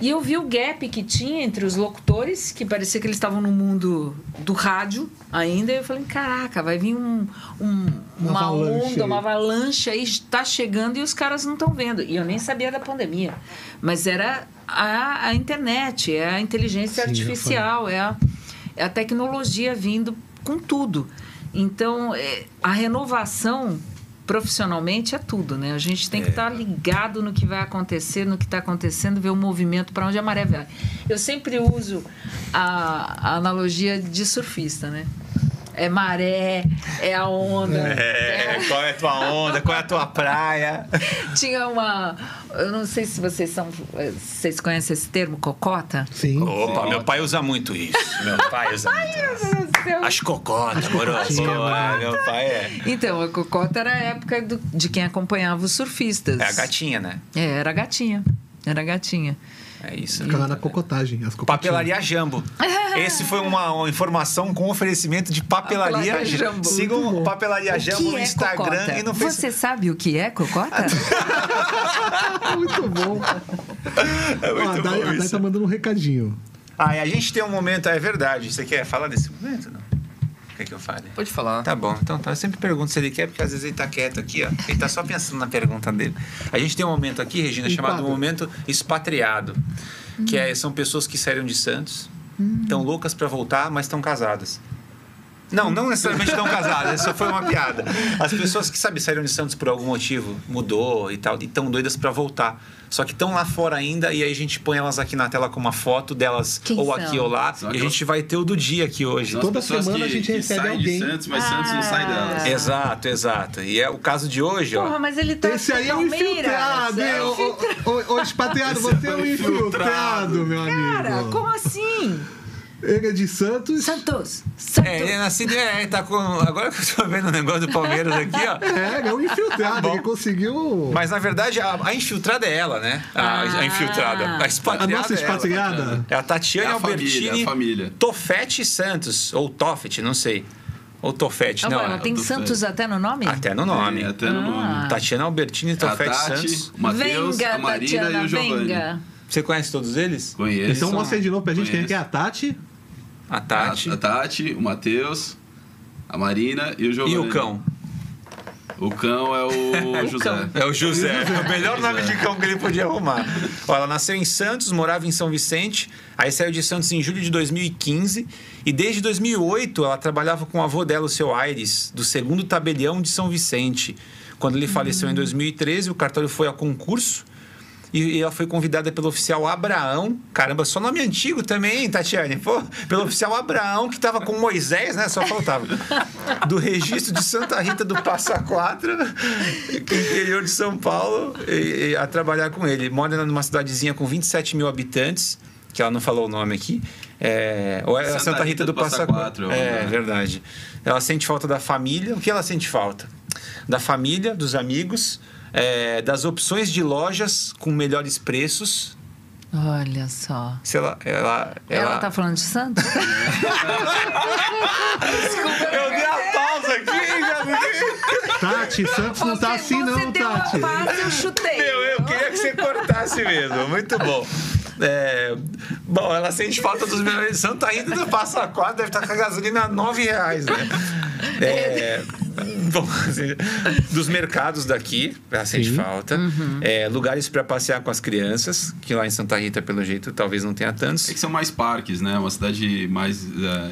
B: E eu vi o gap que tinha entre os locutores, que parecia que eles estavam no mundo do rádio ainda. E eu falei, caraca, vai vir um, um-
C: Uma
B: uma,
C: avalanche
B: onda,
C: aí."
B: uma avalanche aí, está chegando e os caras não estão vendo. E eu nem sabia da pandemia. Mas era a, a internet, é a inteligência
C: Sim,
B: artificial, é a, é a tecnologia vindo com tudo. Então, é, a renovação profissionalmente é tudo, né? A gente tem que estar ligado no que vai acontecer, no que está acontecendo, ver o movimento para onde a maré vai. Eu sempre uso a, a analogia de surfista, né? É maré, é a onda,
A: É, qual é a tua onda? Qual é a tua praia?
B: Tinha uma. Eu não sei se vocês são. eh, Vocês conhecem esse termo, cocota?
C: Sim.
A: Opa, meu pai usa muito isso. Meu pai usa muito. As cocotas, coroas. boa, Meu pai é.
B: Então, a cocota era a época do- de quem acompanhava os surfistas.
A: É a gatinha, né?
B: É, era a gatinha. Era a gatinha.
A: É isso.
C: Fica lá na cocotagem. As cocotinhas.
A: Papelaria Jambo. Esse foi uma, uma informação com oferecimento de papelaria
B: Papelaria
A: Jambo.
B: Jambo.
C: Muito
A: Sigam
C: bom.
A: papelaria Jambo
B: que
A: no
B: é
A: Instagram
B: cocota?
A: e no Facebook.
B: Você sabe o que é
C: Ah,
B: cocota?
C: Muito bom.
A: [LAUGHS]
C: [LAUGHS]
A: É
C: Ó, a
A: muito
C: Dai,
A: bom
C: a Dai
A: isso.
C: tá mandando um recadinho.
A: Ah, e a gente tem um momento, é verdade. Você quer falar desse momento? Não. Quer que eu fale?
D: Pode falar.
A: Tá bom, então tá. Eu sempre pergunto se ele quer, porque às vezes ele tá quieto aqui, ó. Ele tá só pensando na pergunta dele. A gente tem um momento aqui, Regina, chamado
C: Empado.
A: Momento Expatriado. Que é, são pessoas que saíram de Santos,
B: Hum.
A: estão loucas pra voltar, mas estão casadas. Não, não necessariamente estão casadas, isso foi uma piada. As pessoas que, sabe, saíram de Santos por algum motivo, mudou e tal, e estão doidas pra voltar. Só que estão lá fora ainda, e aí a gente põe elas aqui na tela com uma foto delas,
B: Quem
A: ou
B: são?
A: aqui ou lá,
F: São
A: e a
F: aquelas-
A: gente vai ter o do dia aqui hoje.
F: São as
C: Toda
F: pessoas
C: semana a gente recebe
F: saem
C: alguém.
F: de Santos, mas Santos não
B: Ah.
F: sai delas.
A: É Exato, exato. E é o caso de hoje,
B: Porra,
A: ó.
B: mas ele tá.
C: Esse aí é um
B: Palmeiras.
C: infiltrado, hein?
B: É um infiltrado.
C: Ô, ô, ô, ô, expatriado, você é um [LAUGHS] infiltrado, meu amigo.
B: Cara, como assim?
C: Ele é de Santos.
B: Santos! Santos!
A: É, ele é nascido. É, tá com. Agora que eu tô vendo o negócio do Palmeiras aqui, ó.
C: É, ele é um [LAUGHS] infiltrado. ele conseguiu.
A: Mas na verdade a, a infiltrada é ela, né? A, a
B: Ah.
A: infiltrada. A
C: a
A: expatriada. é
C: nossa
A: ela.
C: expatriada.
A: É a Tatiane
F: É a
A: Albertini.
F: família, é a família.
A: Tofete Santos. Ou Tofete, não sei. Ou Tofete,
B: Ah,
A: não.
B: bom, ela
A: é-
B: tem
F: do
B: Santos até no nome?
A: Até no
F: É,
A: nome.
F: até no nome.
A: Tatiana Albertini,
F: É A
A: Tofete
F: Tati,
A: Santos.
F: o Matheus,
B: Ah. venga,
F: a Marina
B: Tatiana,
F: e o Giovanni.
B: venga.
A: Você conhece todos eles?
F: Conheço.
A: um
C: Então mostra aí de novo pra gente quem é
F: Conheço.
C: que é a Tati.
A: A
F: A-
A: Tati.
F: A, Tati, o Matheus, a Marina e o Giovanni.
A: E o cão?
F: O cão
B: [LAUGHS]
F: é o José.
A: É o José. É [LAUGHS] o melhor nome de cão que ele podia arrumar. Ó, ela nasceu em Santos, morava em São Vicente, aí saiu de Santos em julho de 2015 e desde 2008 ela trabalhava com o avô dela, o seu Aires, do segundo tabelião de São Vicente. Quando ele faleceu em 2013, o cartório foi a concurso e e ela foi convidada pelo oficial Abraão. Caramba, só nome antigo também, hein, Tatiane? Pô, pelo oficial Abraão, que estava com Moisés, né? Só faltava. Do registro de Santa Rita do Passa Quatro, interior de São Paulo, e- e a trabalhar com ele. Mora numa cidadezinha com 27 mil habitantes, que ela não falou o nome aqui. É, ou é Santa, Rita, do, Passa Quatro.
F: é o nome
A: É,
F: dela.
A: verdade. Ela sente falta da família. O que ela sente falta? Da família, dos amigos, é, das opções de lojas com melhores preços.
B: Olha só.
A: Se ela, ela,
B: Ela tá falando de Santos?
A: Eu dei a pausa [LAUGHS] aqui, cara.
B: [LAUGHS]
C: Tati, Santos não tá assim, não,
B: Você deu
C: Tati.
B: uma paz, eu chutei.
A: Meu, eu queria que você cortasse mesmo. Muito bom. É, bom, ela sente falta dos melhores. Santa Rita do Passa Quatro deve estar com a gasolina a 9 reais, né? É, bom, assim, dos mercados daqui, ela sente
C: Sim.
A: falta. É, lugares para passear com as crianças, que lá em Santa Rita, pelo jeito, talvez não tenha tantos.
F: É que são mais parques, né? Uma cidade mais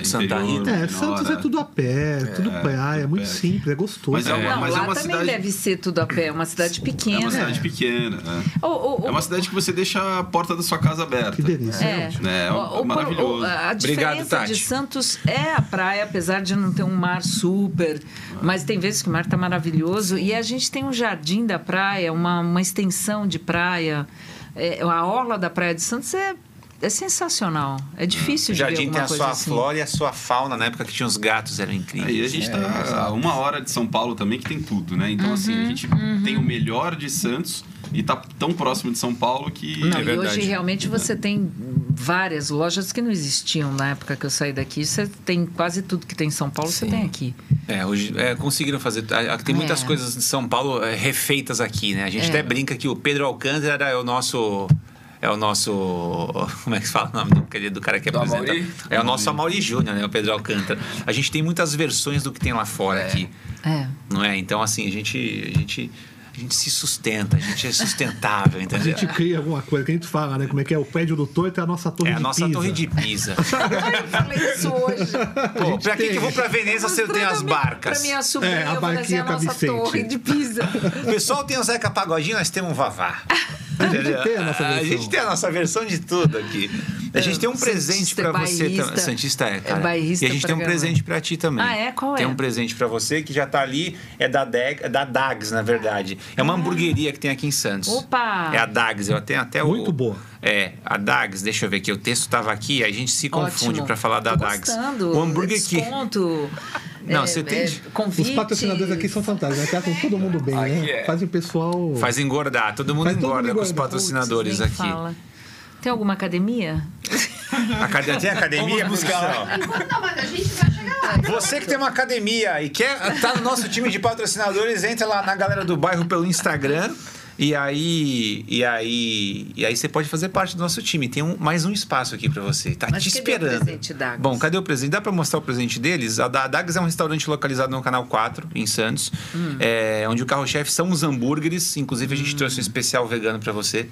F: é,
A: Santa
F: interior.
A: Rita.
C: É,
F: menor,
C: Santos é tudo a pé, tudo praia, é muito
F: pé.
C: simples, é gostoso.
F: Mas é uma-
B: Não,
F: mas
B: lá
F: uma
B: também
F: cidade-
B: deve ser tudo a pé, é uma cidade
F: É
B: pequena.
F: uma cidade pequena. né?
B: Ô, ô, ô,
F: É uma cidade que você deixa a porta da sua casa aberta.
C: Que delícia.
B: é.
F: né? É
B: Ó, o-
F: maravilhoso.
B: o- a diferença
A: Obrigado, Tati.
B: de Santos é a praia, apesar de não ter um mar super, mas Mas tem vezes que o mar tá maravilhoso. E a gente tem um jardim da praia, uma, uma extensão de praia. É, a orla da Praia de Santos é, é sensacional. É difícil
A: O
B: de ver
A: jardim tem
B: alguma
A: a
B: coisa
A: sua
B: assim.
A: flora e a sua fauna. Na época que tinha os gatos, eram
F: Aí a
A: incríveis.
F: gente
C: É,
F: tá a uma hora de São Paulo também, que tem tudo, né? Então, assim,
B: Uhum,
F: a gente tem o melhor de Santos e tá tão próximo de São Paulo que.
A: É
F: É
B: Não, e hoje realmente você tem várias lojas que não existiam na época que eu saí daqui. Você tem quase tudo que tem em São Paulo, você
D: Sim.
B: tem aqui.
A: É, hoje é, conseguiram fazer. a- a- Tem muitas
B: É.
A: coisas de São Paulo é, refeitas aqui, né? A gente até brinca que o Pedro Alcântara é o nosso. É o nosso. [LAUGHS] Como é que se fala o nome do, querido- do cara que
D: Do
A: apresenta?
D: Amauri?
A: É o nosso Amaury Júnior, né? O Pedro Alcântara. A gente tem muitas versões do que tem lá fora aqui,
B: É.
A: não é? Então, assim, a gente. A gente a gente se sustenta, a gente é sustentável,
C: A
A: entendeu?
C: gente cria alguma coisa, que a gente fala, né? Como é que é? O prédio do torto é a nossa torre
A: É
C: de
A: a nossa
C: Pisa.
A: torre de Pisa.
B: Eu falei isso hoje.
A: Pô, pra que, que eu vou pra Veneza se eu tenho as
B: Mostrando a minha-
A: barcas?
B: Pra minha sobrinha,
C: É, a
B: eu falei assim,
C: barquinha
B: a nossa
C: cabecente.
B: torre de Pisa.
A: O pessoal tem o Zeca Pagodinho, nós temos um Vavá. Entendeu?
C: tem a nossa
A: A
C: versão.
A: gente tem a nossa versão de tudo aqui. A gente tem um
B: Santista
A: presente
B: é
A: pra você
B: bairrista.
A: também. Santista é,
B: É
A: cara.
B: bairrista
A: e a gente
B: pra
A: tem um
B: caramba.
A: presente pra ti também.
B: Ah, é? Qual
A: Tem
B: é?
A: um presente pra você que já tá ali, é da, Dag, é da Dags, na verdade. É uma hamburgueria que tem aqui em Santos.
B: Ah. Opa!
A: É a Dags, eu tenho até o...
C: Muito boa.
A: É, a Dags, deixa eu ver aqui, o texto tava aqui, a gente se [LAUGHS] confunde
B: Ótimo.
A: pra falar da
B: Tô
A: Dags.
B: gostando.
A: O hambúrguer que...
B: desconto, É,
A: Não, você tem-
B: convite.
C: Os patrocinadores aqui são fantásticos, né? tratam todo mundo bem,
D: Aqui
C: né?
D: é.
C: Faz o pessoal.
A: Faz engordar, todo mundo
C: Faz todo mundo
A: engorda com os
C: engordar.
A: patrocinadores
B: Putz, nem
A: aqui.
B: fala. Tem alguma academia?
A: Acad... Tem academia, produção?
G: Enquanto não, mas a gente vai chegar lá.
A: Você que tem uma academia e quer tá no nosso time de patrocinadores, entra lá na galera do bairro pelo Instagram. E aí, e aí, e aí você pode fazer parte do nosso time. Tem um- mais um espaço aqui pra você. Tá
B: Mas
A: te
B: cadê o
A: esperando.
B: presente Dags?
A: Bom, cadê o presente? Dá pra mostrar o presente deles? A da- a Dags é um restaurante localizado no canal 4, em Santos,
B: Hum.
A: é, onde o carro-chefe são os hambúrgueres. Inclusive, a gente trouxe um especial vegano pra você.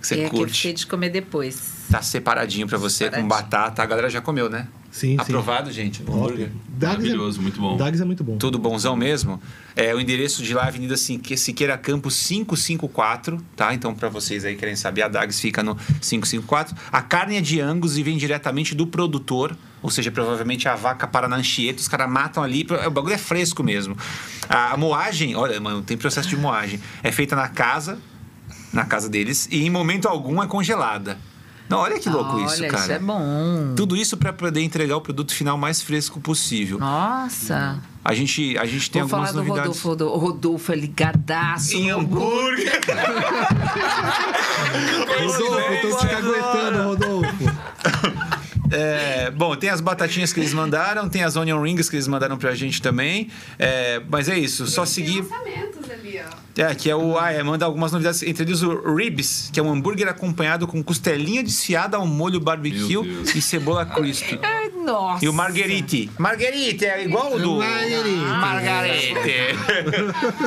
A: Que você
B: é que eu
A: curte.
B: fiquei de comer depois.
A: Tá separadinho pra você, com
B: Separadinho.
A: batata. A galera já comeu, né?
C: Sim, sim.
A: Aprovado, gente. o hambúrguer.
C: Dags
F: Maravilhoso,
C: é...
F: muito bom.
C: Dags é muito bom.
A: Tudo bonzão mesmo. É, o endereço de lá é Avenida Sinque- Siqueira Campos 554, tá? Então, pra vocês aí que querem saber, a Dags fica no 554. A carne é de Angus e vem diretamente do produtor, ou seja, provavelmente a vaca Parananchieta. Os caras matam ali, o bagulho é fresco mesmo. A, a moagem, olha, mano, tem processo de moagem. É feita na casa, na casa deles, e em momento algum é congelada. Não, olha que louco
B: Olha,
A: isso, cara.
B: isso é bom.
A: Tudo isso pra poder entregar o produto final mais fresco possível.
B: Nossa.
A: A gente, a gente tem
B: Vou
A: algumas
B: falar do
A: novidades.
B: Rodolfo. Rodolfo, Rodolfo é ligadaço.
A: Em [LAUGHS] hambúrguer.
C: Rodolfo,
A: então
C: eu tô te caguetando, Rodolfo.
A: É, bom, tem as batatinhas que eles mandaram, tem as onion rings que eles mandaram pra gente também. É, mas é isso, só seguir.
G: Tem lançamentos ali, ó.
A: É, que é o. Ah, é, manda algumas novidades. Entre eles o Ribs, que é um hambúrguer acompanhado com costelinha desfiada ao molho barbecue
F: Meu Deus.
A: e cebola crisp.
B: Ai, Nossa.
A: E o Marguerite. Marguerite é igual o do.
C: Marguerite.
A: Margarete.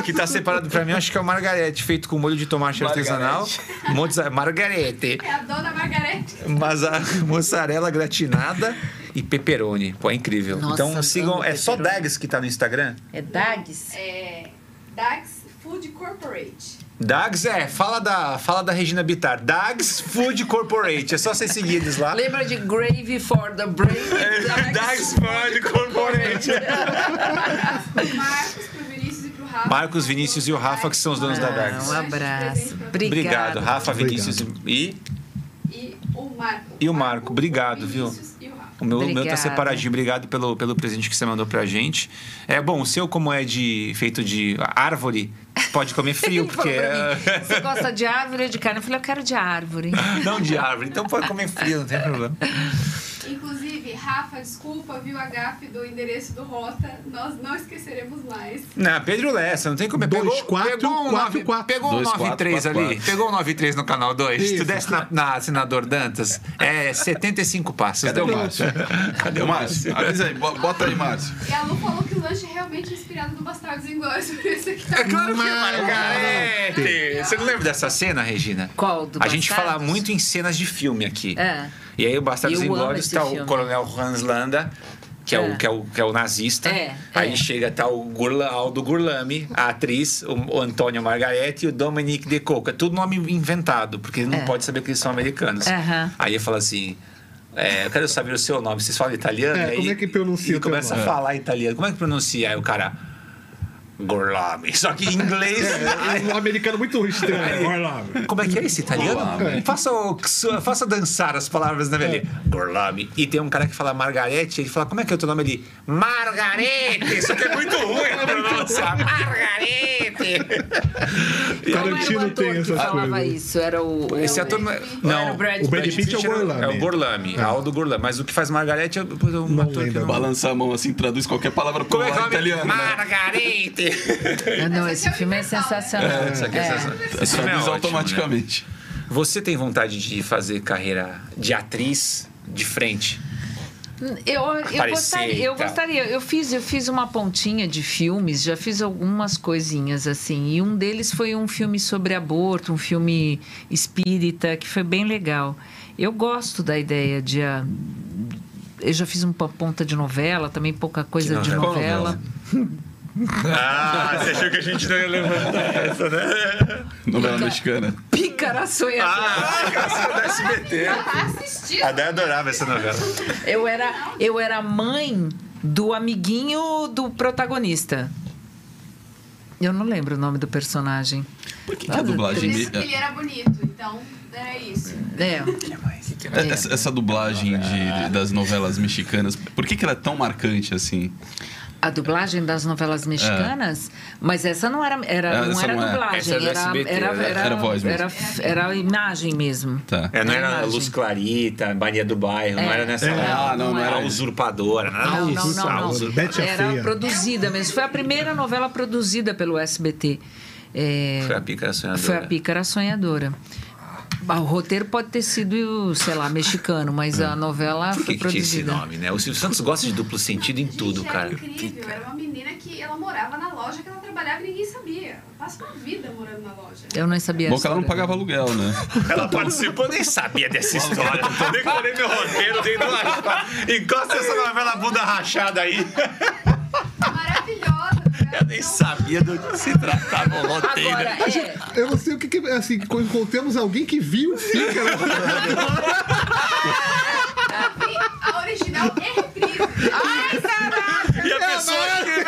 A: [LAUGHS] que tá separado pra mim, acho que é o Margarete, feito com molho de tomate
D: Margarete.
A: artesanal. Mozza- Margarete.
G: É a dona Margarete.
A: Mas a [LAUGHS] mussarela gratinada e pepperoni. Pô, é incrível.
B: Nossa,
A: então sigam.
B: amo
A: É só
B: pepperoni.
A: Dags que tá no Instagram?
B: É Dags?
G: É, Dax Food Corporate.
A: Dags é, fala da, fala da Regina Bittar. Dags Food Corporate. É só vocês seguir eles lá.
B: Lembra de Gravy for
A: [LAUGHS]
B: the Brain?
A: É, Dags Food Corporate.
G: Pro Marcos, pro Vinícius e pro Rafa.
A: Marcos, Vinícius e o Rafa, que são os donos da Dags.
B: Um abraço.
A: Obrigado,
B: Obrigado.
A: Rafa, Vinícius e
G: E o Marco.
A: E o Marco, obrigado,
G: o
A: viu?
G: Vinícius E o Rafa.
A: o meu, o meu tá
B: Obrigada.
A: separadinho. Obrigado pelo, pelo presente que você mandou pra gente. É bom, o seu, como é de feito de árvore, pode comer
B: [LAUGHS]
A: frio,
B: Ele
A: porque.
B: falou pra mim,
A: é-
B: Você gosta de árvore ou de carne? Eu falei, eu quero de árvore.
A: [LAUGHS] Não de árvore, então pode comer frio, não tem problema.
G: Inclusive, Rafa, desculpa, viu a gafe do endereço do Rota. Nós não esqueceremos mais.
A: Não, Pedro Lessa, não tem como.
C: Dois,
A: pegou,
C: quatro,
A: pegou um
C: quatro,
A: 9,
C: quatro.
A: pegou um
F: Dois, quatro,
A: 93 ali.
F: quatro, quatro.
A: Pegou um 93 no canal 2. Tu
C: Isso.
A: desce na, na senador Dantas, é 75 passos.
F: Cadê o
A: dali.
F: Márcio? Cadê o
B: tá-
F: Márcio? Avisa aí, bo- bota aí, Márcio.
G: E a Lu falou que o lanche é realmente inspirado no Bastardos Inglórios. Por isso que tá
A: É claro que é Margarete. Você não lembra dessa cena, Regina?
B: Qual? Do
A: A gente
B: Bastardos?
A: fala muito em cenas de filme aqui.
B: É.
A: E aí o Bastardos
B: Eu amo
A: Inglórios
B: esse
A: tá o
B: filme.
A: coronel Hans Landa, que é,
B: É.
A: O, que, é o, que é o nazista.
B: É,
A: aí
B: é.
A: chega tá o Gurla, Aldo Gurlami, a atriz, o, o Antônio Margarete e o Dominique de Coca. Tudo nome inventado, porque não
B: É.
A: pode saber que eles são americanos.
B: Aham.
A: Aí ele fala assim... é, eu quero saber o seu nome. Vocês falam italiano?
C: É,
A: E aí-
C: como é que pronuncia
A: E
C: o teu
A: começa a
C: nome?
A: falar italiano. Como é que pronuncia? Aí o cara... Gorlami. Só que em inglês. [LAUGHS]
C: É, um americano muito estranho. Vai lá.
A: Como é que é esse italiano?
F: Gorlami.
A: Faça, o- su- faça dançar as palavras na minha ali. Gorlami. E tem um cara que fala Margarete, ele fala, como é que é o teu nome ali? Margarete! Isso aqui é muito ruim pra pronunciar. Margarete!
B: Não
C: Tarantino
B: era o ator
C: tem
B: que
C: essas
B: falava
C: coisas.
B: isso, era o... o-
A: Esse ator. não é-
G: Brad Pitt.
A: Não,
B: Era o Brad
C: O Brad
B: Pitt.
C: Pitt é o Gorlami.
A: É o Gorlami, é. Aldo Gorlami. Mas o que faz Margarete é um
C: Não
A: ator que
C: lembro.
A: não...
F: Balançar a mão assim, traduz qualquer palavra pro
A: Como é que é o
F: lado
A: nome?
F: italiano, né?
A: Margarete!
B: Ah, não, esse
G: Esse é
B: filme é
G: universal,
B: sensacional.
G: né?
A: [LAUGHS] Isso aqui é sensacional.
F: Traduz
A: Isso é ótimo, né?
F: automaticamente.
A: Você tem vontade de fazer carreira de atriz de frente?
B: Eu, eu,
A: Aparecer
B: gostaria,
A: e
B: eu
A: tal.
B: gostaria, eu fiz, eu fiz uma pontinha de filmes, já fiz algumas coisinhas assim, e um deles foi um filme sobre aborto, um filme espírita, que foi bem legal. Eu gosto da ideia de. ah, eu já fiz uma ponta de novela, também pouca coisa de
A: novela?
B: novela.
A: Qual Ah, você achou que a gente não ia levantar essa, né?
F: Novela mexicana.
B: Pícara sonhadora.
A: Ah! essa da SBT.
G: Assisti.
A: A Day adorava essa novela.
B: Eu era, eu era mãe do amiguinho do protagonista. Eu não lembro o nome do personagem.
F: Por que, que a dublagem. é
G: Ele
F: me-
G: ele era bonito, então era isso.
B: É.
F: é- Essa, essa dublagem de-
B: Ah.
F: de- das novelas mexicanas, por que, que ela é tão marcante assim?
B: A dublagem das novelas mexicanas, mas essa não era, era,
F: Ah,
B: não
F: essa
B: era
F: É. não é.
B: dublagem,
A: Essa é do SBT,
B: era,
A: né?
B: era,
F: Era voz mesmo.
B: era, era a imagem mesmo.
F: Tá.
A: É, não era
B: Imagem.
A: Luz Clarita, Maria do Bairro, não
B: É.
A: era nessa
B: É.
F: Ah, não, não era.
A: A Usurpadora. Não, era
B: Não, não,
A: isso.
B: não, não.
C: Bete a
B: Era
C: Feia.
B: produzida mesmo. Foi a primeira novela produzida pelo SBT. É,
A: Foi a Pícara Sonhadora.
B: Foi a Pícara Sonhadora. Ah, O roteiro pode ter sido, sei lá, mexicano,
F: É.
B: mas a novela
A: Por
B: foi
A: que, que tinha esse
B: produzida.
A: nome, né? O Silvio Santos gosta de duplo sentido em tudo,
G: Gente,
A: cara.
G: Era incrível. Era uma menina que ela morava na loja que ela trabalhava e ninguém sabia. Ela passa uma vida morando na loja.
B: Eu não sabia.
F: Bom que ela não
B: essa.
F: pagava aluguel, né?
A: Ela participou, nem sabia dessa história. Eu decorei meu roteiro, dei duas. Encosta essa novela bunda rachada aí.
G: Maravilhosa. tá Então,
A: Eu nem sabia do que se tratava o roteiro.
B: Agora, é,
C: Eu não sei o que que... Assim, encontramos alguém que viu Pícara.
B: um
G: A original é reprise. Ai,
A: E a pessoa que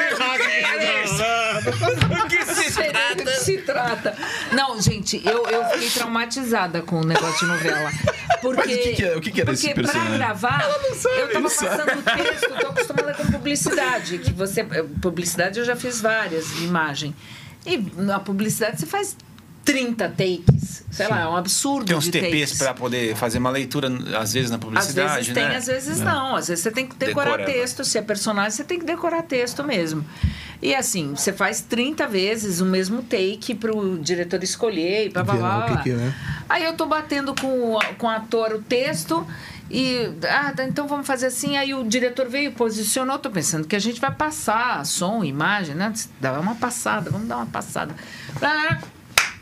F: [LAUGHS]
A: que se
B: Será que se trata? Não, gente, eu, eu fiquei traumatizada com o negócio de novela. Porque,
F: Mas o que que é- o que que era esse
B: porque pra
F: personagem?
B: gravar, eu tava passando o texto, tô acostumada com publicidade. Que você. eh, Publicidade eu já fiz várias, de imagem. E na publicidade você faz 30 takes. Sei lá, é um absurdo.
A: Tem uns
B: de
A: TPs
B: takes.
A: pra poder fazer uma leitura, às vezes, na
B: Às
A: publicidade,
B: vezes
A: né?
B: tem, às vezes não. Às vezes você tem que decorar
A: Decora, né?
B: texto. Se é personagem, você tem que decorar texto mesmo. E assim, você faz 30 vezes o mesmo take pro diretor escolher e blá blá
C: Ver lá
B: blá.
C: o que que é, né?
B: Aí eu tô batendo com, o- com o ator o texto e. Ah, tá, então vamos fazer assim. Aí o diretor veio, posicionou. Tô pensando que a gente vai passar som, imagem, né? Dá uma passada, vamos dar uma passada. Ah,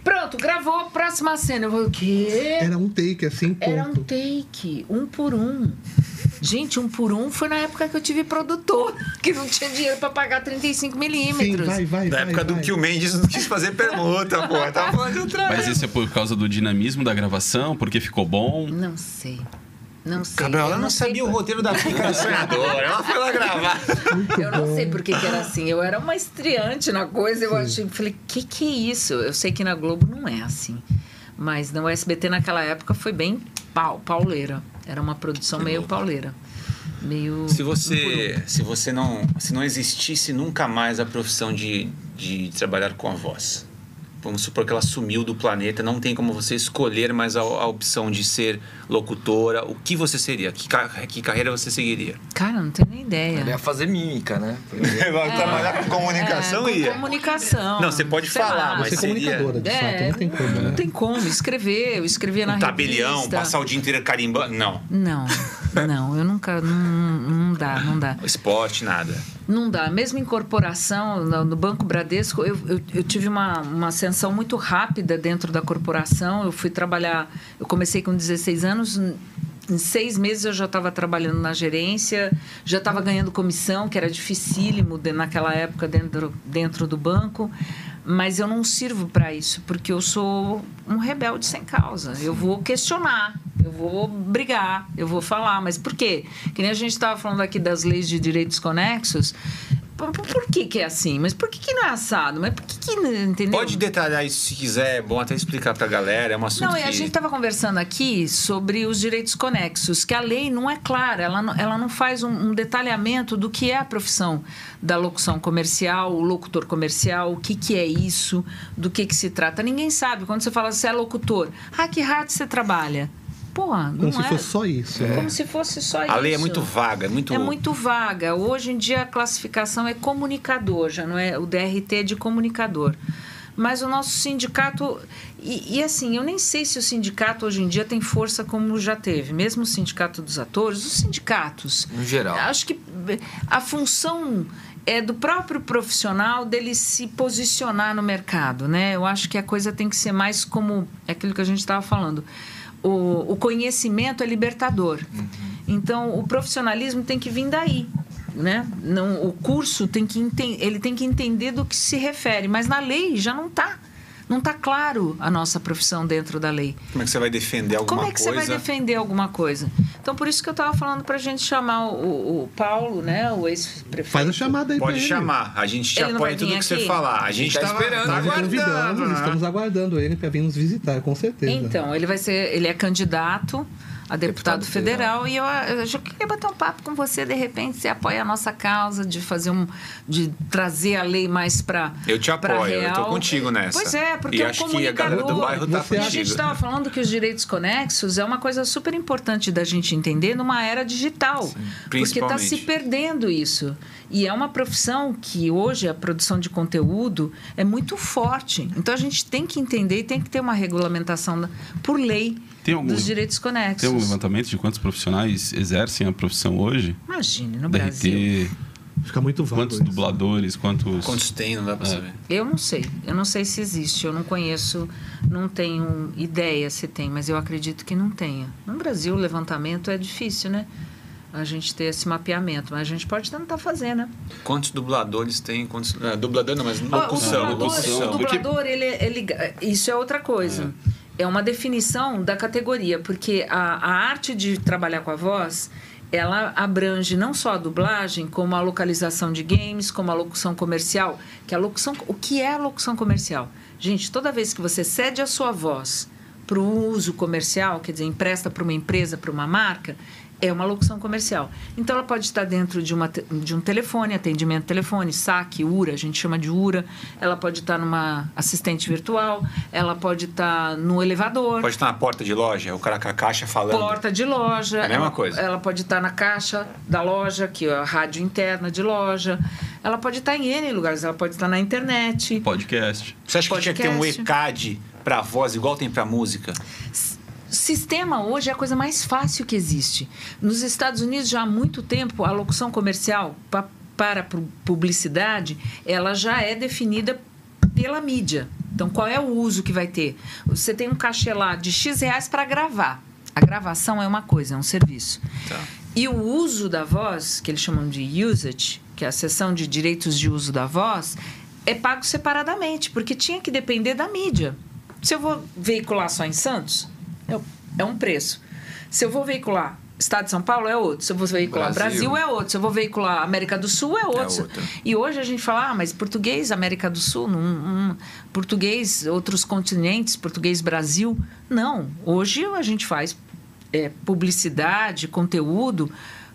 B: pronto, gravou, próxima cena. Eu vou, o quê?
C: Era um take, assim,
B: Era um
C: ponto.
B: take, um por um. Gente, um por um foi na época que eu tive produtor, [LAUGHS] que não tinha dinheiro pra pagar 35
C: Sim,
B: milímetros.
C: vai, vai,
A: Na
C: vai,
A: época do
C: vai.
A: que o Mendes não quis fazer permuta, pô. Tava falando de outra
F: Mas
A: vez.
F: isso é por causa do dinamismo da gravação, porque ficou bom.
B: Não sei. Não sei.
A: Gabriel,
B: Eu
A: ela não
B: sei
A: sabia o um
B: por-
A: roteiro da Pícara Sonhadora. Ela foi lá gravar.
B: Eu não sei por que que era assim. Eu era uma estreante na coisa. Eu achei, falei, que que é isso? Eu sei que na Globo não é assim. Mas no SBT naquela época foi bem pau, pauleira. Era uma produção meio pauleira. Meio.
A: Se
B: um por um.
A: você, se você não, se não existisse nunca mais a profissão de, de trabalhar com a voz, vamos supor que ela sumiu do planeta, não tem como você escolher mais a, a opção de ser locutora, o que você seria? Que, ca- que carreira você seguiria? [LAUGHS]
B: Cara, não tenho nem ideia.
D: Ele ia fazer mímica, né? Porque-
A: Trabalhar com comunicação
B: É, com comunicação.
A: Não, você pode
B: Sei
A: falar,
B: lá.
A: mas
C: Você é
A: seria
C: comunicadora, de fato.
B: É,
C: Não tem como,
B: Não
C: né?
B: tem como escrever, eu escrevia na
A: um tabelião,
B: revista.
A: passar um- o dia inteiro carimbando, não.
B: Não, não, eu nunca, não, não dá, não dá.
A: Esporte, nada.
B: Não dá. Mesmo incorporação, no, no Banco Bradesco, eu, eu, eu tive uma, uma ascensão muito rápida dentro da corporação. Eu fui trabalhar, eu comecei com 16 anos. n- Em seis meses eu já estava trabalhando na gerência, já estava ganhando comissão, que era dificílimo de- naquela época dentro, dentro do banco. Mas eu não sirvo para isso, porque eu sou um rebelde sem causa. Eu vou questionar, eu vou brigar, eu vou falar. Mas por quê? Que nem a gente estava falando aqui das leis de direitos conexos. Por, por- por que, que é assim? Mas por que, que não é assado? Mas por que, que não- entendeu?
A: Pode detalhar isso se quiser, é bom até explicar pra galera, é um assunto
B: Não,
A: que...
B: e a gente estava conversando aqui sobre os direitos conexos, que a lei não é clara, ela não, ela não faz um, um detalhamento do que é a profissão da locução comercial, o locutor comercial, o que, que é isso, do que, que se trata. Ninguém sabe. Quando você fala, você é locutor, ah, que rádio você trabalha? Pô, não
C: Como se
B: é.
C: fosse só isso. né?
B: Como se fosse só isso.
A: A lei é muito vaga, é muito...
B: É muito vaga. Hoje em dia a classificação é comunicador, já não é o DRT é de comunicador. Mas o nosso sindicato. E, e, assim, eu nem sei se o sindicato hoje em dia tem força como já teve. Mesmo o sindicato dos atores, os sindicatos.
D: No geral.
B: Acho que a função é do próprio profissional dele se posicionar no mercado, né? Eu acho que a coisa tem que ser mais como é aquilo que a gente estava falando. O, o conhecimento é libertador. Então, o profissionalismo tem que vir daí, né? Não, o curso tem que enten- ele tem que entender do que se refere, mas na lei já não está. Não está claro a nossa profissão dentro da lei.
A: Como é que você vai defender alguma
B: Como é que
A: coisa?
B: você vai defender alguma coisa? Então, por isso que eu estava falando para a gente chamar o, o Paulo, né? O ex-prefeito.
C: Faz a chamada aí pra
A: Pode
C: ele.
A: chamar, a gente te
B: Ele não
A: apoia em
B: vai vir
A: tudo que você
B: aqui?
A: falar. A gente
D: tá
A: tá
D: esperando,
A: tá
D: tá
C: Nós o
A: aguardando,
C: convidamos,
A: né?
C: estamos aguardando ele para vir nos visitar, com certeza.
B: Então, ele vai ser, ele é candidato a deputado,
D: Deputado
B: federal,
D: federal.
B: e eu, eu já queria bater um papo com você, de repente você apoia a nossa causa de fazer um de trazer a lei mais para
A: Eu te apoio, eu tô contigo nessa.
B: Pois é, porque
A: E
B: o
A: acho que a galera do
B: comunicador-
A: bairro tá
C: Você
B: E a gente
A: contigo.
B: estava falando que os direitos conexos é uma coisa super importante da gente entender numa era digital. porque está
A: principalmente.
B: se perdendo isso. E é uma profissão que hoje a produção de conteúdo é muito forte. Então a gente tem que entender e tem que ter uma regulamentação da- por lei
F: Tem algum-
B: dos direitos conexos.
F: Tem um levantamento de quantos profissionais exercem a profissão hoje?
B: Imagine, no Brasil.
F: DRT,
C: Fica muito vago.
F: quantos
C: isso.
F: dubladores, quantos...
A: Quantos tem, não dá pra saber.
B: Eu não sei. Eu não sei se existe. Eu não conheço, não tenho ideia se tem, mas eu acredito que não tenha. No Brasil, o levantamento é difícil, né? A gente ter esse mapeamento, mas a gente pode tentar fazer, né?
A: Quantos dubladores tem? Quantos... Ah, dublador não, É mas
B: Ó,
A: locução.
B: o dublador,
A: locução.
B: o dublador ele, ele, isso é outra coisa. É. uma definição da categoria, porque a, a arte de trabalhar com a voz ela abrange não só a dublagem, como a localização de games, como a locução comercial. Que a locução, o que é a locução comercial? Gente, toda vez que você cede a sua voz para o uso comercial, quer dizer, empresta para uma empresa, para uma marca, é uma locução comercial. Então, ela pode estar dentro de, uma te- de um telefone, atendimento telefone, saque, URA, a gente chama de URA. Ela pode estar numa assistente virtual, ela pode estar no elevador,
A: Pode estar na porta de loja, o cara com a caixa falando.
B: porta de loja.
A: É a mesma
B: ela,
A: coisa.
B: Ela pode estar na caixa da loja, que é a rádio interna de loja. Ela pode estar em N lugares, ela pode estar na internet.
F: Podcast.
A: Você acha que tinha que ter um
B: Podcast.
A: ECAD pra voz, igual tem pra música?
B: Sistema hoje é a coisa mais fácil que existe. Nos Estados Unidos, já há muito tempo, a locução comercial pa- para pu- publicidade, ela já é definida pela mídia. Então, qual é o uso que vai ter? Você tem um cachê lá de X reais para gravar. A gravação é uma coisa, é um serviço. E o uso da voz, que eles chamam de usage, que é a seção de direitos de uso da voz, é pago separadamente, porque tinha que depender da mídia. Se eu vou veicular só em Santos, eu- é um preço. Se eu vou veicular Estado de São Paulo, é outro. Se eu vou veicular Brasil,
D: Brasil.
B: é outro. Se eu vou veicular América do Sul, é outro.
D: outro.
B: E hoje a gente fala, ah, mas português, América do Sul, não- não- português, outros continentes, português, Brasil. Não. Hoje a gente faz é, publicidade, conteúdo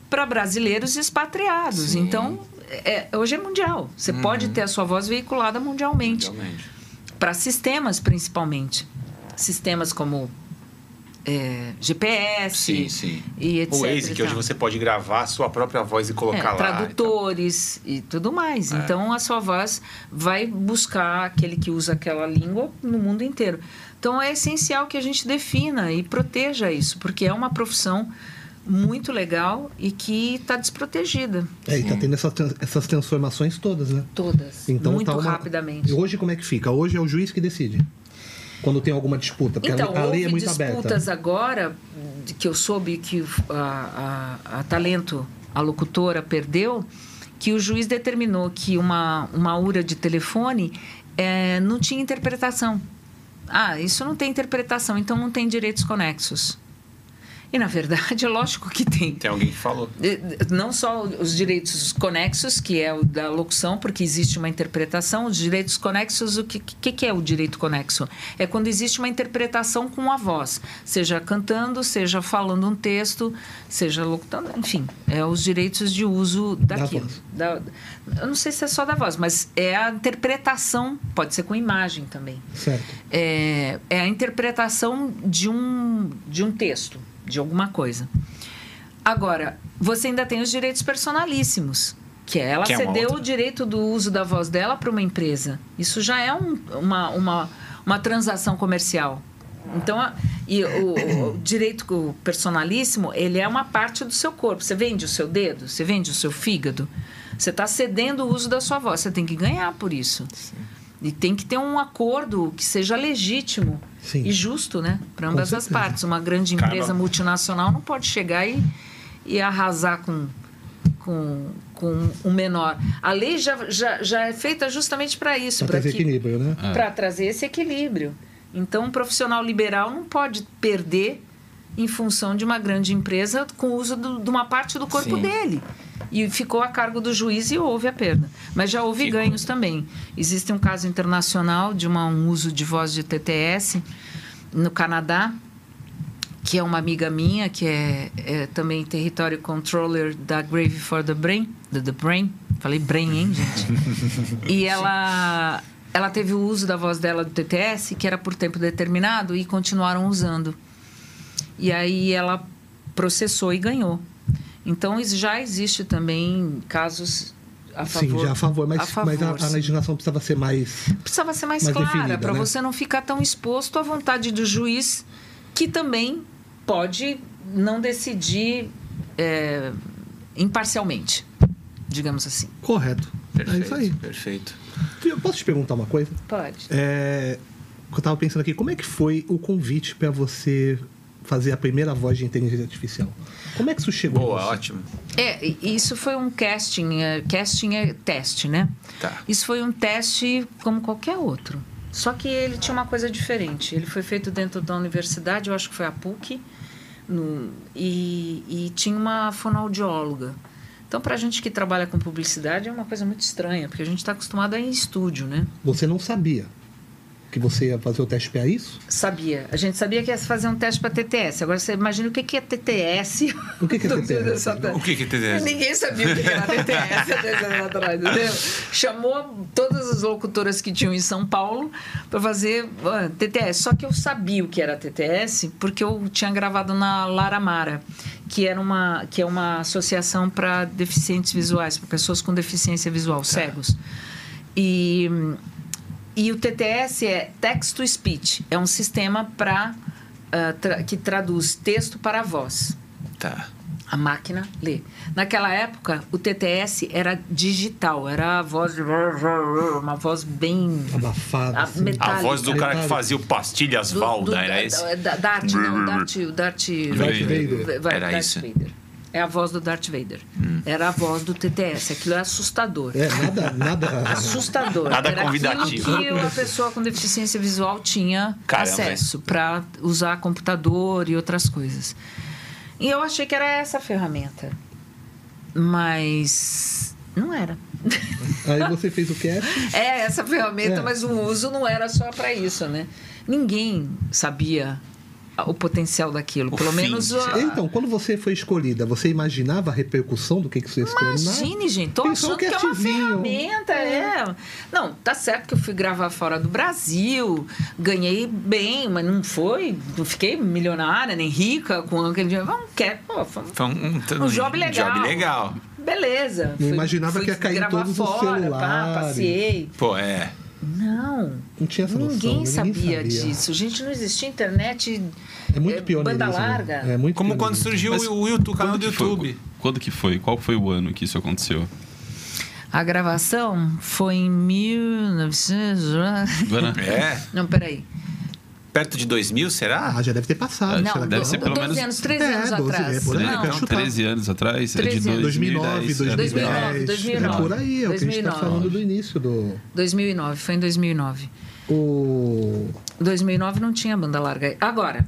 B: para brasileiros expatriados.
D: Sim. Uhum.
B: Então, é- hoje é mundial. Você pode ter a sua voz veiculada mundialmente
A: Realmente.
B: para sistemas principalmente. Sistemas como é, GPS
A: Sim, sim.
B: e etc.
A: O Waze,
B: e
A: que hoje
B: tal.
A: você pode gravar a sua própria voz e É.
B: É,
A: colocar lá.
B: tradutores e tudo mais. Então a sua voz vai buscar aquele que usa aquela língua no mundo inteiro. Então é essencial que a gente defina e proteja isso, porque é uma profissão muito legal e que está desprotegida.
C: É, e tá tendo essas, trans- essas transformações todas, né?
B: Todas.
C: Então
B: muito
C: tá uma-
B: rapidamente.
C: E hoje como é que fica? Hoje é o juiz que decide. Quando tem alguma disputa, porque a
B: Então,
C: lei- a lei é
B: houve
C: muito aberta.
B: disputas agora de que eu soube que o- a, a- a talento, a locutora, perdeu, que o juiz determinou que uma, uma URA de telefone eh, não tinha interpretação. Ah, isso não tem interpretação, então não tem direitos conexos. E, na verdade, [LAUGHS] é lógico que tem.
A: Tem alguém que falou.
B: Eh, Não só os direitos conexos, que é o da locução, porque existe uma interpretação. Os direitos conexos, o que, que, que é o direito conexo? É quando existe uma interpretação com a voz, seja cantando, seja falando um texto, seja locutando, enfim, é os direitos de uso daquilo.
C: voz.
B: Da- eu não sei se é só da voz, mas é a interpretação, pode ser com imagem também
C: Certo.
B: é, é a interpretação de um, de um texto, de alguma coisa. Agora, você ainda tem os direitos personalíssimos, que é ela
A: Que é uma
B: cedeu
A: outra.
B: o direito do uso da voz dela para uma empresa. Isso já é um- uma, uma, uma transação comercial. Então, a- e o, o direito co- personalíssimo, ele é uma parte do seu corpo. Você vende o seu dedo, você vende o seu fígado, você está cedendo o uso da sua voz. Você tem que ganhar por isso. E tem que ter um acordo que seja legítimo
C: Sim.
B: e justo, né? Para ambas as
C: certeza.
B: partes. Uma grande
A: Carla.
B: empresa multinacional não pode chegar e, e arrasar com, com, com o menor. A lei já, já, já é feita justamente para isso.
C: Pra
B: Para
C: trazer equilíbrio, né?
B: para trazer esse equilíbrio. Então, um profissional liberal não pode perder em função de uma grande empresa com o uso do- de uma parte do corpo
D: Sim.
B: dele. E ficou a cargo do juiz e houve a perda. Mas já houve ganhos também. Existe um caso internacional de uma- um uso de voz de TTS no Canadá, que é uma amiga minha, que é, é também território controller da Grave for the Brain, da The Brain. Falei Brain, hein, gente? e ela, ela teve o uso da voz dela do TTS, que era por tempo determinado, e continuaram usando. E aí ela processou e ganhou. Então isso já existe também casos a favor.
C: Sim, já a favor, mas,
B: a favor,
C: mas a- a,
B: sim
C: legislação precisava ser mais.
B: precisava ser mais,
C: Mais
B: clara,
C: definida,
B: para
C: né?
B: você não ficar tão exposto à vontade do juiz, que também pode não decidir é, imparcialmente, digamos assim.
C: Correto. é isso aí.
A: Perfeito.
C: Eu posso te perguntar uma coisa?
B: Pode.
C: É, eu tava pensando aqui, como é que foi o convite pra você fazer a primeira voz de inteligência artificial? Como é que isso chegou? em
A: Boa,
C: você?
A: ótimo.
B: É, e- isso foi um casting, é, casting é teste, né?
A: Tá.
B: Isso foi um teste como qualquer outro. Só que ele tinha uma coisa diferente. Ele foi feito dentro da universidade, eu acho que foi a PUC, no- e, e tinha uma fonoaudióloga. Então, para a gente que trabalha com publicidade, é uma coisa muito estranha, porque a gente está acostumado a ir em estúdio, né?
C: Você não sabia que você ia fazer o teste para isso?
B: Sabia. A gente sabia que ia se fazer um teste para TTS. Agora você imagina o que que é TTS. [LAUGHS]
C: O que que é TTS?
A: O que que é TTS?
B: Ninguém sabia o que que era TTS há 10 anos atrás, entendeu? Chamou todas as locutoras que tinham em São Paulo para fazer ah, TTS. Só que eu sabia o que era TTS porque eu tinha gravado na Lara Mara, que, era uma, que é uma associação para deficientes visuais, para pessoas com deficiência visual, cegos. E, e o TTS é Text to Speech. É um sistema pra, ah, tra- que traduz texto para voz.
A: Tá.
B: A máquina lê. Naquela época, o TTS era digital, era a voz. Uma voz bem.
C: Abafado.
B: A
C: assim.
B: meta-
A: A voz do cara que
C: Metálica.
A: fazia o Pastilhas
B: Tá do-
A: Valda,
B: do-
A: era esse?
B: Da, da- Dart, não, Dart. o Dart
C: Darth Vader.
B: V- vai,
A: Era Hum.
B: Darth
A: isso.
B: Vader. É a voz do Darth Vader. Era a voz do TTS. Aquilo é assustador.
C: É, nada, nada.
B: Assustador.
A: Nada
B: Era
A: convidativo.
B: aquilo que a pessoa com deficiência visual tinha
A: Caramba,
B: acesso para usar computador e outras coisas. E eu achei que era essa a ferramenta. Mas não era. [LAUGHS]
C: Aí você fez o cast.
B: É essa ferramenta,
C: É.
B: mas o uso não era só para isso, né? Ninguém sabia a- o potencial daquilo.
A: O
B: Pelo
A: fim,
B: menos a-
C: Então, quando você foi escolhida, você imaginava a repercussão do que, que isso ia se tornar?
B: Imagine, gente, tô
C: Pensou
B: achando que é uma
C: castzinho.
B: ferramenta, é. Não, tá certo que eu fui gravar fora do Brasil, ganhei bem, mas não foi, não fiquei milionária, nem rica, com aquele dinheiro. Vamos, quer, pô, foi um-
A: Foi um,
B: Um job legal.
A: Job legal.
B: beleza.
C: Não
B: Fui-
C: imaginava
B: fui
C: que ia cair
B: gravar
C: todos os
B: fora, pá,
C: celulares.
B: passei.
A: Pô, é.
B: Não,
C: Não tinha essa noção.
B: ninguém,
C: né?
B: sabia disso. Gente, não existia internet,
C: É muito
B: eh,
C: pioneiro.
B: banda
C: isso, né?
B: larga.
C: É muito
A: Como quando
C: pioneiro.
A: surgiu
F: Mas
A: o YouTube, o canal do
F: que foi?
A: YouTube.
F: Quando que foi? Qual foi o ano que isso aconteceu?
B: A gravação foi em 1900...
F: Agora,
A: É?
B: Não, peraí.
A: Perto de 2000, será?
C: Ah, já deve ter passado. sei
B: Não,
C: lá,
F: deve
C: não.
F: ser pelo
B: 12
F: menos-
B: anos, 13
C: É,
B: anos
C: 12, é,
B: atrás.
C: por aí,
B: Não,
C: cara.
F: então, 13 anos atrás? É
B: 13
F: de
B: anos.
C: 2009,
F: 2010.
C: 2010.
B: 2009,
C: É por aí, é o que a gente tá
B: 2009.
C: falando do início do.
B: 2009, foi em 2009.
C: O.
B: 2009 não tinha banda larga. Agora,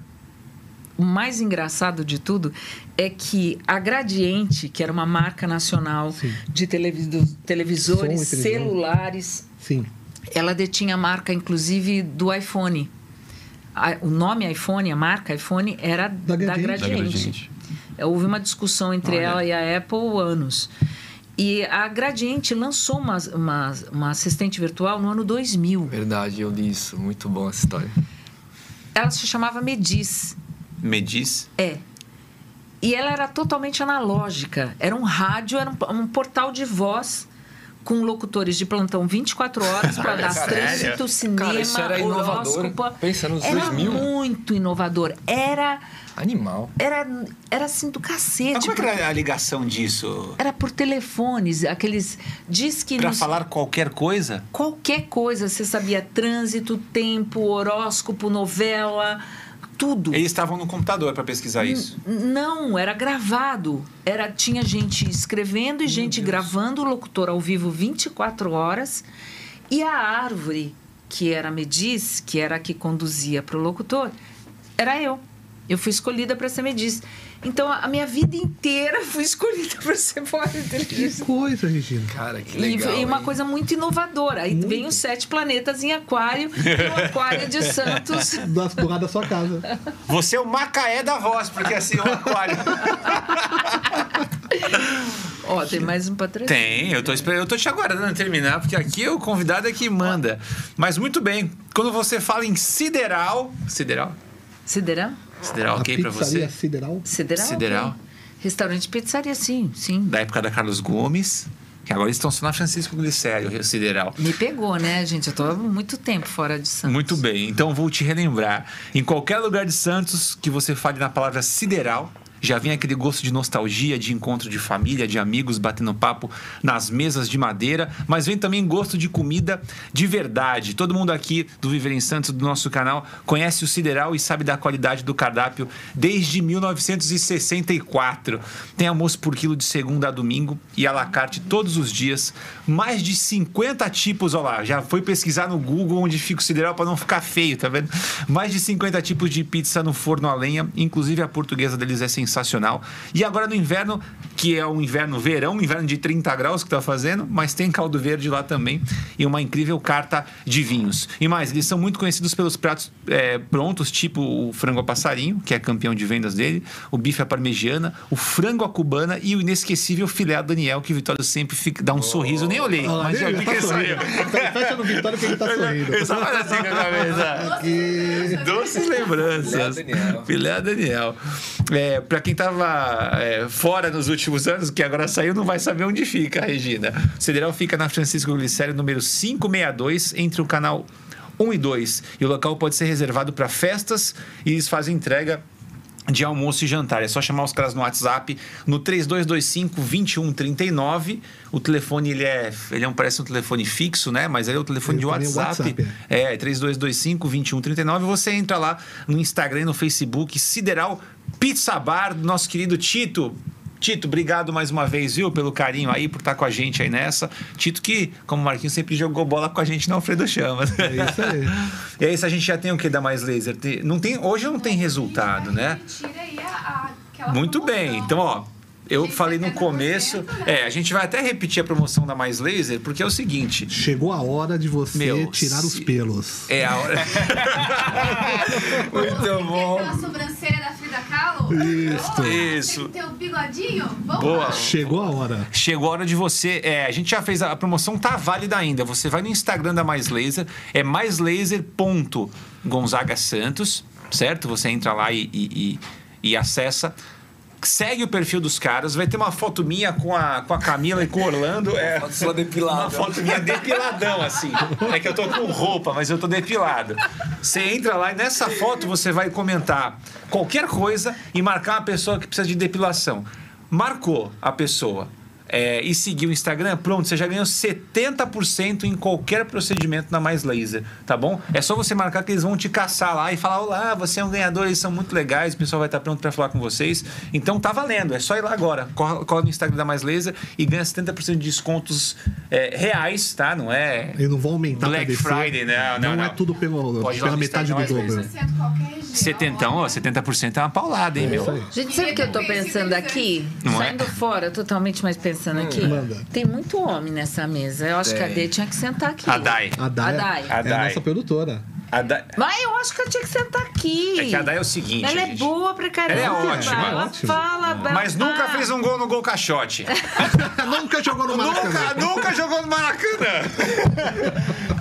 B: o mais engraçado de tudo é que a Gradiente, que era uma marca nacional
C: Sim.
B: de televis- dos televisores,
C: Som e televisão.
B: celulares,
C: Sim.
B: ela detinha a marca, inclusive, do iPhone. A- o nome iPhone, a marca iPhone, era da Gradiente.
C: Gradiente.
F: Da Gradiente.
B: É, Houve uma discussão entre
D: Olha.
B: ela e a Apple anos. E a Gradiente lançou uma, uma, uma assistente virtual no ano 2000.
D: Verdade, eu li isso. Muito bom essa história.
B: Ela se chamava Mediz.
A: Mediz.
B: É. E ela era totalmente analógica. Era um rádio, era um, um portal de voz com locutores de plantão 24 horas
D: [LAUGHS]
B: para dar
A: Sério?
B: trânsito, cinema,
D: Cara, isso era inovador.
B: horóscopo.
D: Pensa nos
B: era
D: 2000.
B: muito inovador. Era,
D: Animal.
B: era, era assim do
A: Mas
B: cacete.
A: como é que era a ligação disso?
B: Era por telefones, aqueles disque
A: Pra
B: nos-
A: falar qualquer coisa?
B: qualquer coisa, você sabia trânsito, tempo, horóscopo, novela, tudo.
A: Eles estavam no computador pra
B: Hum.
A: pesquisar isso.
B: Não, era gravado. Era tinha gente escrevendo e gente gravando, o locutor ao vivo 24 horas. E a árvore, que era a Mediz, que era a que conduzia para o locutor, era eu. Eu fui escolhida para ser Mediz. Então, a a minha vida inteira [LAUGHS] fui escolhida para ser voz
C: Que
B: inteligente.
C: coisa, Regina.
D: Cara, que
B: E-
D: legal.
B: e uma
D: hein?
B: coisa muito inovadora. Aí
C: Muito.
B: vem os sete planetas em
A: [LAUGHS]
B: aquário e o aquário de Santos.
C: Do, do lado da sua casa.
A: Você é o Macaé da voz, porque assim, o
B: [LAUGHS]
A: aquário.
B: Ó, tem mais um patrocínio.
A: Tem, eu tô, esper- eu tô te aguardando terminar, porque aqui o convidado é que manda. Mas muito bem, quando você fala em sideral. Sideral?
B: Siderão?
A: Sideral [LAUGHS] ok
C: a
A: pra
C: pizzaria
A: você?
C: Sideral.
B: Sideral?
A: Sideral.
B: ok. Restaurante e pizzaria, sim, sim.
A: Da época da Carlos Gomes, que agora estão só na Francisco Glicério, o Sideral.
B: Me pegou, né, gente? Eu tô há muito tempo fora de Santos.
A: Muito bem, então vou te relembrar. Em qualquer lugar de Santos que você fale na palavra sideral, já vem aquele gosto de nostalgia, de encontro de família, de amigos batendo papo nas mesas de madeira, mas vem também gosto de comida de verdade. Todo mundo aqui do Viver em Santos, do nosso canal, conhece o Sideral e sabe da qualidade do cardápio desde 1964. Tem almoço por quilo de segunda a domingo e à la carte todos os dias. Mais de 50 tipos, olha lá, já foi pesquisar no Google onde fica o sideral para não ficar feio, tá vendo? Mais de 50 tipos de pizza no forno a lenha, inclusive a portuguesa deles é sensacional. E agora no inverno, que é um inverno verão, um inverno de 30 graus que tá fazendo, mas tem caldo verde lá também e uma incrível carta de vinhos. E mais, eles são muito conhecidos pelos pratos é, prontos, tipo o frango a passarinho, que é campeão de vendas dele, o bife à parmegiana, o frango à cubana e o inesquecível filé a Daniel, que o Vitório sempre fica- dá um sorriso. Nem olhei,
C: Olha lá,
A: mas já
C: ele
A: vi
C: tá
A: que saiu.
C: sorrindo. Então, Fecha no Vitória que
A: [LAUGHS]
C: ele tá sorrindo.
A: Ele só faz assim com a cabeça.
G: Que
A: Doces lembranças.
D: Filé Daniel.
A: [LAUGHS] Filé Daniel. É, pra quem tava é, fora nos últimos anos, que agora saiu, não vai saber onde fica, Regina. O Sideral fica na Francisco Glicério, número 562, entre o canal 1 e 2. E o local pode ser reservado para festas e eles fazem entrega de almoço e jantar. É só chamar os caras no WhatsApp no 3225-2139. O telefone, ele é... Ele é um, parece um telefone fixo, né? Mas ele é o telefone de
C: Telefone
A: WhatsApp.
C: WhatsApp, é.
A: É, 3225-2139. Você entra lá no Instagram e no Facebook, Sideral Pizza Bar, do nosso querido Tito. Tito, obrigado mais uma vez, viu, pelo carinho aí, por estar com a gente aí nessa. Tito que, como o Marquinhos, sempre jogou bola com a gente na Alfredo Chamas.
C: É isso aí.
A: e é isso, a gente já tem o que dar mais laser? Tem- Não tem, hoje não tem resultado, né?
G: Tira aí a, a, aquela
A: Muito
G: promoção.
A: bem, então ó. Eu
G: Tem que
A: falei
G: ter
A: no
G: 70%,
A: começo.
G: né?
A: É, a gente vai até repetir a promoção da Mais Laser, porque é o seguinte.
C: Chegou a hora de você
A: Meu,
C: tirar os
A: se-
C: pelos.
A: É a hora. [LAUGHS]
D: Muito bom.
G: Aquela sobrancelha da Frida Kahlo?
C: Isso.
G: Boa,
A: Isso.
G: Tem que ter o bigodinho? Vamos
A: Boa.
G: lá.
C: Chegou a hora.
A: Chegou a hora de você. É, a gente já fez a, a promoção, tá válida ainda. Você vai no Instagram da Mais Laser, é maislaser.gonzagasantos, certo? Você entra lá e, e, e- e acessa. Segue o perfil dos caras, vai ter uma foto minha com a, com a Camila e com o Orlando. É,
D: Foto sua depilada.
A: uma foto minha depiladão, assim. É que eu tô com roupa, mas eu tô depilado. Você entra lá e nessa foto você vai comentar qualquer coisa e marcar uma pessoa que precisa de depilação. Marcou a pessoa. é, e seguir o Instagram, pronto, você já ganhou 70% em qualquer procedimento na Mais Laser, tá bom? É só você marcar que eles vão te caçar lá e falar: Olá, você é um ganhador, eles são muito legais, o pessoal vai estar pronto para falar com vocês. Então tá valendo, é só ir lá agora, corre, corre no Instagram da Mais Laser e ganha 70% de descontos é, reais, tá? Não é.
C: Eu não vou aumentar
A: Black
C: pra descer.
A: Friday, né? não, não,
C: Não, é
A: não.
C: tudo pelo,
A: Pode ir lá no
C: pela metade do
A: Instagram, às
C: dobro.
A: vezes.
G: 70% qualquer gel,
A: 70, ó, 70% é uma paulada, hein,
C: É
A: meu?
C: isso aí.
B: Gente, sabe o que eu tô pensando aqui?
A: Não é? Hum.
B: Saindo fora totalmente, mas pensando aqui.
C: Manda.
B: Tem muito homem nessa mesa. Eu acho que a
D: Tem.
B: Dê tinha que sentar aqui.
A: A Dai.
C: A Dai,
B: Dai.
A: A
C: é a
A: Dai.
C: nossa produtora.
A: A Dai-
B: Mas eu acho que ela tinha que sentar aqui.
A: É que a Dai é o seguinte.
B: Ela é
A: gente.
B: boa pra caramba.
A: Ela é ótima.
B: Ela tá
C: Ótima.
B: fala...
A: Mas nunca fez um gol no gol
B: [LAUGHS]
A: caixote.
C: [LAUGHS] Nunca jogou né? no
A: nunca,
C: Maracanã.
A: nunca jogou no
B: [LAUGHS]
A: Maracanã.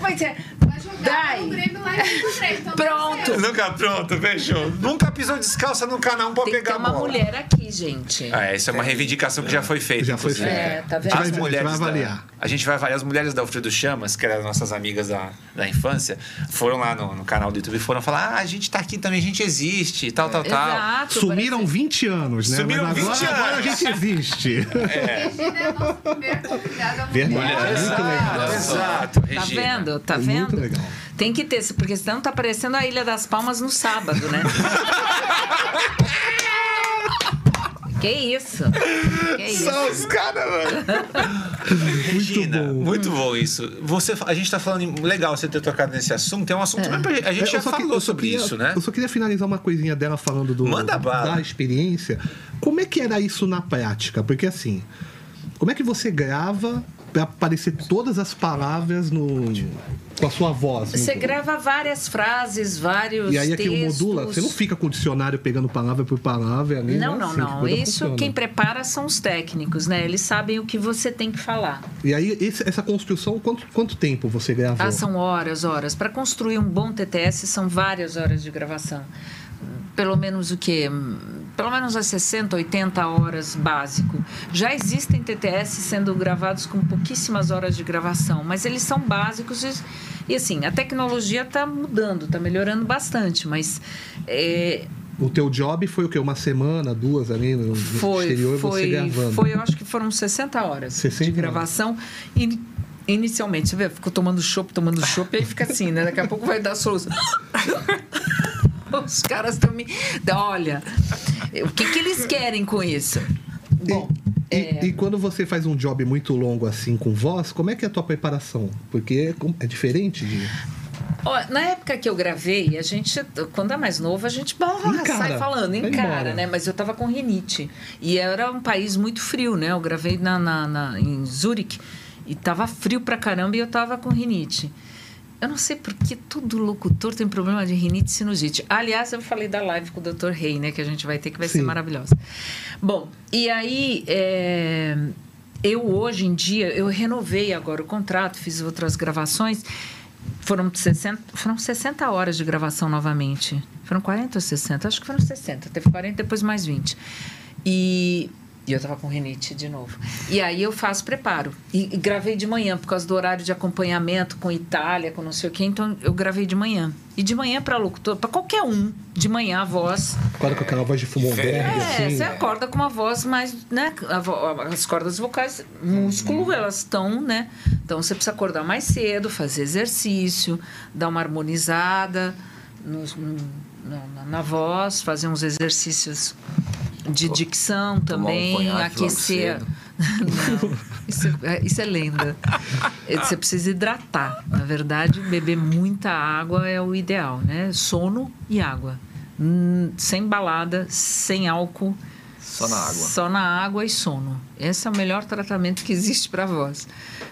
B: Pois é.
G: Vai jogar
B: Dai.
G: no Grêmio lá em 53, então
B: Pronto.
G: deu certo.
A: nunca, pronto, fechou. Nunca pisou descalça no canal pra
B: Tem que
A: pegar
B: ter
A: a
B: uma
A: bola.
B: mulher aqui, gente.
A: Ah, é, isso é uma reivindicação que já foi feita.
C: Já foi
A: inclusive.
C: feita.
B: É, tá
C: A gente
B: vendo?
C: vai- a gente vai
A: da-
C: avaliar.
A: a gente vai avaliar. As mulheres da Alfredo Chamas, que eram nossas amigas da, da infância, foram lá no, no canal do YouTube e foram falar: ah, a gente tá aqui também, a gente existe, tal, tal, tal.
B: Exato.
C: então tá. Sumiram 20 anos, né?
A: assim. Sumiram
C: Mas agora,
A: 20 anos.
C: agora a gente existe.
G: Regina é a nossa primeira convidada.
C: Verdade. Muito legal.
A: Exato,
B: Tá
A: Regina.
B: vendo? Tá
C: Muito
B: vendo?
C: legal.
B: Tem que ter, porque senão tá parecendo a Ilha das Palmas no sábado,
C: [LAUGHS]
B: né? que isso? Que isso?
A: São os caras, mano. Regina,
C: bom.
A: muito bom isso. Você, a gente tá falando. em- Legal você ter tocado nesse assunto. É um assunto. mesmo pra- A gente
C: É,
A: já
C: eu só que-
A: falou
C: eu só
A: sobre
C: queria-
A: isso, né?
C: Eu só queria finalizar uma coisinha dela falando do,
A: Manda bala.
C: da experiência. Como é que era isso na prática? Porque assim, como é que você grava pra aparecer todas as palavras no, com a sua voz? no-
B: Você grava várias frases, vários
C: e aí aquilo
B: textos.
C: modula, você não fica com o dicionário pegando palavra por palavra. né?
B: Não, não,
C: assim que
B: não.
C: coisa
B: Isso
C: funciona.
B: quem prepara são os técnicos, né? Eles sabem o que você tem que falar.
C: E aí, esse- essa construção, quanto, quanto tempo você gravou?
B: Ah, são horas, horas. Para construir um bom TTS são várias horas de gravação. Pelo menos o quê? Pelo menos as 60, 80 horas básico. Já existem TTS sendo gravados com pouquíssimas horas de gravação, mas eles são básicos e, e, assim, a tecnologia está mudando, está melhorando bastante, mas é,
C: O teu job foi o quê? Uma semana, duas ali no no
B: foi,
C: exterior, você
B: foi,
C: gravando?
B: foi, eu acho que foram 60 horas
C: 60
B: de
C: horas.
B: gravação. In- inicialmente, você vê, ficou tomando chopp, tomando chopp, e aí fica assim, né? Daqui a pouco vai dar solução. [LAUGHS] Os caras estão me. Olha, o que, que eles querem com isso? Bom, é-
C: E, e quando você faz um job muito longo assim com voz, como é que é a tua preparação? Porque é com- é diferente de.
B: Ó, na época que eu gravei, a gente, quando é mais novo, a gente bah,
C: Encara.
B: sai falando,
C: Vai
B: encara,
C: embora.
B: né? Mas eu tava com rinite. E era um país muito frio, né? Eu gravei na, na- na- em Zurique e tava frio pra caramba e eu tava com rinite. Eu não sei porque todo locutor tem problema de rinite e sinusite. Aliás, eu falei da live com o Dr. Rei, né? Que a gente vai ter, que vai ser
C: Sim.
B: maravilhosa. Bom, e aí. é, Eu hoje em dia, eu renovei agora o contrato, fiz outras gravações. Foram 60, foram 60 horas de gravação novamente. Foram 40 ou 60? Acho que foram 60. Teve 40, depois mais 20. E, e eu tava com renite de novo. E aí eu faço preparo. E, e gravei de manhã, por causa do horário de acompanhamento com Itália, com não sei o quê. Então eu gravei de manhã. E de manhã para locutor, para qualquer um, de manhã a voz
C: Acorda com aquela voz de fumão verde,
B: é,
C: assim.
B: você acorda com uma voz mais, né? a vo- as cordas vocais,
D: Uhum.
B: músculo, elas estão, né? Então você precisa acordar mais cedo, fazer exercício, dar uma harmonizada nos- no- na, na voz, fazer uns exercícios de dicção
D: tomar um
B: também,
D: conhaque logo
B: aquecer.
D: cedo.
B: [LAUGHS] Não, isso, é, isso é lenda. É, Você precisa hidratar. Na verdade, beber muita água é o ideal, né? Sono e água. Hum, Sem balada, sem álcool.
D: Só na água.
B: Só na água e sono. Esse é o melhor tratamento que existe para voz.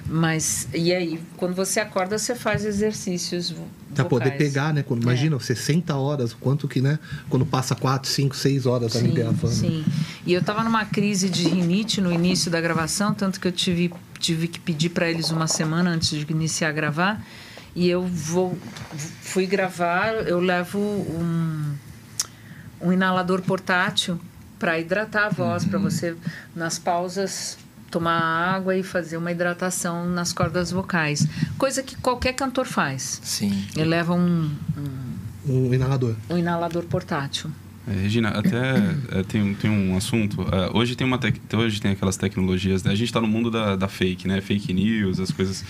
B: Mas, e aí, quando você acorda, você faz exercícios. vo-
C: Pra poder
B: vocais.
C: pegar, né? Quando,
B: É.
C: imagina, 60 horas, o quanto que, né? Quando passa 4, 5, 6 horas ali Tá gravando.
B: Sim. E eu tava numa crise de rinite no início da gravação, tanto que eu tive, tive que pedir para eles uma semana antes de iniciar a gravar. E eu vou fui gravar, eu levo um, um inalador portátil para hidratar a voz, pra para você nas pausas tomar água e fazer uma hidratação nas cordas vocais, coisa que qualquer cantor faz.
D: Sim.
B: Ele leva um- um
C: Um inalador.
B: um inalador portátil.
F: É, Regina, até é, tem, tem um assunto. Ah, hoje, tem uma tec- hoje tem aquelas tecnologias, né? A gente está no mundo da, da fake, né? Fake news, as coisas.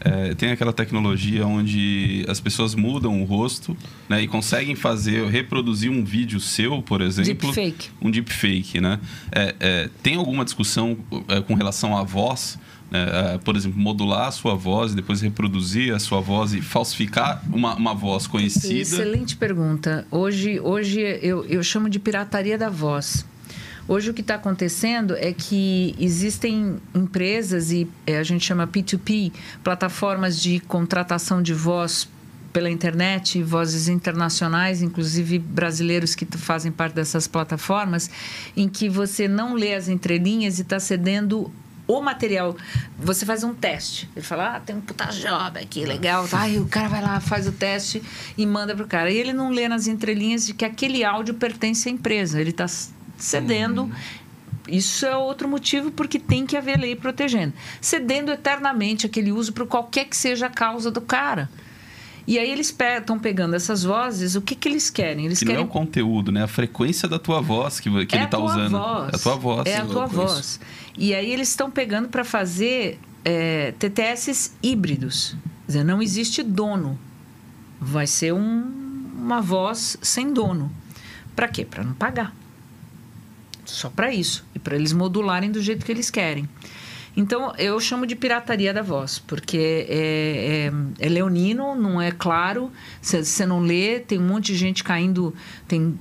F: É, tem aquela tecnologia onde as pessoas mudam o rosto né, e conseguem fazer, reproduzir um vídeo seu, por exemplo.
B: Deepfake.
F: Um deepfake, né? É, é, tem alguma discussão é, com relação à voz? né? É, por exemplo, modular a sua voz e depois reproduzir a sua voz e falsificar uma, uma voz conhecida.
B: Excelente pergunta. Hoje, hoje eu, eu chamo de pirataria da voz. Hoje o que está acontecendo é que existem empresas e eh, a gente chama P2P, plataformas de contratação de voz pela internet, vozes internacionais, inclusive brasileiros que t- fazem parte dessas plataformas, em que você não lê as entrelinhas e está cedendo o material. Você faz um teste. Ele fala, ah, tem um puta job aqui, legal. Tá? Aí o cara vai lá, faz o teste e manda pro cara. E ele não lê nas entrelinhas de que aquele áudio pertence à empresa. Ele está cedendo.
F: Uhum.
B: Isso é outro motivo porque tem que haver lei protegendo. Cedendo eternamente aquele uso por qualquer que seja a causa do cara. E aí eles estão pegando essas vozes, o que, que eles querem? Eles
F: Que não é
B: querem
F: o conteúdo, né? A frequência da tua voz que, que
B: é
F: ele
B: a
F: tá
B: tua
F: usando.
B: Voz.
F: É a tua voz.
B: É a
F: que
B: tua
F: louco
B: voz.
F: isso.
B: E aí eles estão pegando para fazer é, TTS híbridos. Quer dizer, não existe dono. Vai ser um- uma voz sem dono. Para quê? Para não pagar. Só para isso. E para eles modularem do jeito que eles querem. Então, eu chamo de pirataria da voz, porque é, é- é leonino, não é claro, você não lê, tem um monte de gente caindo, tem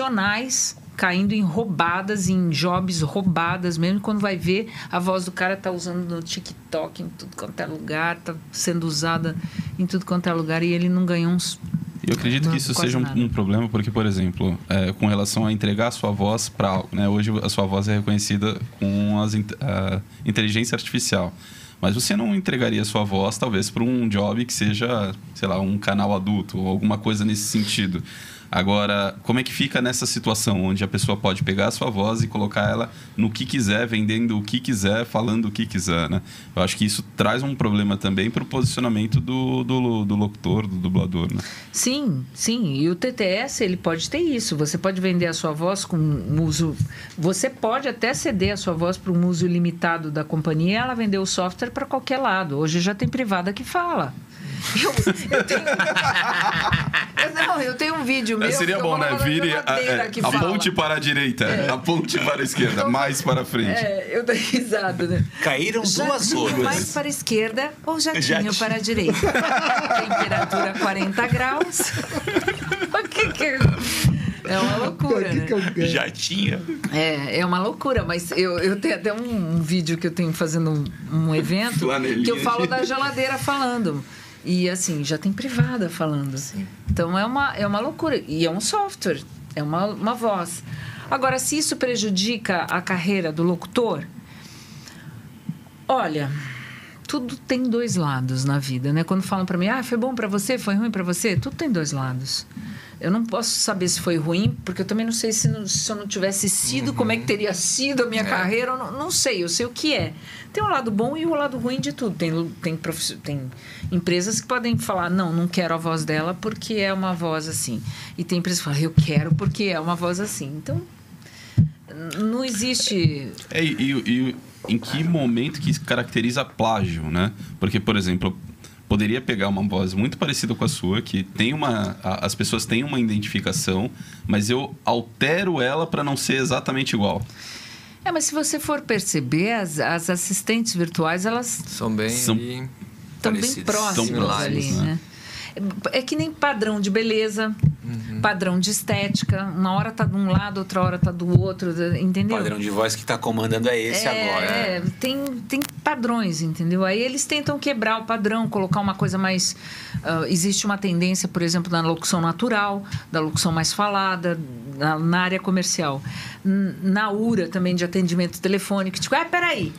B: profissionais caindo em roubadas, em jobs roubadas mesmo, quando vai ver, a voz do cara tá usando no TikTok, em tudo quanto é lugar, tá sendo usada em tudo quanto é lugar, e ele não ganhou uns...
F: Eu acredito
B: Não,
F: que isso
B: quase
F: seja
B: nada.
F: um, um problema, porque, por exemplo, é, com relação a entregar a sua voz para algo, né? Hoje a sua voz é reconhecida com as, in- a inteligência artificial. Mas você não entregaria a sua voz, talvez, para um job que seja, sei lá, um canal adulto ou alguma coisa nesse sentido. Agora, como é que fica nessa situação onde a pessoa pode pegar a sua voz e colocar ela no que quiser, vendendo o que quiser, falando o que quiser, né? Eu acho que isso traz um problema também para o posicionamento do, do, do locutor, do dublador, né?
B: Sim, sim. E o TTS, ele pode ter isso. Você pode vender a sua voz com um uso. Você pode até ceder a sua voz para um uso limitado da companhia e ela vender o software para qualquer lado. Hoje já tem privada que fala. [LAUGHS] Eu, eu tenho. [LAUGHS] Eu- não, eu tenho um vídeo meu.
F: É, seria
B: que eu
F: bom,
B: vou
F: né?
B: colocar na
F: Vire a,
B: geladeira
F: é,
B: que
F: a
B: fala. Então,
F: ponte para a direita, aponte para a esquerda, mais para a frente.
B: É, eu dou [LAUGHS] risada, né?
A: Caíram duas
B: Jatinho mais
A: horas.
B: para a esquerda ou jatinho,
A: Jatinho.
B: para a direita? Temperatura 40 graus. [LAUGHS] o que que é? É uma loucura,
C: O que
B: né?
C: que eu ganho?
A: Já tinha.
B: É, é uma loucura, mas eu, eu tenho até um, um vídeo que eu tenho fazendo um, um evento
F: Flanelinha.
B: que eu falo da geladeira falando. E assim, já tem privada falando. Então é uma, é uma loucura. E é um software, é uma, uma voz. Agora, se isso prejudica a carreira do locutor, Olha, tudo tem dois lados na vida, né? Quando falam pra mim, ah, foi bom pra você, foi ruim pra você, tudo tem dois lados. Eu não posso saber se foi ruim, porque eu também não sei se, não- se eu não tivesse sido, como é que teria sido a minha carreira, eu não, não sei, eu sei o que é. Tem o lado bom e o lado ruim de tudo. Tem, tem, profiss- tem empresas que podem falar, não, não quero a voz dela porque é uma voz assim. E tem empresas que falam, eu quero porque é uma voz assim. Então, n- não existe.
F: É, e, e- e em que momento que isso caracteriza plágio, né? Porque, por exemplo, poderia pegar uma voz muito parecida com a sua, que tem uma. a- as pessoas têm uma identificação, mas eu altero ela para não ser exatamente igual.
B: É, mas se você for perceber, as, as assistentes virtuais, elas
D: São bem
F: São-
D: ali
B: estão bem
D: parecidas,
B: próximas
F: similares,
B: ali,
F: né?
B: né? É que nem padrão de beleza, padrão de estética. Uma hora tá de um lado, outra hora tá do outro,
A: O
B: entendeu?
A: padrão de voz que tá comandando é esse
B: é,
A: agora.
B: é, tem, tem padrões, entendeu? Aí eles tentam quebrar o padrão, colocar uma coisa mais. ah, existe uma tendência, por exemplo, da locução natural, da locução mais falada, na, na área comercial. N- Na URA também de atendimento telefônico, tipo, ah, peraí,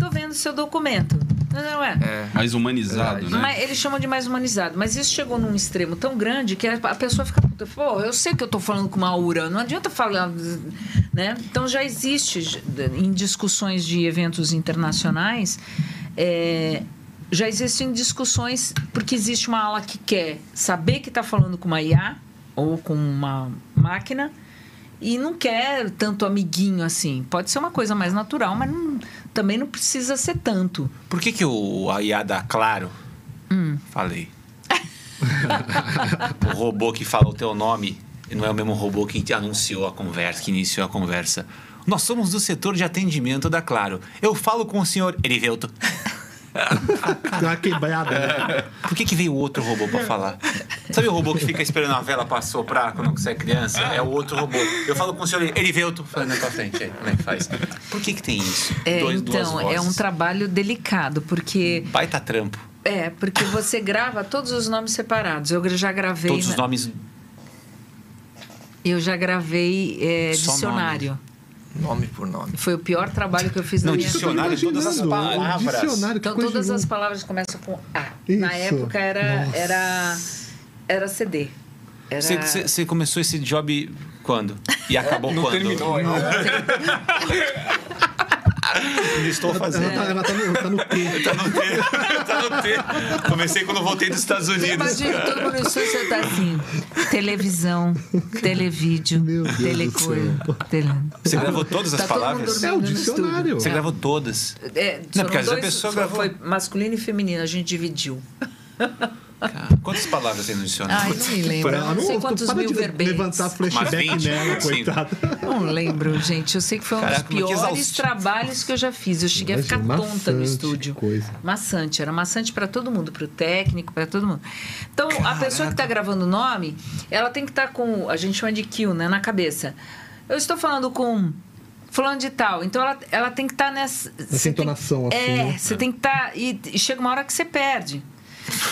B: tô vendo seu documento. Não, não é.
F: Mais humanizado,
D: Verdade.
F: né?
B: Mas eles chamam de mais humanizado, mas isso chegou num extremo tão grande que a, a pessoa fica puta. Pô, eu sei que eu tô falando com uma aura, não adianta falar. Né? Então já existe j- em discussões de eventos internacionais. é, já existem discussões, porque tá existe uma ala que quer saber que está falando com uma IA ou com uma máquina e não quer tanto amiguinho assim. Pode ser uma coisa mais natural, mas não- também não precisa ser tanto.
A: Por que, que o a IA da Claro?
B: Hum.
A: Falei. [LAUGHS] o robô que fala o teu nome não é o mesmo robô que te anunciou a conversa, que iniciou a conversa. Nós somos do setor de atendimento da Claro. Eu falo com o senhor Erivelto.
C: Dá uma quebrada, né?
A: Por que, que veio outro robô pra falar? Sabe o robô que fica esperando a vela pra soprar quando você é criança? É o outro robô. Eu falo com o senhor Erivelto. Falando pra frente aí, como é que faz? Por que, que tem isso?
B: É,
A: Dois- duas
B: então, é
A: vozes.
B: um trabalho delicado, porque.
A: Baita trampo.
B: É, porque você grava todos os nomes separados. Eu já gravei.
A: Todos os
B: né?
A: nomes
B: Eu já gravei é,
A: Só
B: dicionário.
D: Nome por nome.
B: Foi o pior trabalho que eu fiz
A: Não,
B: na minha vida.
A: dicionário, todas as
C: Imaginando, um
A: palavras.
C: Dicionário, que
B: Então
C: coisa
B: todas
C: de
B: as
C: louco.
B: palavras começam com A. Na
C: Isso.
B: época era
C: Nossa.
B: era era CD. Era
A: Você- Você você começou esse job quando? E acabou quando?
D: ainda.
A: Ainda estou
C: Ela, tá, ela tá no, tá no quê?
A: [LAUGHS] Tá no tempo, tá no tempo. Comecei quando voltei dos Estados Unidos.
B: Imagina todo mundo no sul, você tá assim.
C: [LAUGHS]
B: Televisão, televídeo,
C: Meu Deus do
B: telecoisa. Tele...
A: Você gravou todas as
B: Tá todo mundo
A: palavras?
B: dormindo
C: É o
B: no
C: dicionário.
A: Você gravou todas.
B: estúdio. É,
A: Não,
B: não,
A: porque às
B: dois,
A: vezes a pessoa
B: só
A: gravou-
B: Foi masculino e feminino, a gente dividiu.
A: Quantas palavras tem no
B: Ai,
A: dicionário?
B: não me lembro.
C: Para-
B: Não, sei quantos
C: para
B: mil
C: de
B: verbetes.
C: levantar
A: Umas
C: flashback
A: 20,
C: nela,
A: assim.
C: coitada.
B: Não lembro, gente. Eu sei que foi um
A: Caraca,
B: dos
A: mas que
B: piores
A: exaustivo.
B: trabalhos que eu já fiz. Eu cheguei a
C: Imagina,
B: ficar tonta no
C: maçante,
B: estúdio.
C: que coisa.
B: Maçante, era maçante para todo mundo, para o técnico, para todo mundo. Então, a pessoa que está gravando o nome, ela tem que estar com, a gente chama de kill, né, na cabeça. Eu estou falando com fulano de tal. Então, ela, ela tem que estar nessa... você tem-
C: entonação, assim,
B: É,
C: né?
B: você tem que estar... e, e chega uma hora que você perde.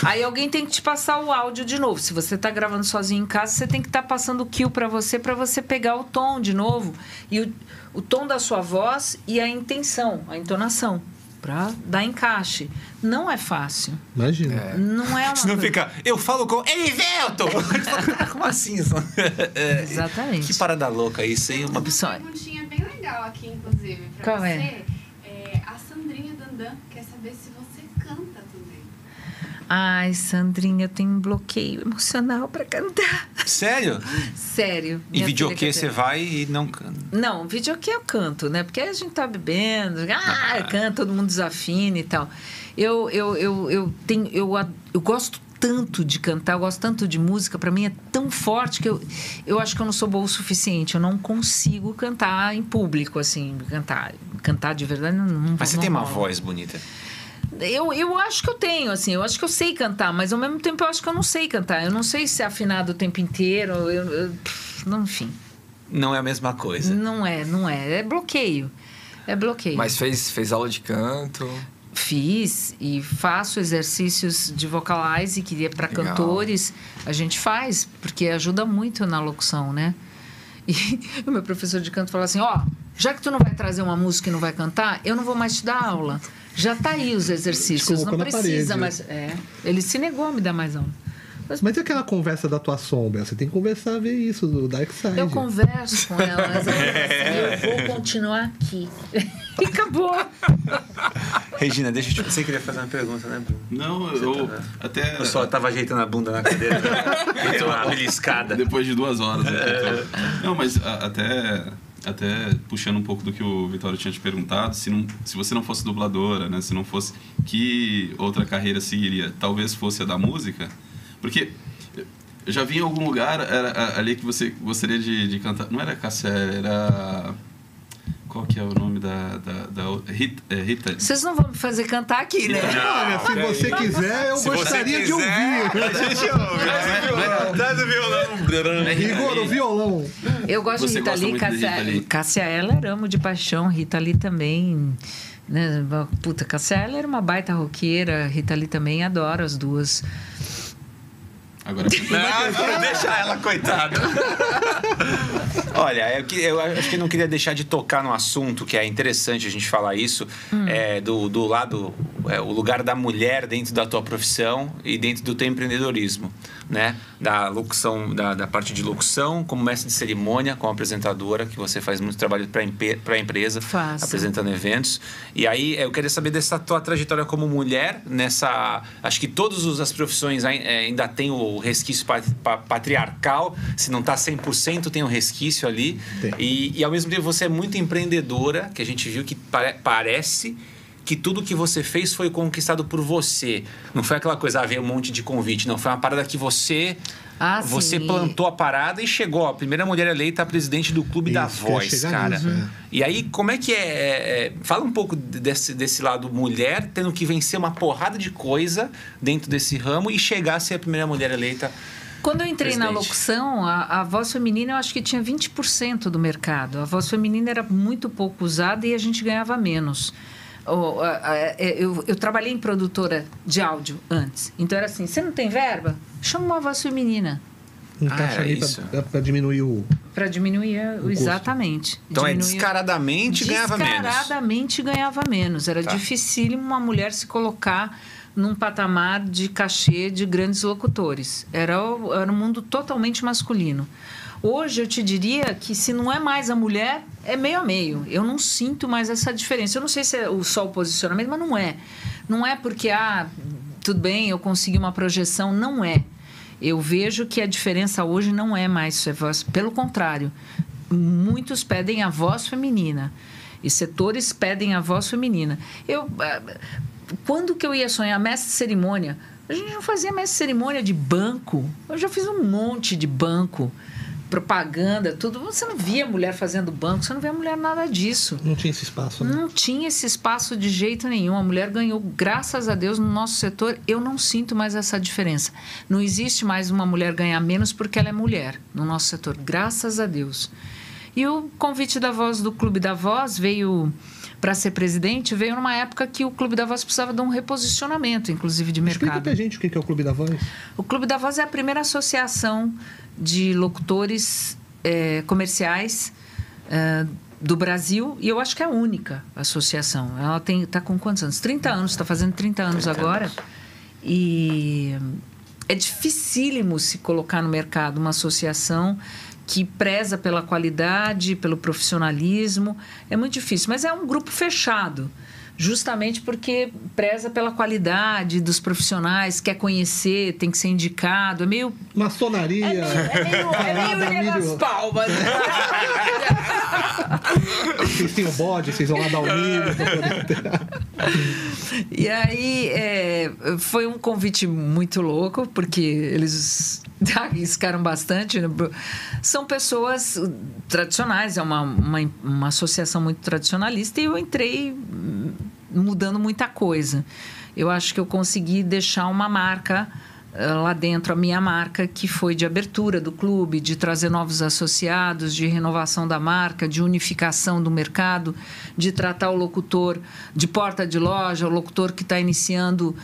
B: Aí alguém tem que te passar o áudio de novo. Se você tá gravando sozinho em casa, você tem que estar passando o kill para você para você pegar o tom de novo e o, o tom da sua voz e a intenção, a entonação para dar encaixe. Não é fácil.
C: Imagina.
B: Não é uma
A: Se não
B: coisa-
A: fica, eu falo com Erivelto! Como assim? [LAUGHS] isso? É,
B: Exatamente.
A: Que parada louca isso, hein? Uma
B: Só-
G: perguntinha bem legal aqui, inclusive, pra
B: Qual
G: você.
B: é?
G: É, a Sandrinha Dandan quer saber se você canta também.
B: Ai, Sandrinha, eu tenho um bloqueio emocional para cantar. [LAUGHS]
A: Sério?
B: Sério.
A: E
B: minha
A: videokê
B: filha
A: você
B: canta-
A: vai e não canta.
B: Não, videokê eu canto, né? Porque a gente tá bebendo, ah, canta, todo mundo desafina e tal. Eu, eu, eu, eu, tenho, eu, a- eu gosto tanto de cantar, eu gosto tanto de música, pra mim é tão forte que eu, eu acho que eu não sou boa o suficiente. Eu não consigo cantar em público, assim, cantar, cantar de verdade. Não, não
A: Mas você
B: não
A: tem uma
B: rola.
A: voz bonita.
B: Eu, eu acho que eu tenho, assim, eu acho que eu sei cantar, mas ao mesmo tempo eu acho que eu não sei cantar. Eu não sei ser afinado o tempo inteiro, eu, eu- pff, não, enfim.
A: Não é a mesma coisa.
B: Não é, não é. É bloqueio. É bloqueio.
D: Mas fez, fez aula de canto.
B: Fiz e faço exercícios de vocalize que é para
D: Legal.
B: cantores. A gente faz, porque ajuda muito na locução, né? E [LAUGHS] o meu professor de canto falou assim: ó, já que tu não vai trazer uma música e não vai cantar, eu não vou mais te dar aula. Já tá aí os exercícios,
C: colocou
B: não
C: na
B: precisa
C: parede.
B: mais. É, ele se negou a me dar mais aula.
C: Mas e aquela conversa da tua sombra? Você tem que conversar, ver isso, do Dark Side.
B: Eu converso com ela,
D: [LAUGHS]
B: mas ela fala assim, eu vou continuar aqui. [LAUGHS] e acabou.
A: Regina, deixa eu te. Você queria fazer uma pergunta, né, Bruno?
F: Não, eu
B: tá-
F: até.
A: Eu só tava ajeitando a bunda na cadeira. né? Deu uma beliscada.
F: [LAUGHS] Depois de duas horas. né? Não, mas a- até, até puxando um pouco do que o Vitório tinha te perguntado, se, não, se você não fosse dubladora, né? Se não fosse. Que outra carreira seguiria? Talvez fosse a da música? Porque. Eu já vi em algum lugar era, a- ali que você gostaria de, de cantar. Não era Cassé, era. Qual que é o nome da. da, da o- Rita, é, Rita.
B: Vocês não vão me fazer cantar aqui, né?
A: Ah,
C: Olha, se você quiser, eu
A: Se você
C: gostaria de
A: quiser,
C: ouvir.
A: [LAUGHS] A gente ouve. né? Traz o violão.
F: É Rita
C: Igor,
F: Lee.
C: o violão.
B: Eu gosto
F: Você
B: de Rita
F: gosta
B: Lee,
F: muito de
B: Cássia,
F: Rita Lee?
B: Cássia Eller, amo de paixão, Rita Lee também. Né? Puta, Cássia Eller era uma baita roqueira, Rita Lee também, adoro as duas.
F: Agora.
A: Não, deixa ela, coitada. [LAUGHS] Olha, eu, que- eu acho que não queria deixar de tocar num assunto que é interessante a gente falar isso, é, do, do lado é, o lugar da mulher dentro da tua profissão e dentro do teu empreendedorismo, né? Da locução, da, da parte de locução, como mestre de cerimônia, como apresentadora, que você faz muito trabalho para a empresa,
B: Faço.
A: apresentando eventos. E aí é, eu queria saber dessa tua trajetória como mulher nessa, acho que todas os- as profissões ai- eh, ainda tem o resquício pa- pa- patriarcal, se não tá 100% tem um resquício ali.
C: Tem.
A: E, e ao mesmo tempo você é muito empreendedora, que a gente viu que pare- parece que tudo que você fez foi conquistado por você. Não foi aquela coisa, ah, veio um monte de convite. Não, foi uma parada que você.
B: Ah,
A: você
B: sim.
A: plantou a parada e chegou. A primeira mulher eleita a presidente do Clube da
C: Isso, quer
A: Voz,
C: chegar
A: cara.
C: nisso, é.
A: E aí, como é que é, é, é, Fala um pouco desse, desse lado mulher, tendo que vencer uma porrada de coisa dentro desse ramo e chegar a ser a primeira mulher eleita.
B: Quando eu entrei na
A: Presidente.
B: locução, a, a voz feminina eu acho que tinha 20% do mercado. A voz feminina era muito pouco usada e a gente ganhava menos. O- a- a- é, eu, eu trabalhei em produtora de áudio antes. Então era assim: você não tem verba? Chama uma voz feminina.
C: Encaixa
A: era Ah,
C: ali
A: é isso.
C: pra, pra- pra diminuir o.
B: Para diminuir, é,
C: custo.
B: exatamente.
A: Então é
B: Diminuir-
A: descaradamente ganhava menos.
B: Descaradamente ganhava menos. Era
A: Tá.
B: dificílimo uma mulher se colocar num patamar de cachê de grandes locutores. Era, o- era um mundo totalmente masculino. Hoje eu te diria que se não é mais a mulher, é meio a meio. Eu não sinto mais essa diferença. Eu não sei se é o só o posicionamento, mas não é. Não é porque, ah, tudo bem, eu consegui uma projeção. Não é. Eu vejo que a diferença hoje não é mais ser voz. Pelo contrário, muitos pedem a voz feminina e setores pedem a voz feminina. Eu, ah, quando que eu ia sonhar mestre de cerimônia? A gente não fazia mestre de cerimônia de banco. Eu já fiz um monte de banco, propaganda, tudo. Você não via mulher fazendo banco, você não via mulher nada disso.
C: Não tinha esse espaço, né?
B: Não tinha esse espaço de jeito nenhum. A mulher ganhou, graças a Deus, no nosso setor. Eu não sinto mais essa diferença. Não existe mais uma mulher ganhar menos porque ela é mulher no nosso setor, graças a Deus. E o convite da voz do Clube da Voz veio para ser presidente, veio numa época que o Clube da Voz precisava de um reposicionamento, inclusive de
C: Explica
B: mercado.
C: pra gente o que que é o Clube da Voz.
B: O Clube da Voz é a primeira associação de locutores eh, comerciais eh, do Brasil e eu acho que é a única associação. Ela tem está com quantos anos? 30 anos, está fazendo 30 anos agora. E é dificílimo se colocar no mercado uma associação que preza pela qualidade, pelo profissionalismo. É muito difícil, mas é um grupo fechado justamente porque preza pela qualidade dos profissionais, quer conhecer, tem que ser indicado, é meio
C: Maçonaria.
B: é meio, é meio, é meio
C: Parada,
B: Ilha das
C: milho.
B: palmas. né?
C: Vocês têm o bode, vocês vão lá dar o milho.
A: [LAUGHS]
C: pra poder-
B: E aí é, foi um convite muito louco, porque eles [LAUGHS] arriscaram bastante. né? São pessoas tradicionais, é uma, uma, uma associação muito tradicionalista e eu entrei hum, mudando muita coisa. Eu acho que eu consegui deixar uma marca eh, lá dentro, a minha marca, que foi de abertura do clube, de trazer novos associados, de renovação da marca, de unificação do mercado, de tratar o locutor de porta de loja, o locutor que está iniciando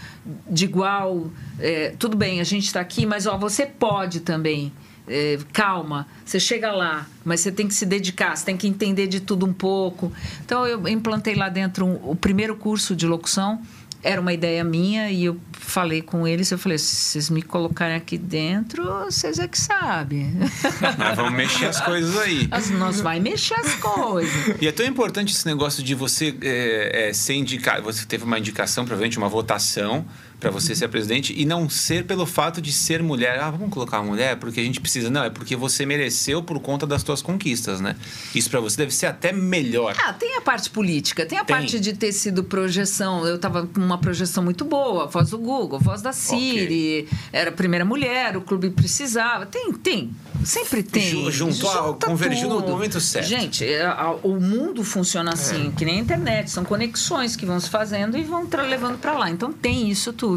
B: de igual. eh, tudo bem, a gente está aqui, mas ó, você pode também. É, calma, você chega lá, mas você tem que se dedicar, você tem que entender de tudo um pouco. Então, eu implantei lá dentro um- o primeiro curso de locução, era uma ideia minha, e eu falei com eles, eu falei, se vocês me colocarem aqui dentro, vocês é que sabem. [LAUGHS]
A: Mas [LAUGHS] vamos mexer as coisas aí.
B: Mas nós vai mexer as coisas.
A: E é tão importante esse negócio de você é, é, ser indicado. Você teve uma indicação, provavelmente uma votação para você ser presidente e não ser pelo fato de ser mulher. Ah, vamos colocar uma mulher porque a gente precisa. Não, é porque você mereceu por conta das suas conquistas, né? Isso para você deve ser até melhor.
B: Ah, tem a parte política, tem a
A: Tem.
B: parte de ter sido projeção. Eu estava com uma projeção muito boa, a voz do Google, a voz da Siri, era a primeira mulher, o clube precisava. Tem, tem. Sempre tem.
A: Tipo, Ju- juntou a-
B: Junta
A: convergiu no
B: tudo.
A: momento certo. É.
B: Gente, é, a- o mundo funciona assim, que nem a internet, são conexões que vão se fazendo e vão tra- levando para lá. Então tem isso tudo.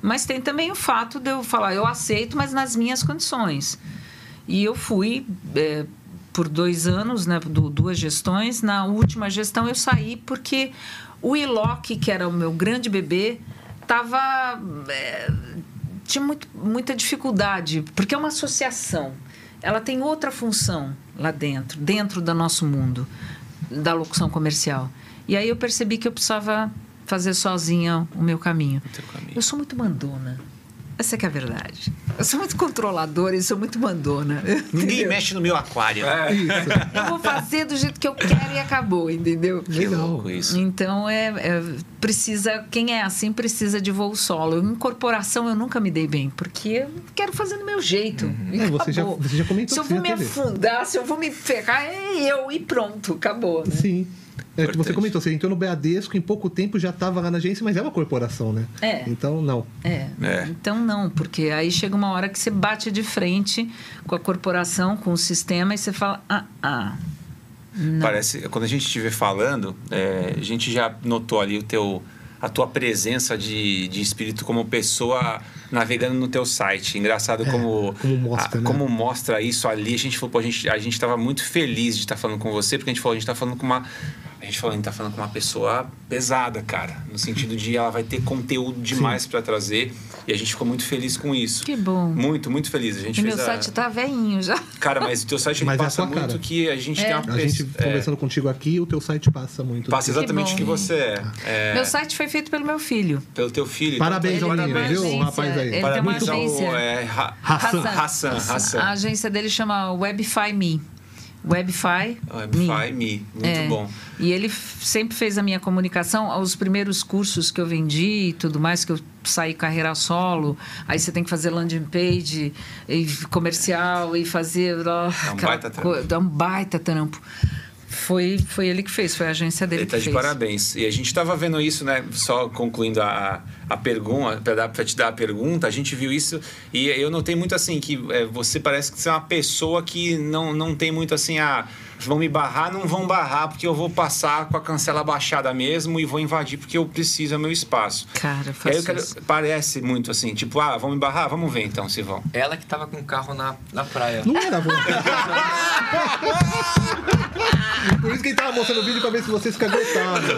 B: Mas tem também o fato de eu falar, eu aceito, mas nas minhas condições. E eu fui é, por dois anos, né, du- duas gestões. Na última gestão eu saí porque o ILOC, que era o meu grande bebê, estava é, tinha muito- muita dificuldade, porque é uma associação. Ela tem outra função lá dentro, dentro do nosso mundo da locução comercial. E aí eu percebi que eu precisava fazer sozinha o meu caminho.
D: teu caminho.
B: Eu sou muito mandona. Essa que é a verdade. Eu sou muito controladora e sou muito mandona.
A: Ninguém mexe no meu aquário.
C: Isso.
B: Eu vou fazer do jeito que eu quero e acabou, entendeu?
C: Legal.
B: Então é, é- precisa quem é assim precisa de voo solo. Em corporação eu nunca me dei bem porque eu quero fazer do meu jeito. E
C: É, você já-
B: acabou.
C: você já comentou
B: Se eu
C: que
B: vou
C: você
B: me
C: já teve.
B: afundar, se eu vou me ferrar, é eu e pronto, acabou. né?
C: Sim. É que você
D: Importante.
C: comentou, você entrou no Beadesco, em pouco tempo já estava lá na agência, mas é uma corporação, né?
B: É.
C: Então, não.
B: É.
D: É.
B: Então não, porque aí chega uma hora que você bate de frente com a corporação, com o sistema e você fala ah ah.
A: Parece, quando a gente estiver falando, é, a gente já notou ali o teu, a tua presença de, de espírito como pessoa navegando no teu site. Engraçado como,
C: É, como mostra,
A: a-
C: né?
A: como mostra isso ali. A gente falou, pô, a gente, a gente tava muito feliz de estar falando com você, porque a gente falou, a gente tá falando com uma. A gente falou, a gente tá falando com uma pessoa pesada, cara. No sentido de ela vai ter conteúdo demais para trazer. E a gente ficou muito feliz com isso.
B: Que bom.
A: Muito, muito feliz. A gente
B: E meu
A: fez a-
B: site tá velhinho já.
A: Cara, mas o teu site ele
C: Mas é a
A: passa
C: tua
A: muito
C: cara.
A: que a gente tem uma
C: A gente
A: pers- é.
C: conversando contigo aqui, o teu site passa muito.
A: Passa exatamente
B: bom.
A: o que você é. é,
B: Meu site foi feito pelo meu filho.
A: pelo teu filho. então.
C: Parabéns ao
B: Ele tem
C: menino,
B: uma
C: viu? O
B: agência,
C: rapaz aí.
B: ele tem
C: Parabéns.
B: uma
A: Parabéns ao
B: agência.
A: é, Ra-
C: Hassan.
A: Hassan. Hassan.
B: A agência dele chama Webify Me. Webify.
A: Webify Me. Muito
B: Ah, É.
A: bom.
B: E ele f- sempre fez a minha comunicação, os primeiros cursos que eu vendi e tudo mais, que eu saí carreira solo, aí você tem que fazer landing page e comercial e fazer. ó,
A: É um
B: aquela
A: baita
B: co-
A: trampo.
B: É um baita trampo. Foi, foi ele que fez, foi a agência dele
A: Ele
B: que
A: tá de
B: fez.
A: parabéns. E a gente tava vendo isso, né? Só concluindo a, a pergunta, pra, dar- pra te dar a pergunta, a gente viu isso e eu notei muito assim, que é, você parece que você é uma pessoa que não, não tem muito assim a. Vão me barrar, não vão barrar, porque eu vou passar com a cancela baixada mesmo e vou invadir porque eu preciso, é meu espaço.
B: Cara, eu
A: E aí
B: faço
A: eu quero,
B: isso.
A: parece muito assim, tipo, ah, vão me barrar? Vamos ver então se vão.
D: Ela que tava com o carro na, na praia.
C: Não era bom. [LAUGHS] Por isso que ele tava mostrando o vídeo pra ver se vocês ficam aguentados.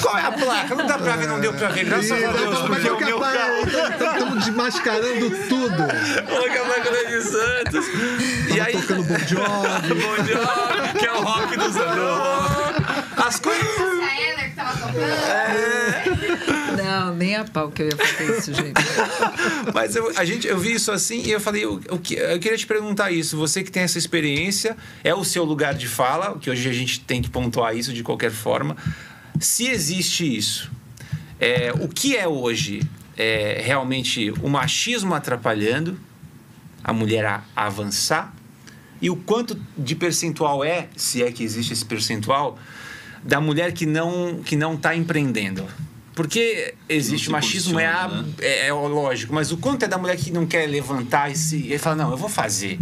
A: Qual é a placa? Não dá pra ver, não deu pra ver. Graças a Deus, porque
C: é
A: o meu carro.
C: Então, Estamos desmascarando tudo.
A: Olha a máquina de Santos. E aí.
C: Tocando Bon Jovi.
A: Bom dia, que é o rock dos anos. As coisas.
G: A Heller que tava tocando.
A: É.
B: Não, nem a pau que eu ia
A: [LAUGHS]
B: fazer isso, gente.
A: Mas eu, a gente, eu vi isso assim e eu falei, o, o que, eu queria te perguntar isso. Você que tem essa experiência, é o seu lugar de fala, que hoje a gente tem que pontuar isso de qualquer forma. Se existe isso, é, o que é hoje é, realmente o machismo atrapalhando a mulher a avançar? E o quanto de percentual é, se é que existe esse percentual, da mulher que não que não está empreendendo? Porque existe
F: se
A: machismo, é, a-
F: posiciona, né?
A: é, é lógico, mas o quanto é da mulher que não quer levantar e, se, e fala, não, eu vou fazer.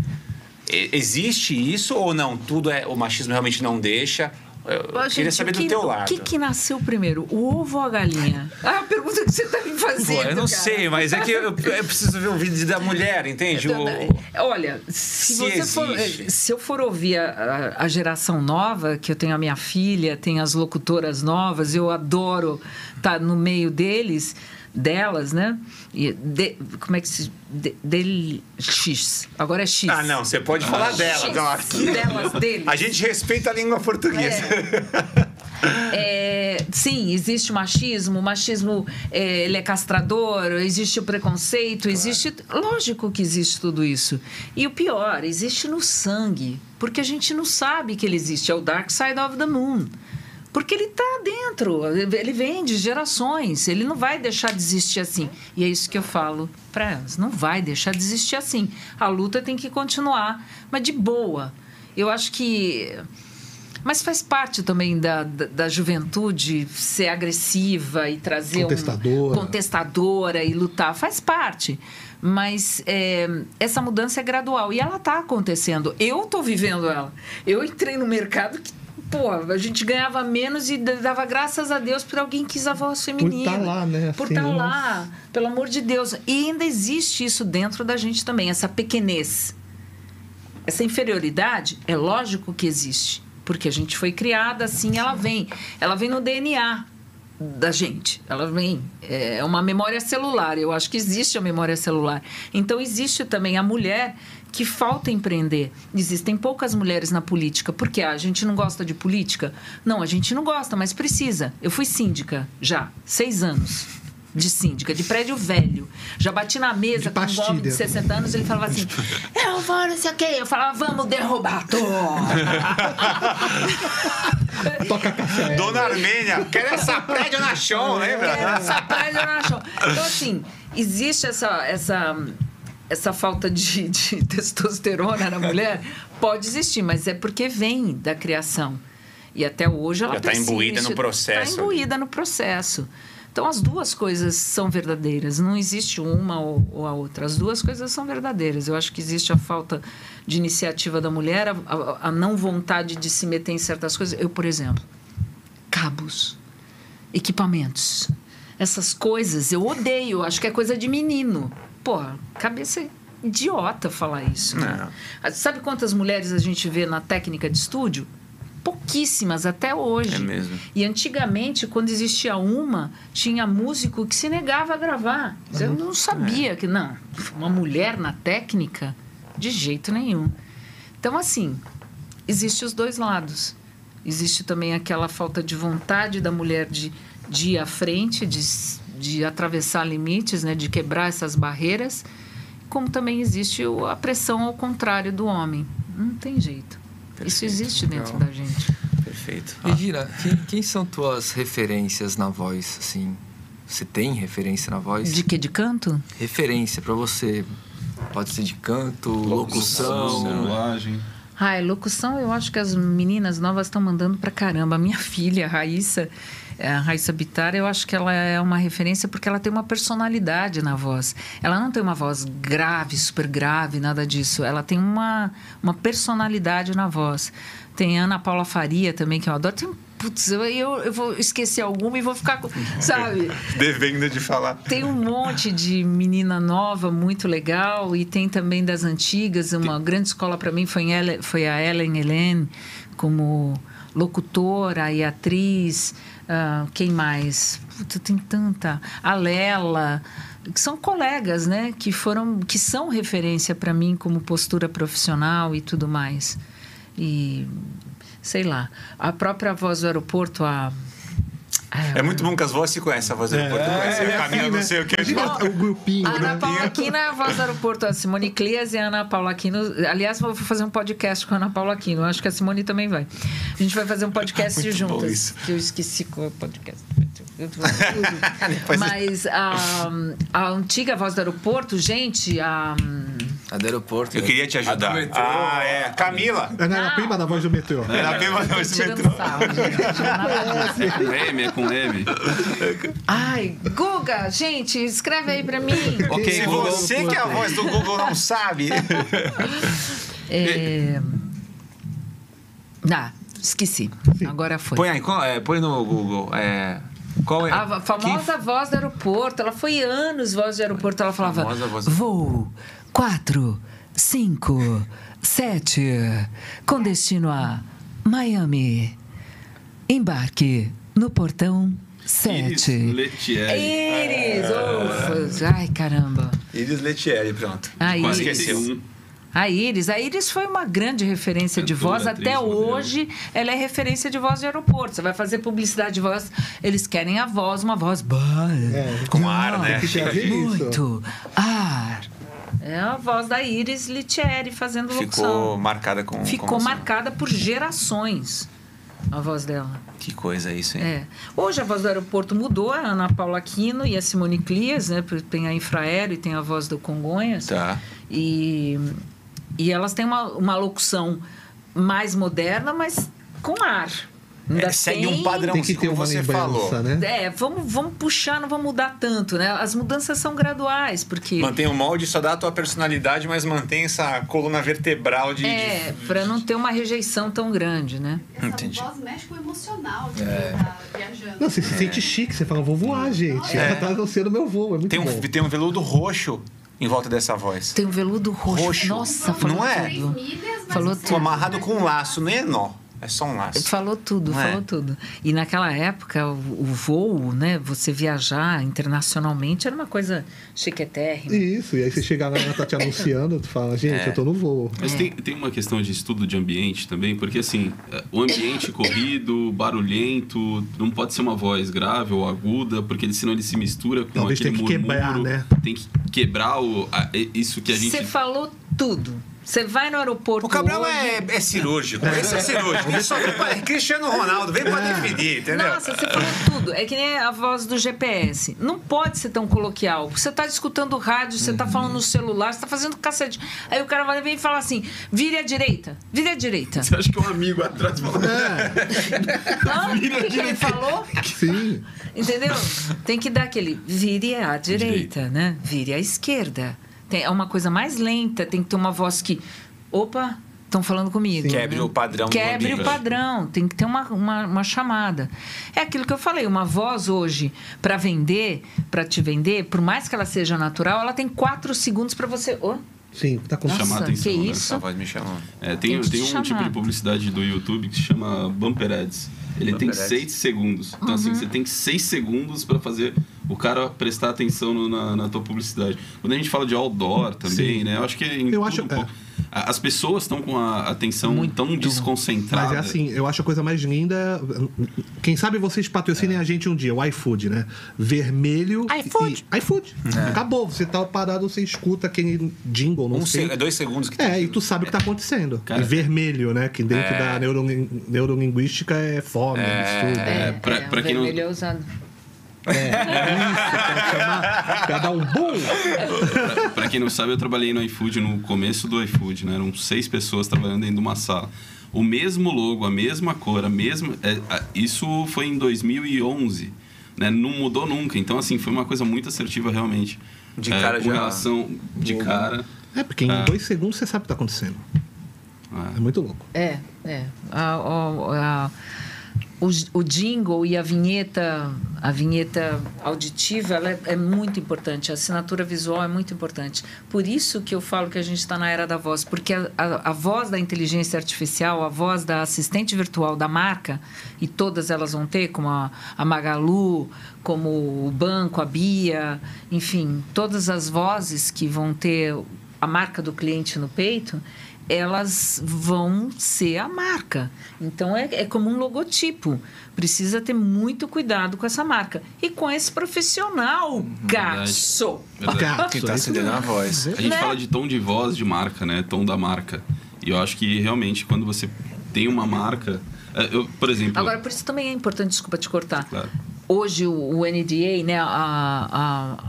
A: E- existe isso ou não? Tudo é o machismo realmente não deixa? Eu
B: Ó,
A: queria
B: gente,
A: saber
B: o que,
A: do teu
B: o
A: lado.
B: que que nasceu primeiro, o ovo ou a galinha? [LAUGHS] Ah, a pergunta que você tá me fazendo,
A: Pô, eu não
B: cara.
A: sei, mas é que eu, eu preciso ver o vídeo da
B: [LAUGHS]
A: mulher, entende? O-
B: Então, né, Olha, se,
A: Se
B: você for,
A: existe.
B: se eu for ouvir a, a- a geração nova, que eu tenho a minha filha, tenho as locutoras novas, eu adoro estar no meio deles, delas, né? E de- como é que se. De, del- X. Agora é X.
A: Ah, não, você pode falar dela.
B: X.
A: Não, aqui-
B: Delas, deles.
A: A gente respeita a língua portuguesa.
B: É, sim, existe o machismo, o machismo é, ele é castrador, existe o preconceito, existe. Lógico que existe tudo isso. E o pior, existe no sangue, porque a gente não sabe que ele existe. É o Dark Side of the Moon. Porque ele está dentro, ele vem de gerações, ele não vai deixar de existir assim. E é isso que eu falo para elas: não vai deixar de existir assim. A luta tem que continuar, mas de boa. Eu acho que mas faz parte também da, da, da juventude ser agressiva e trazer. um-
C: Contestadora.
B: contestadora e lutar. Faz parte. Mas é, essa mudança é gradual. E ela está acontecendo. Eu estou vivendo ela. Eu entrei no mercado que. Pô, a gente ganhava menos e d- dava graças a Deus por alguém que quis a voz feminina.
C: tá lá, né?
B: Por
C: Assim,
B: estar
C: nossa.
B: lá, pelo amor de Deus. E ainda existe isso dentro da gente também, essa pequenez. Essa inferioridade é lógico que existe, porque a gente foi criada assim, ela vem, ela vem no DNA. da gente. Ela vem. É uma memória celular. Eu acho que existe a memória celular. Então, existe também a mulher que falta empreender. Existem poucas mulheres na política. Por quê? Ah, a gente não gosta de política? Não, a gente não gosta, mas precisa. Eu fui síndica já, seis anos de síndica, de prédio velho. Já bati na mesa
C: De
B: com um homem de
C: pastilha.
B: 60 anos, ele falava assim: Eu vou, não sei o quê. Eu falava, vamos derrubar tudo.
C: Toca
B: É.
A: [LAUGHS]
C: café.
A: Dona Armênia, quero essa prédio na show, lembra?
B: Era essa praia não achou. Então, assim, existe essa, essa, essa falta de, de [LAUGHS] testosterona na mulher? Pode existir, mas é porque vem da criação. E até hoje ela
A: Já tá
B: persiste,
A: imbuída no processo.
B: Está imbuída no processo. Então, as duas coisas são verdadeiras. Não existe uma ou, ou a outra. As duas coisas são verdadeiras. Eu acho que existe a falta de iniciativa da mulher, a- a- a não vontade de se meter em certas coisas. Eu, por exemplo, cabos equipamentos. Essas coisas eu odeio, eu acho que é coisa de menino. Porra, cabeça é idiota falar isso. né?
A: É.
B: Ah, Sabe quantas mulheres a gente vê na técnica de estúdio? Pouquíssimas até hoje.
A: É mesmo.
B: E antigamente, quando existia uma, tinha músico que se negava a gravar.
A: Uhum.
B: Eu não
A: É.
B: sabia que, não, uma mulher na técnica, de jeito nenhum. Então, assim, existe os dois lados. Existe também aquela falta de vontade da mulher de, de ir à frente, de, s- de atravessar limites, né? de quebrar essas barreiras, como também existe o- a pressão ao contrário do homem. Não tem jeito. Isso existe dentro
D: Legal.
B: da gente.
A: Perfeito.
D: Regina, quem, quem são tuas referências na voz, assim? Você tem referência na voz?
B: De que? De canto?
D: Referência pra você. Pode ser de canto, locução.
F: dublagem.
B: Ai, locução, eu acho que as meninas novas estão mandando pra caramba. A minha [LAUGHS] filha, a Raíssa, eh, a Raíssa Bitar, eu acho que ela é uma referência porque ela tem uma personalidade na voz. Ela não tem uma voz grave, super grave, nada disso. Ela tem uma, uma personalidade na voz. Tem a Ana Paula Faria também, que eu adoro. Tem, putz, eu, eu, eu vou esquecer alguma e vou ficar com. Sabe?
A: Devendo de falar.
B: Tem um monte de menina nova, muito legal, e tem também das antigas. Uma grande escola para mim foi, em Ele- foi a Ellen Helene, como locutora e atriz. Ah, quem mais? Puta, tem tanta. A Lela, que são colegas, né? Que foram, que são referência para mim como postura profissional e tudo mais. E sei lá. A própria voz do aeroporto, a. a-
A: É muito bom que as vozes se conhecem, a voz do
B: É.
A: aeroporto conhece, o caminho,
B: assim, né?
A: não sei o que.
C: Imagina o grupinho,
B: A Ana
C: né?
B: Paula Aquino é a voz do aeroporto. A Simone Cleas e a Ana Paula Aquino. Aliás, eu vou fazer um podcast com a Ana Paula Aquino. Eu Acho que a Simone também vai. A gente vai fazer um
A: [LAUGHS]
B: podcast
A: Muito bom
B: juntas.
A: isso.
B: Que eu esqueci qual é o podcast.
A: [LAUGHS] Depois-
B: Mas a, a antiga voz do aeroporto, gente, a.
D: A do aeroporto.
A: Eu queria te ajudar. Ah, é. Camila.
C: Ela era a prima da voz do meteoro.
A: Era bem mais
B: Tô
A: esse
B: tirando
A: metrô.
B: sarro, gente. Nada disso.
F: É com M, é com M.
B: Ai, Guga, gente, escreve aí
A: [LAUGHS]
B: pra mim.
A: Se você que é a voz do Google não sabe.
B: É... Ah, esqueci. Agora foi.
A: [LAUGHS] Põe aí, qual- é, põe no Google. É, qual é?
B: A famosa voz do aeroporto, ela foi anos voz do aeroporto, ela falava
A: Famosa voz do-
B: voo 4, 5, 7, com destino a Miami. Embarque no portão 7.
F: Iris Letieri.
B: Iris!
A: Ah.
B: ufas, ai, caramba.
A: Iris Letieri, pronto.
B: A Iris.
A: Esqueceu. um.
B: A Iris, a Iris foi uma grande referência de
F: Cantora,
B: voz.
F: atriz,
B: Até
F: modelo.
B: hoje, ela é referência de voz de aeroporto. Você vai fazer publicidade de voz, eles querem a voz, uma voz.
C: É,
A: Com ar, né?
C: que tem a ver isso.
B: Muito ar. É a voz da Iris Litieri fazendo
A: Ficou
B: locução.
A: marcada com.
B: Ficou
A: com
F: assim?
A: essa-
B: marcada por gerações a voz dela.
A: Que coisa isso, hein?
B: É. Hoje a voz do aeroporto mudou, a Ana Paula Aquino e a Simone Clias, né? porque Tem a Infraero e tem a voz do Congonhas.
A: Tá.
B: E, e elas têm uma, uma locução mais moderna, mas com ar. Ainda
A: É, segue
B: tem-
A: um padrão,
C: Tem que ter
A: como
C: uma
A: você falou.
C: lembrança, né?
B: É, vamos, vamos puxar, não vamos mudar tanto, né? As mudanças são graduais, porque.
A: Mantém o molde, só dá a tua personalidade, mas mantém essa coluna vertebral de.
B: É,
A: de-
B: para não ter uma rejeição tão grande, né?
G: Essa
A: Entendi. É.
G: voz mexe com o emocional de quem tá viajando.
C: Não, você se sente chique, você fala, vou voar, gente.
A: É.
C: Ela [LAUGHS] tá anunciando meu voo, é muito
A: Tem um,
C: bom.
A: tem um veludo roxo em volta dessa voz.
B: Tem um veludo roxo.
A: Roxo.
B: Nossa, falou
A: Não é?
G: Três
B: tudo.
G: milhas, mas
B: Falou
G: você
A: Tô amarrado com um laço, não é nó. É só um laço.
B: Falou tudo,
A: Não é?
B: falou tudo. E naquela época, o, o voo, né? Você viajar internacionalmente era uma coisa chiquetérrima.
C: Isso, e aí você chega lá, ela tá te anunciando, tu fala,
A: É.
C: gente, eu tô no voo.
F: Mas tem, tem uma questão de estudo de ambiente também, porque assim, eh, o ambiente corrido, barulhento, não pode ser uma voz grave ou aguda, porque ele- senão ele se mistura com
C: Talvez
F: aquele
C: tenha que
F: murmúrio,
C: quebrar, né?
F: Tem que quebrar o, a- e- isso que a gente...
B: Você falou tudo. Você vai no aeroporto.
A: O Cabral
B: hoje-
A: é, é cirúrgico, esse é
B: [LAUGHS]
A: cirúrgico. Ele só vem pra, Cristiano Ronaldo, vem pra definir, entendeu?
B: É. Nossa, você falou tudo. É que nem a voz do GPS. Não pode ser tão coloquial. porque Você tá escutando rádio, você tá falando no celular, você tá fazendo cacete. Aí o cara vai vem e fala assim: vire à direita, vire à direita.
F: [LAUGHS] Você acha que é um amigo atrás falando...
A: tá
B: Hã? O que que ele falou?
C: Sim.
B: Entendeu? Tem que dar aquele vire à direita,
F: direita.
B: né? Vire à esquerda. Tem, é uma coisa mais lenta, tem que ter uma voz que. Opa, estão falando comigo.
A: Quebre
B: né?
A: o padrão do
B: Quebre o
A: ambiente.
B: padrão, tem que ter uma, uma, uma chamada. É aquilo que eu falei, uma voz hoje, para vender, para te vender, por mais que ela seja natural, ela tem quatro segundos para você. Ô,
C: Sim, tá com
F: Chamar
B: nossa,
F: atenção,
B: que
F: né?
B: isso?
A: Essa voz me chamou.
F: É, tem
B: Tem que
F: tem
B: te
F: um tipo
B: chamar.
F: de publicidade do YouTube que se chama Bumper Ads. Ele
A: Bumper
F: tem
A: ads.
F: seis segundos. Então,
B: Uhum.
F: assim, você tem seis segundos para fazer o cara prestar atenção no- na, na tua publicidade. Quando a gente fala de outdoor também, né? Eu acho que em
C: Eu
F: tudo
C: acho- é.
F: um pouco. A- As pessoas estão com a atenção tão desconcentrada.
C: Mas é assim, eu acho a coisa mais linda. Quem sabe vocês patrocinem
A: É.
C: a gente um dia, o iFood, né? Vermelho.
B: iFood.
C: E, iFood. Acabou. Você tá parado, você escuta aquele jingle, não
A: É. Um
C: sei.
A: seg- é dois segundos que
C: É,
A: tem. É.
C: e tu sabe o que tá acontecendo.
F: Cara.
C: E vermelho, né? Que dentro da neuroling- neurolinguística é fome, é. absurdo.
F: É, pra- pra
B: o
F: quem não-
B: vermelho é usado.
C: Pra dar um boom.
F: Pra quem não sabe, eu trabalhei no iFood no começo do iFood, né? Eram seis pessoas trabalhando dentro de uma sala. O mesmo logo, a mesma cor, a mesma. é, a- isso foi em 2011, né? Não mudou nunca. Então, assim, foi uma coisa muito assertiva, realmente. É,
A: De cara
F: com
A: já-
F: relação de cara.
C: É, porque
A: Ah.
C: em dois segundos você sabe o que tá acontecendo.
F: Ah.
C: É muito louco.
B: É, é. A- a- a- o, j- o jingle e a vinheta, a vinheta auditiva, ela é, é muito importante. A assinatura visual é muito importante. Por isso que eu falo que a gente está na era da voz, porque a, a- a voz da inteligência artificial, a voz da assistente virtual da marca, e todas elas vão ter, como a, a Magalu, como o banco, a Bia, enfim, todas as vozes que vão ter a marca do cliente no peito, elas vão ser a marca. Então é, é como um logotipo. Precisa ter muito cuidado com essa marca. E com esse profissional, gaço.
C: Gato,
A: Quem tá
C: é isso
A: acendendo a voz.
F: A gente
B: Né?
F: fala de tom de voz de marca, né? Tom da marca. E eu acho que realmente quando você tem uma marca. é, Eu, por exemplo.
B: Agora, por isso também é importante, desculpa te cortar.
F: Claro.
B: Hoje o, o NDA, né, a,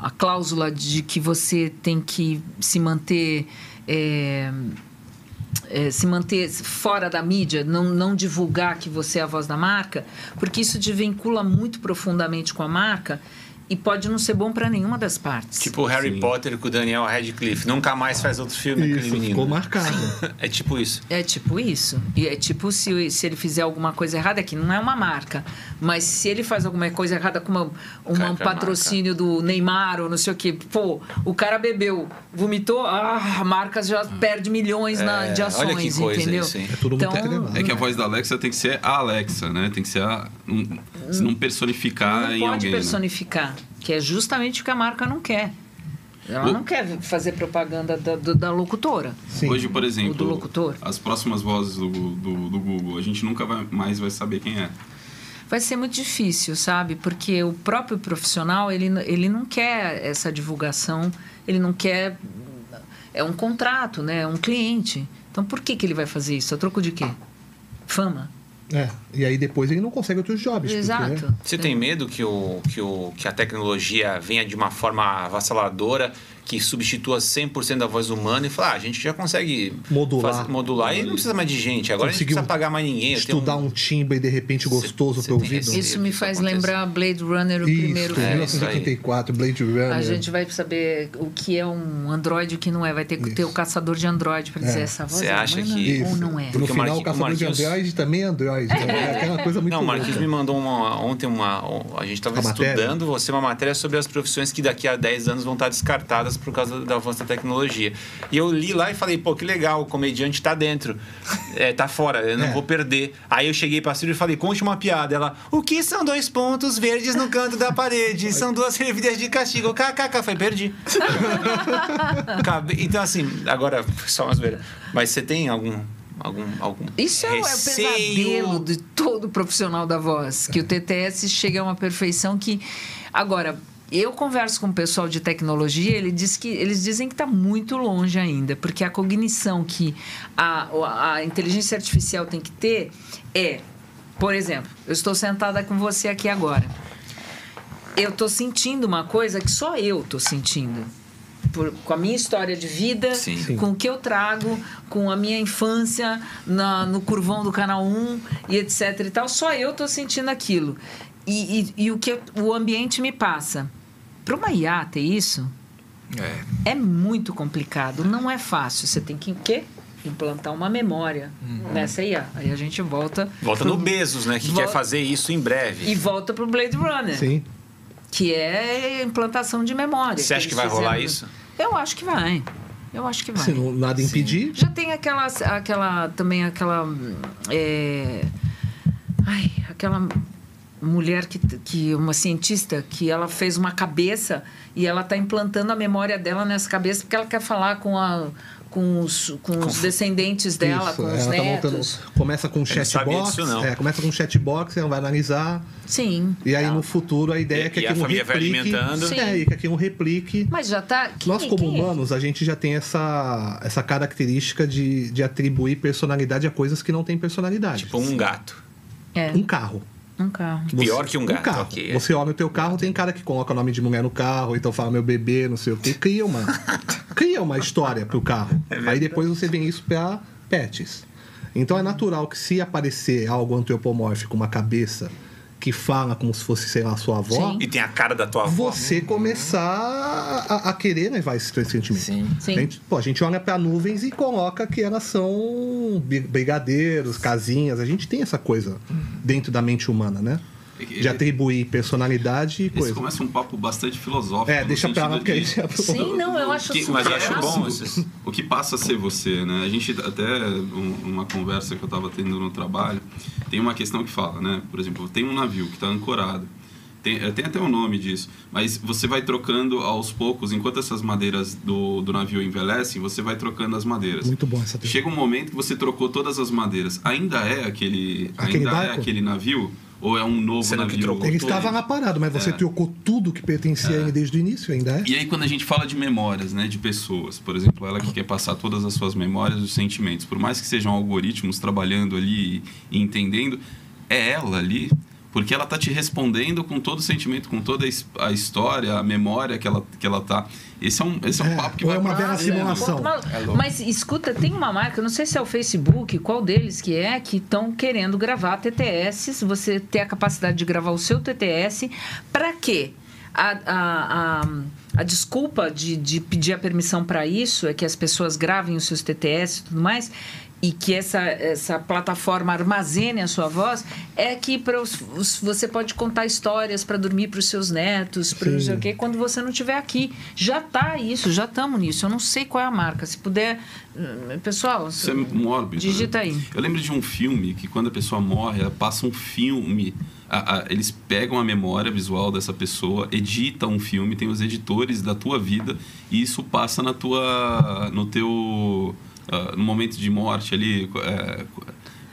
B: a, a cláusula de que você tem que se manter. é, é, se manter fora da mídia, não, não divulgar que você é a voz da marca, porque isso te vincula muito profundamente com a marca e pode não ser bom para nenhuma das partes.
A: Tipo o Harry
F: Sim.
A: Potter com o Daniel Radcliffe. Nunca mais faz outro filme aquele
C: Isso, ficou
A: menino.
C: marcado.
A: [LAUGHS] É tipo isso.
B: É tipo isso. E é tipo se, se ele fizer alguma coisa errada, é que não é uma marca. Mas se ele faz alguma coisa errada com uma- uma- um
A: Cai pra
B: patrocínio do Neymar ou não sei o quê, pô, o cara bebeu, vomitou, ah, a marca já perde milhões na- de
A: Hum. É, olha
B: ações,
A: que coisa
B: entendeu? Então,
A: isso, hein? É
C: tudo muito elevado.
F: É que a voz da Alexa tem que ser a Alexa, né? Tem que ser a. um- se não personificar
B: não
F: em
B: pode
F: alguém. né?
B: personificar, que é justamente o que a marca não quer. Ela
F: O-
B: não quer fazer propaganda da, do- da locutora.
C: Sim.
F: Hoje, por exemplo,
B: O do locutor.
F: as próximas vozes do, do, do Google, a gente nunca vai- mais vai saber quem é.
B: vai ser muito difícil, sabe? Porque o próprio profissional, ele, ele não quer essa divulgação, ele não quer... É um contrato, né? É um cliente. Então, por que, que ele vai fazer isso? A troco de quê? Fama?
C: É, e aí depois ele não consegue outros jobs. porque,
B: Exato.
C: né?
A: Você tem medo que, o, que, o, que a tecnologia venha de uma forma avassaladora que substitua 100% da voz humana e fala, ah, a gente já consegue
C: Modular.
A: modular e não precisa mais de gente. Agora
C: Conseguiu
A: a gente não precisa pagar mais ninguém. Eu tenho
C: Estudar um timbre de repente gostoso
A: Cê- cê
C: pro
A: tem
C: ouvido.
A: receio?
B: Isso me
A: que isso
B: faz
A: aconteça.
B: lembrar Blade Runner, o primeiro
C: Isso,
B: filme.
A: é isso aí.
C: 1984, Blade Runner.
B: A gente vai saber o que é um androide e o que não é. Vai ter que ter
C: Isso.
B: o caçador de androide para dizer
C: É.
B: essa voz
A: Você
B: é
A: acha
B: humana
A: que-
B: ou não é.
C: No
A: Porque o
C: final,
A: Marqui-
C: o caçador
A: o Marquinhos-
C: de Android também
B: [LAUGHS]
C: é Android. né? É aquela coisa muito
A: Não, o Marquinhos me
C: louca.
A: mandou uma, ontem uma. A gente estava
C: A matéria?
A: estudando você uma matéria sobre as profissões que daqui a 10 anos vão estar descartadas caras por causa do avanço da tecnologia. E eu li lá e falei, pô, que legal, o comediante tá dentro, é, tá fora, eu não
C: É.
A: vou perder. Aí eu cheguei pra Silvia e falei, conte uma piada. Ela, o que são dois pontos verdes no canto da
C: [LAUGHS]
A: parede? São duas ervilhas de castigo. KKK, foi, perdi. Cabe- então, assim, agora, só uma zoeira. Mas você tem algum. algum, algum
B: Isso é o- é o
A: receio?
B: pesadelo de todo profissional da voz, que o TTS chega a uma perfeição que. Agora, eu converso com o pessoal de tecnologia, ele diz que, eles dizem que está muito longe ainda, porque a cognição que a, a- a inteligência artificial tem que ter é, por exemplo, eu estou sentada com você aqui agora. Eu estou sentindo uma coisa que só eu estou sentindo. Por- com a minha história de vida,
D: Sim.
C: Sim.
B: com o que eu trago, com a minha infância na- no curvão do canal 1 e etc e tal, só eu tô sentindo aquilo. E, e- e o que eu- o ambiente me passa. Para uma IA ter isso,
D: É.
B: é muito complicado, não é fácil. Você tem que o quê? implantar uma memória nessa IA. Aí a gente volta
A: Uhum. Volta no Bezos, né? Que
B: Vol-
A: quer fazer isso em breve.
B: e volta pro Blade
A: é.
B: Runner,
C: Sim.
B: que é implantação de memória.
A: Você acha que vai
B: eles
A: rolar
B: fizeram-
A: isso?
B: Eu acho que vai. Eu acho que vai.
C: Se não, nada impedir.
B: Já tem aquela, aquela também aquela, hum, é, ai, aquela mulher que, que uma cientista que ela fez uma cabeça e ela está implantando a memória dela nessa cabeça porque ela quer falar com a com os, com os descendentes dela,
C: Isso,
B: com os
C: ela tá
B: netos.
C: montando- começa com um
A: sabia
C: chatbox.
A: disso, não.
C: É, começa com um chatbox, ela vai analisar.
B: Sim.
C: E aí
B: Tá.
C: no futuro a ideia
A: E-
C: é que
A: e a
C: aquilo
A: família vai
C: replique.
A: alimentando.
B: Sim.
C: É, e que aquilo replique.
B: Mas já tá. quem-
C: Nós, como
B: quem é?
C: humanos, a gente já tem essa, essa característica de, de atribuir personalidade a coisas que não têm personalidade.
A: Tipo um gato.
B: É,
C: um carro.
B: um carro.
A: Pior que um gato,
C: carro.
A: ok.
C: Você olha o teu carro, tem cara que coloca o nome de mulher no carro, então fala meu bebê, não sei o quê. Cria
A: [LAUGHS]
C: uma, cria uma história pro carro.
A: É
C: Aí depois você vem isso pra pets. Então é natural que se aparecer algo antropomórfico, uma cabeça que fala como se fosse, sei lá, sua avó,
B: Sim.
A: E tem a cara da tua avó.
C: você começar a, a- a querer levar esse teu sentimento.
D: Sim.
B: Sim.
C: A gente, pô, a gente olha pra nuvens e coloca que elas são bi- brigadeiros, casinhas. A gente tem essa coisa dentro da mente humana, né? De atribuir personalidade e
F: Esse
C: coisa.
F: começa um papo bastante filosófico.
C: É,
F: no
C: deixa pra lá,
F: sentido
C: porque aí
F: de-
C: já...
B: Sim, não, eu acho
F: que-
B: super
F: mas eu acho
B: errado.
F: bom esses- o que passa a ser você, né? A gente até um- uma conversa que eu estava tendo no trabalho tem uma questão que fala, né? Por exemplo, tem um navio que está ancorado. Tem, eh, tem até o nome disso, mas você vai trocando aos poucos, enquanto essas madeiras do, do navio envelhecem, você vai trocando as madeiras.
C: Muito bom essa teoria.
F: Chega um momento que você trocou todas as madeiras. Ainda é aquele,
C: Aquele
F: ainda é
C: barco?
F: aquele navio? Ou é um novo
A: Sendo que
F: navio?
A: trocou
C: Ele estava lá parado, mas você trocou tudo que pertencia a ele desde o início, ainda é?
F: É. E aí quando a gente fala de memórias, né, de pessoas, por exemplo, ela que quer passar todas as suas memórias, os sentimentos, por mais que sejam algoritmos trabalhando ali e entendendo, é ela ali, porque ela tá te respondendo com todo o sentimento, com toda a his- a história, a memória que ela que ela tá. Esse é um esse é um
C: É,
F: papo que
C: ou
F: vai
C: é uma
F: pra-
C: bela
F: É,
C: simulação.
B: Pô, maluco.
D: É louco.
B: Mas escuta, tem uma marca, eu não sei se é o Facebook, qual deles que é, que estão querendo gravar TTS, você ter a capacidade de gravar o seu TTS, para quê? A, a- a- a desculpa de, de pedir a permissão para isso é que as pessoas gravem os seus TTS e tudo mais, e que essa, essa plataforma armazene a sua voz, é que pra os- os- você pode contar histórias para dormir para os seus netos, para não sei o quê, quando você não estiver aqui. Já tá isso, já estamos nisso. Eu não sei qual é a marca. Se puder, hum, pessoal,
F: Isso é mórbido.
B: Digita
F: né?
B: aí.
F: Eu lembro de um filme que quando a pessoa morre, ela passa um filme. A- a- eles pegam a memória visual dessa pessoa, editam um filme, tem os editores da tua vida e isso passa na tua, no teu, ah, no momento de morte ali, é,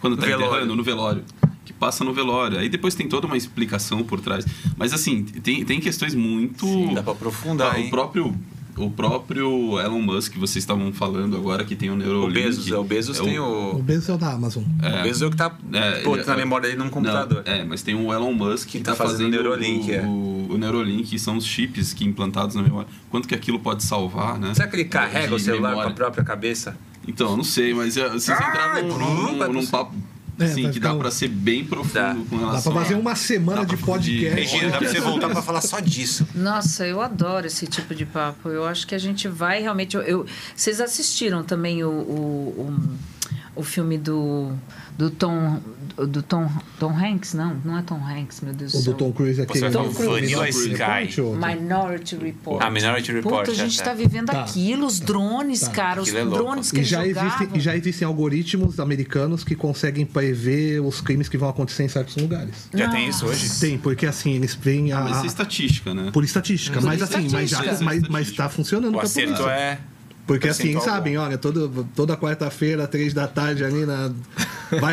F: quando tá
A: Velório.
F: enterrando, no velório. Que passa no velório. Aí depois tem toda uma explicação por trás. Mas assim, tem, tem questões muito.
A: Dá pra aprofundar,
F: Ah,
A: hein?
F: o próprio o próprio Elon Musk que vocês estavam falando agora que tem o
A: O
F: Neuralink.
A: Bezos, é, o Bezos
F: É
A: tem
C: O
A: o...
C: Bezos é o da Amazon.
A: O Bezos é o que tá
F: É,
A: pô,
F: ele-
A: na memória dele num computador.
F: Não, é, mas tem o Elon Musk que
A: tá
F: está
A: fazendo o
F: fazendo,
A: Neuralink,
F: o,
A: é.
F: o, o Neuralink, que são os chips que implantados na memória. Quanto que aquilo pode salvar, né?
A: Será que ele carrega
F: De
A: o celular
F: memória.
A: com a própria cabeça?
F: Então, eu não sei, mas é, vocês entraram num,
A: não vai
F: num, num
A: conseguir.
F: papo
C: É,
F: assim,
C: vai
F: que
C: ficar
F: dá
C: um-
F: para ser bem profundo
A: Dá.
F: com
C: Dá pra
F: relação
C: fazer
F: a-
C: uma semana
F: dá
C: de
F: pra fazer-
C: podcast.
A: Regina, dá pra você voltar pra falar só disso.
B: Nossa, eu adoro esse tipo de papo. Eu acho que a gente vai realmente. eu- eu- vocês assistiram também o, o, o- o filme do, do Tom. Do Tom, Tom Hanks? Não, não é Tom Hanks, meu Deus
C: O é do
B: céu.
C: Tom Cruise aqui.
B: Tom Cruise.
A: Vanilla Sky.
B: Minority Report.
A: Ah, Minority Report,
B: Puta, a
A: já
B: gente
A: tá.
B: tá vivendo
C: Tá.
B: aquilo, os drones, cara, os
A: Aquilo é louco.
B: drones que
C: E
B: eles
C: já, existem,
B: jogavam.
C: e já existem algoritmos americanos que conseguem prever os crimes que vão acontecer em certos lugares.
A: Já tem isso hoje?
C: Tem, porque assim, eles veem a.
F: Mas isso é estatística, né?
C: Por estatística, mas assim, mas já
F: estatística.
C: mas, mas tá funcionando
A: é O
C: pra polícia.
A: acerto é.
C: Porque assim,
A: percentual
C: sabem, olha, todo, toda quarta-feira, três da tarde ali na. Vai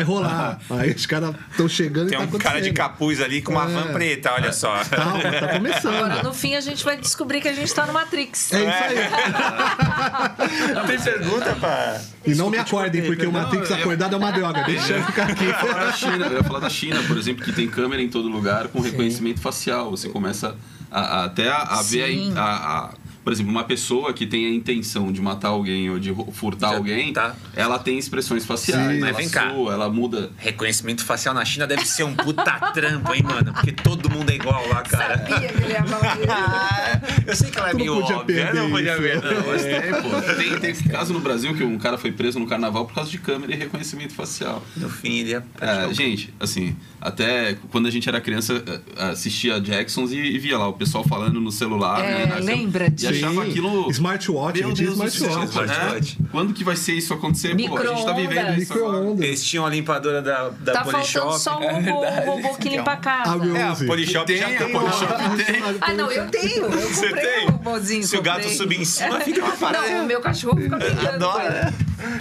A: [LAUGHS]
C: rolar. Aí os caras estão chegando
A: Tem
C: e tá
A: um cara de
C: acontecendo.
A: capuz ali com uma van preta, olha só.
C: Calma, tá
B: Agora,
C: começando.
B: no fim, a gente vai descobrir que a gente tá no Matrix.
C: É isso aí.
A: [LAUGHS] Tem pergunta pra.
C: E não me acordem, porque o
F: Não,
C: Matrix
F: eu-
C: acordado é uma droga. Deixa eu ficar aqui.
F: Eu ia falar da China, eu ia falar da China, por exemplo, que tem câmera em todo lugar com reconhecimento facial. Você começa a, a- até a, a ver a in-
B: Sim.
F: a, a- Por exemplo, uma pessoa que tem a intenção de matar alguém ou de ro- furtar
A: Já
F: alguém,
A: tá.
F: ela tem expressões faciais,
A: Mas
F: ela
A: vem cá.
F: sua, ela muda.
A: Reconhecimento facial na China deve ser um puta trampo, hein, mano? Porque todo mundo é igual lá, cara.
B: Sabia que ele
A: [LAUGHS]
B: ia falar isso.
A: Ah, eu sei que ela é
C: Tu não
A: meio
C: podia
A: óbvia,
C: perder
A: não podia
C: isso. É,
A: ver.
F: Não, mas tem, pô. Tem, tem esse caso no Brasil que um cara foi preso no carnaval por causa de câmera e reconhecimento facial.
A: No fim, ele ia
F: É, gente, assim, até quando a gente era criança, eh, assistia Jacksons e, e via lá o pessoal falando no celular.
B: É,
F: né? Aí você-
B: lembra disso?
F: E achava aquilo.
C: Smartwatch,
F: Meu
C: ele tinha
F: Deus do céu,
C: smartwatch.
A: smartwatch.
F: né? Quando que vai ser isso acontecer? Pô, a gente tá vivendo isso agora.
C: Micro-ondas.
A: Eles tinham a limpadora da, da
B: Tá faltando
A: Polishop.
B: só um robô, um robô que limpa a casa.
C: Abre o-
A: É, a
C: Onze.
A: Polishop já
F: Tem,
A: tem.
F: a
A: um
F: Polishop tem.
B: Ah, não, eu tenho. Eu comprei
A: Você tem?
B: um robôzinho.
A: Se o gato
B: comprei.
A: subir em cima, fica uma parada. é.
B: Não, o meu cachorro fica pegando.
A: Adora.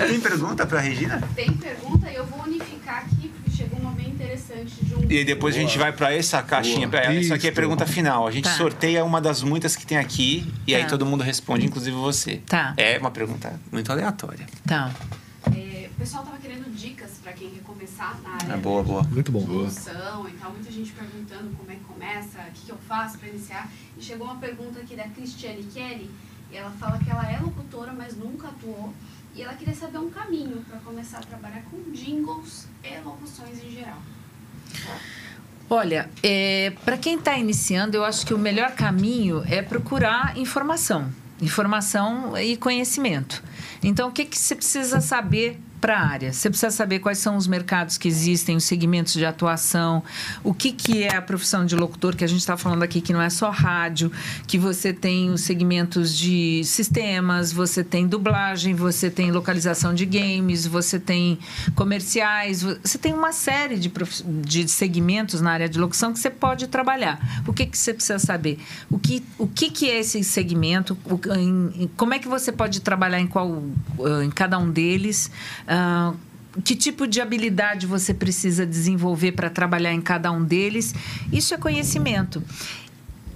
A: Tem pergunta pra Regina?
G: Tem pergunta e eu vou unificar aqui, porque chegou uma bem interessante de um.
A: E aí depois a gente vai pra essa caixinha. Pra essa aqui é a pergunta final. A gente
B: Tá.
A: sorteia uma das muitas que tem aqui e aí
B: Tá.
A: todo mundo responde, inclusive você.
B: Tá.
A: É uma pergunta muito aleatória.
B: Tá.
G: É, o pessoal tava querendo dicas pra quem quer começar na área.
A: É boa, boa.
C: Muito bom.
G: Produção e tal, muita gente perguntando como é que começa, o que, que eu faço pra iniciar. E chegou uma pergunta aqui da Cristiane Kelly, e ela fala que ela é locutora, mas nunca atuou, e ela queria saber um caminho pra começar a trabalhar com jingles e locuções em geral. Então,
B: Olha, para quem está iniciando, eu acho que o melhor caminho é procurar informação, informação e conhecimento. Então, o que, que você precisa saber para a área? Você precisa saber quais são os mercados que existem, os segmentos de atuação, o que, que é a profissão de locutor, que a gente está falando aqui que não é só rádio, que você tem os segmentos de sistemas, você tem dublagem, você tem localização de games, você tem comerciais, vo- você tem uma série de, profi- de segmentos na área de locução que você pode trabalhar. O que, que você precisa saber? O que, o que, que é esse segmento? O- em- em- como é que você pode trabalhar em, qual, ah, em cada um deles? Ah, que tipo de habilidade você precisa desenvolver para trabalhar em cada um deles? Isso é conhecimento.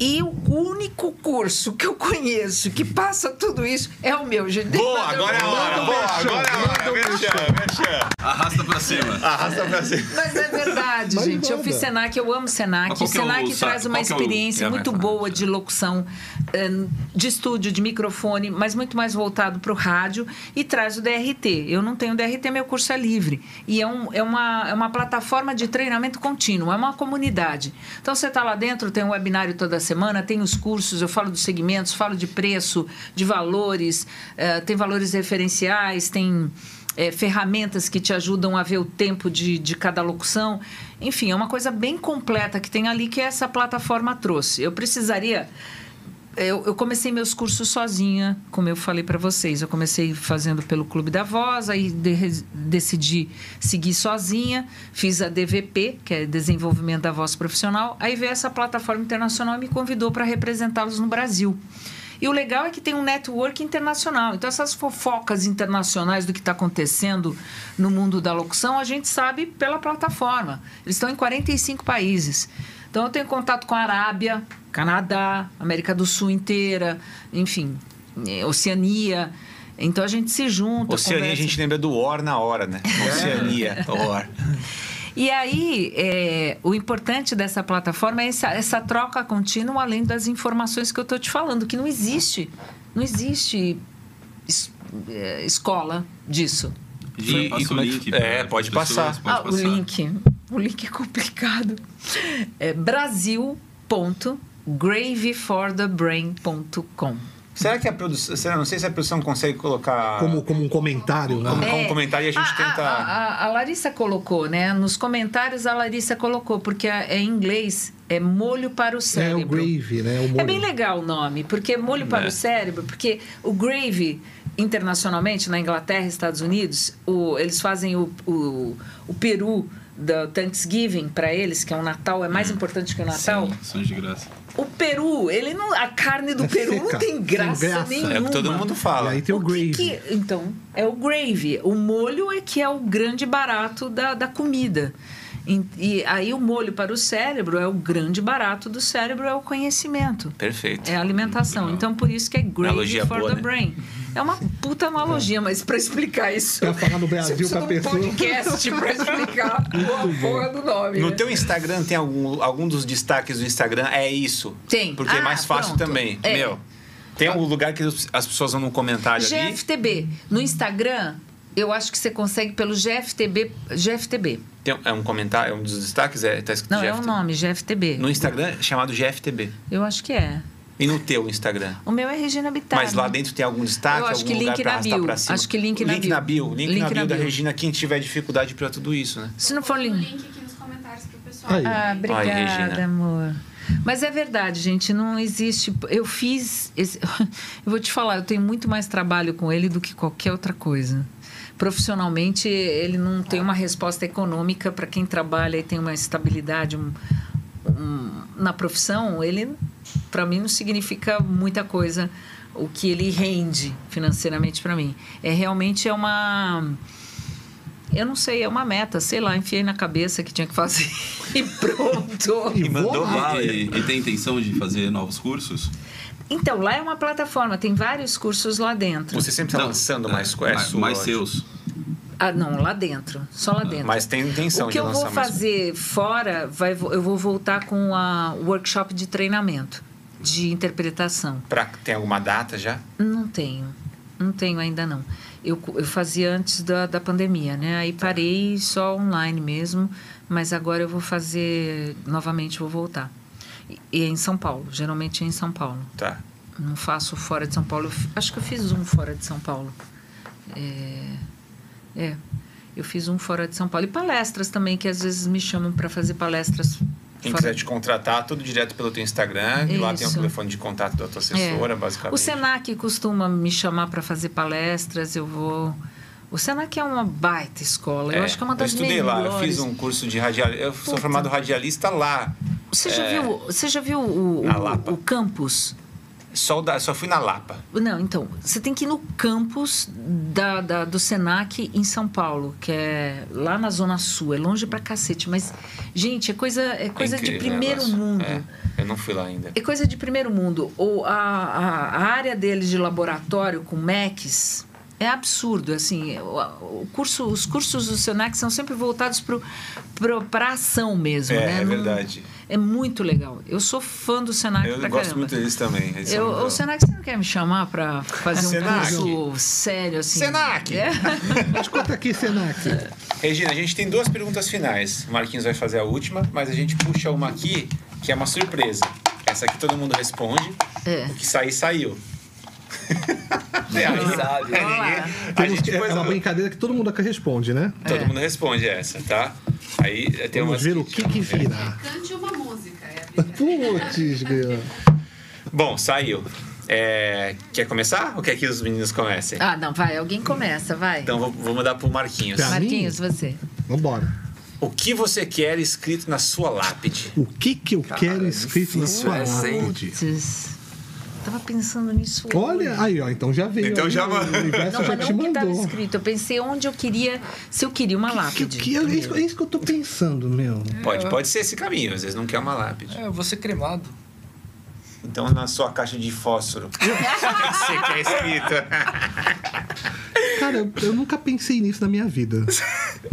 B: E o único curso que eu conheço que passa tudo isso é o meu, gente.
A: Boa, agora é a hora. Boa, agora é a hora. Merchan, merchan.
F: Arrasta
C: [LAUGHS]
F: pra cima.
A: Arrasta pra cima.
B: Mas é verdade,
C: Mas
B: gente. Eu
C: manda.
B: fiz Senac, eu amo Senac.
F: Mas
B: O
F: qual que é o
B: Senac
F: sa-
B: traz uma
F: qual que é o-
B: experiência
F: é, vai
B: muito
F: falar,
B: boa
F: tá.
B: de locução, eh, de estúdio, de microfone, mas muito mais voltado para o rádio e traz o DRT. Eu não tenho DRT, meu curso é livre. E é, um- é uma, é uma plataforma de treinamento contínuo, é uma comunidade. Então você está lá dentro, tem um webinário toda semana, tem os cursos, eu falo dos segmentos, falo de preço, de valores, eh, tem valores referenciais, tem é, ferramentas que te ajudam a ver o tempo de, de cada locução. Enfim, é uma coisa bem completa que tem ali que essa plataforma trouxe. Eu precisaria. Eu, eu comecei meus cursos sozinha, como eu falei para vocês. Eu comecei fazendo pelo Clube da Voz, aí de- decidi seguir sozinha, fiz a DVP, que é Desenvolvimento da Voz Profissional. Aí veio essa plataforma internacional e me convidou para representá-los no Brasil. E o legal é que tem um network internacional. Então, essas fofocas internacionais do que está acontecendo no mundo da locução, a gente sabe pela plataforma. Eles estão em 45 países. Então, eu tenho contato com a Arábia, Canadá, América do Sul inteira, enfim, eh, Oceania. Então, a gente se junta.
A: Oceania, a
B: conversa.
A: gente lembra do War na hora, né? Oceania, War.
B: E aí, é, o importante dessa plataforma é essa, essa troca contínua, além das informações que eu estou te falando, que não existe. Não existe es- é, escola disso.
F: E,
A: E-
F: passa
A: e como
F: o
A: é que-
F: link.
A: é,
F: pra-
A: pode
F: pras pessoas,
A: passar.
F: pode
B: ah, o
F: passar.
B: link. O link é complicado. É brasil.graveforthebrain.com.
A: Será que a produção. Será, não sei se a produção consegue colocar.
C: Como, como um comentário, né?
A: Como- com comentário e a gente tenta-
B: É, A, a- a Larissa colocou, né? Nos comentários a Larissa colocou, porque a- é em inglês, é molho para o
C: É
B: cérebro.
C: o gravy, né? O molho.
B: É bem legal o nome, porque é molho
A: Né.
B: para o cérebro, porque o gravy, internacionalmente, na Inglaterra e Estados Unidos, o- eles fazem o, o, o peru do Thanksgiving para eles, que é o Natal, é
A: Hum.
B: mais importante que o Natal.
F: Sons de graça.
B: O peru, ele não, a carne do
C: É
B: peru
C: seca,
B: não tem
C: sem
B: graça,
C: graça.
B: nenhuma.
A: É o que todo mundo
C: E
A: fala.
C: aí tem o,
B: O que
C: gravy.
B: que- então, é o gravy. O molho é que é o grande barato da, da comida. E, e aí o molho para o cérebro é o grande barato do cérebro, é o conhecimento.
A: Perfeito.
B: É a alimentação. Então, por isso que é gravy
A: Analogia
B: for
A: boa,
B: the
A: né?
B: brain. É uma puta analogia, mas para explicar isso...
C: Pra falar no Brasil
B: você precisa
C: pra
B: de um
C: pessoa.
B: podcast para explicar
C: [LAUGHS]
B: a porra do nome.
A: No
B: né?
A: teu Instagram tem algum, algum dos destaques do Instagram? É isso.
B: Tem.
A: Porque é
B: Ah,
A: mais fácil
B: pronto.
A: também.
B: É.
A: Meu. Tem algum lugar que as pessoas vão no comentário ali?
B: GFTB. No Instagram, eu acho que você consegue pelo GFTB. GFTB.
A: Tem- é um comentário, é um dos destaques? É, tá escrito
B: Não, é
A: GFTB.
B: o nome, GFTB.
A: No Instagram é chamado GFTB.
B: Eu acho que é.
A: E no teu Instagram?
B: O meu é Regina Bittar.
A: Mas lá dentro tem algum destaque,
B: Eu acho
A: algum
B: que
A: lugar
B: link
A: pra
B: na
A: arrastar
B: bio.
A: pra cima?
B: Acho que link na
A: link
B: bio.
A: Na bio. Link, na
B: Link
A: bio,
B: na
A: da
B: bio.
A: Regina, quem tiver dificuldade pra tudo isso, né?
B: Se não for
G: o
B: link.
G: um link aqui nos comentários pro pessoal.
C: Aí.
B: Ah, obrigada,
A: Ai, Regina.
B: amor. Mas é verdade, gente, não existe. Eu fiz. esse- [LAUGHS] Eu vou te falar, eu tenho muito mais trabalho com ele do que qualquer outra coisa. Profissionalmente, ele não tem uma resposta econômica para quem trabalha e tem uma estabilidade um- um- na profissão. Ele, para mim, não significa muita coisa o que ele rende financeiramente para mim. É realmente é uma eu não sei, é uma meta, sei lá, enfiei na cabeça que tinha que fazer [LAUGHS] e pronto.
A: E mandou bala.
F: E, e tem intenção de fazer novos cursos?
B: Então, lá é uma plataforma, tem vários cursos lá dentro.
A: Você sempre tá lançando mais
F: é, mais,
A: quests.
F: mais seus.
B: Ah, não, lá dentro, só lá dentro.
A: Mas tem intenção
B: Então, o que
A: de
B: eu
A: lançar
B: vou
A: mais. um.
B: fazer fora, vai, vo- eu vou voltar com a workshop de treinamento, de interpretação.
A: Pra, tem alguma data já?
B: Não tenho, não tenho ainda não. Eu, co- eu fazia antes da, da pandemia, né? Aí parei só online mesmo, mas agora eu vou fazer novamente, vou voltar. E, e é em São Paulo, geralmente é em São Paulo.
A: Tá.
B: Não faço fora de São Paulo. Eu fi- Acho que eu fiz um fora de São Paulo. É, é, eu fiz um fora de São Paulo. E palestras também, que às vezes me chamam para fazer palestras
A: Quem
B: fora
A: quiser te contratar, tudo direto pelo teu Instagram. E lá tem o
B: Isso. É.
A: telefone de contato da tua assessora, basicamente.
B: O Senac costuma me chamar para fazer palestras, eu vou. O Senac é uma baita escola. eu acho que é uma das
A: eu estudei
B: melhores.
A: lá, eu fiz um curso de radialista. Eu sou
B: Puta.
A: formado radialista lá.
B: Você já viu, você já viu o,
A: é, Na
B: o-
A: Lapa.
B: o campus?
A: Só, o da- só fui na Lapa.
B: Não, então, você tem que ir no campus da, da- do Senac em São Paulo, que é lá na Zona Sul, é longe pra cacete, mas, gente, é coisa, é coisa
A: É incrível
B: de
A: o
B: primeiro
A: negócio.
B: mundo.
A: É, eu não fui lá ainda.
B: É coisa de primeiro mundo. Ou a, a, a área deles de laboratório com MECs é absurdo. Assim, o, o curso, os cursos do Senac são sempre voltados para a ação mesmo.
A: É,
B: né?
A: é
B: Não-
A: verdade.
B: é muito legal. Eu sou fã do Senac
A: Eu
B: pra
A: gosto
B: Ah, caramba.
A: muito deles também. Eles
B: Eu,
A: são-
B: o Senac, você não quer me chamar para fazer um
A: Senac.
B: curso sério assim?
A: Senac!
B: É?
C: Mas conta aqui, [LAUGHS] Senac.
A: Regina, a gente tem duas perguntas finais. O Marquinhos vai fazer a última, mas a gente puxa uma aqui que é uma surpresa. Essa aqui todo mundo responde.
B: É.
A: O que sair,
C: [LAUGHS]
A: saiu. É, aí-
D: Ninguém sabe.
A: é, ninguém- a
C: Temos-
A: gente
C: é
A: depois-
C: uma brincadeira que todo mundo aqui responde, né?
A: Todo
B: É.
A: mundo responde essa, tá? Aí é, tem
C: Vamos
A: umas
C: ver o que que vira.
G: Cante uma música. É a brincadeira.
C: Putz, grila.
A: Bom, saiu. É, Quer começar ou quer que os meninos comecem?
C: Tá.
B: Ah, não, vai, alguém começa, vai.
A: Então vou, vou mandar pro Marquinhos.
C: Tá.
B: Marquinhos, você.
C: Vambora.
A: O que você quer escrito na sua lápide?
C: O que que eu quero escrito na
D: difícil
C: sua
D: essa, hein?
C: lápide?
B: Vocês- Tava pensando nisso. hoje.
C: Olha, aí ó, então já veio.
A: Então
C: aí,
A: já
C: o
A: mandou.
C: universo
B: Não, mas
C: já
B: não
C: te
B: o que estava
C: mandou.
B: escrito. Eu pensei onde eu queria, se eu queria uma
C: Que,
B: lápide.
C: que, é, isso, é isso que eu tô pensando, meu.
A: Pode, pode ser esse caminho, às vezes não quer uma lápide.
D: É, eu vou ser cremado.
A: Então na sua caixa de fósforo. O que
C: [LAUGHS]
A: você
C: é
A: quer escrito?
C: Cara, eu, eu nunca pensei nisso na minha vida.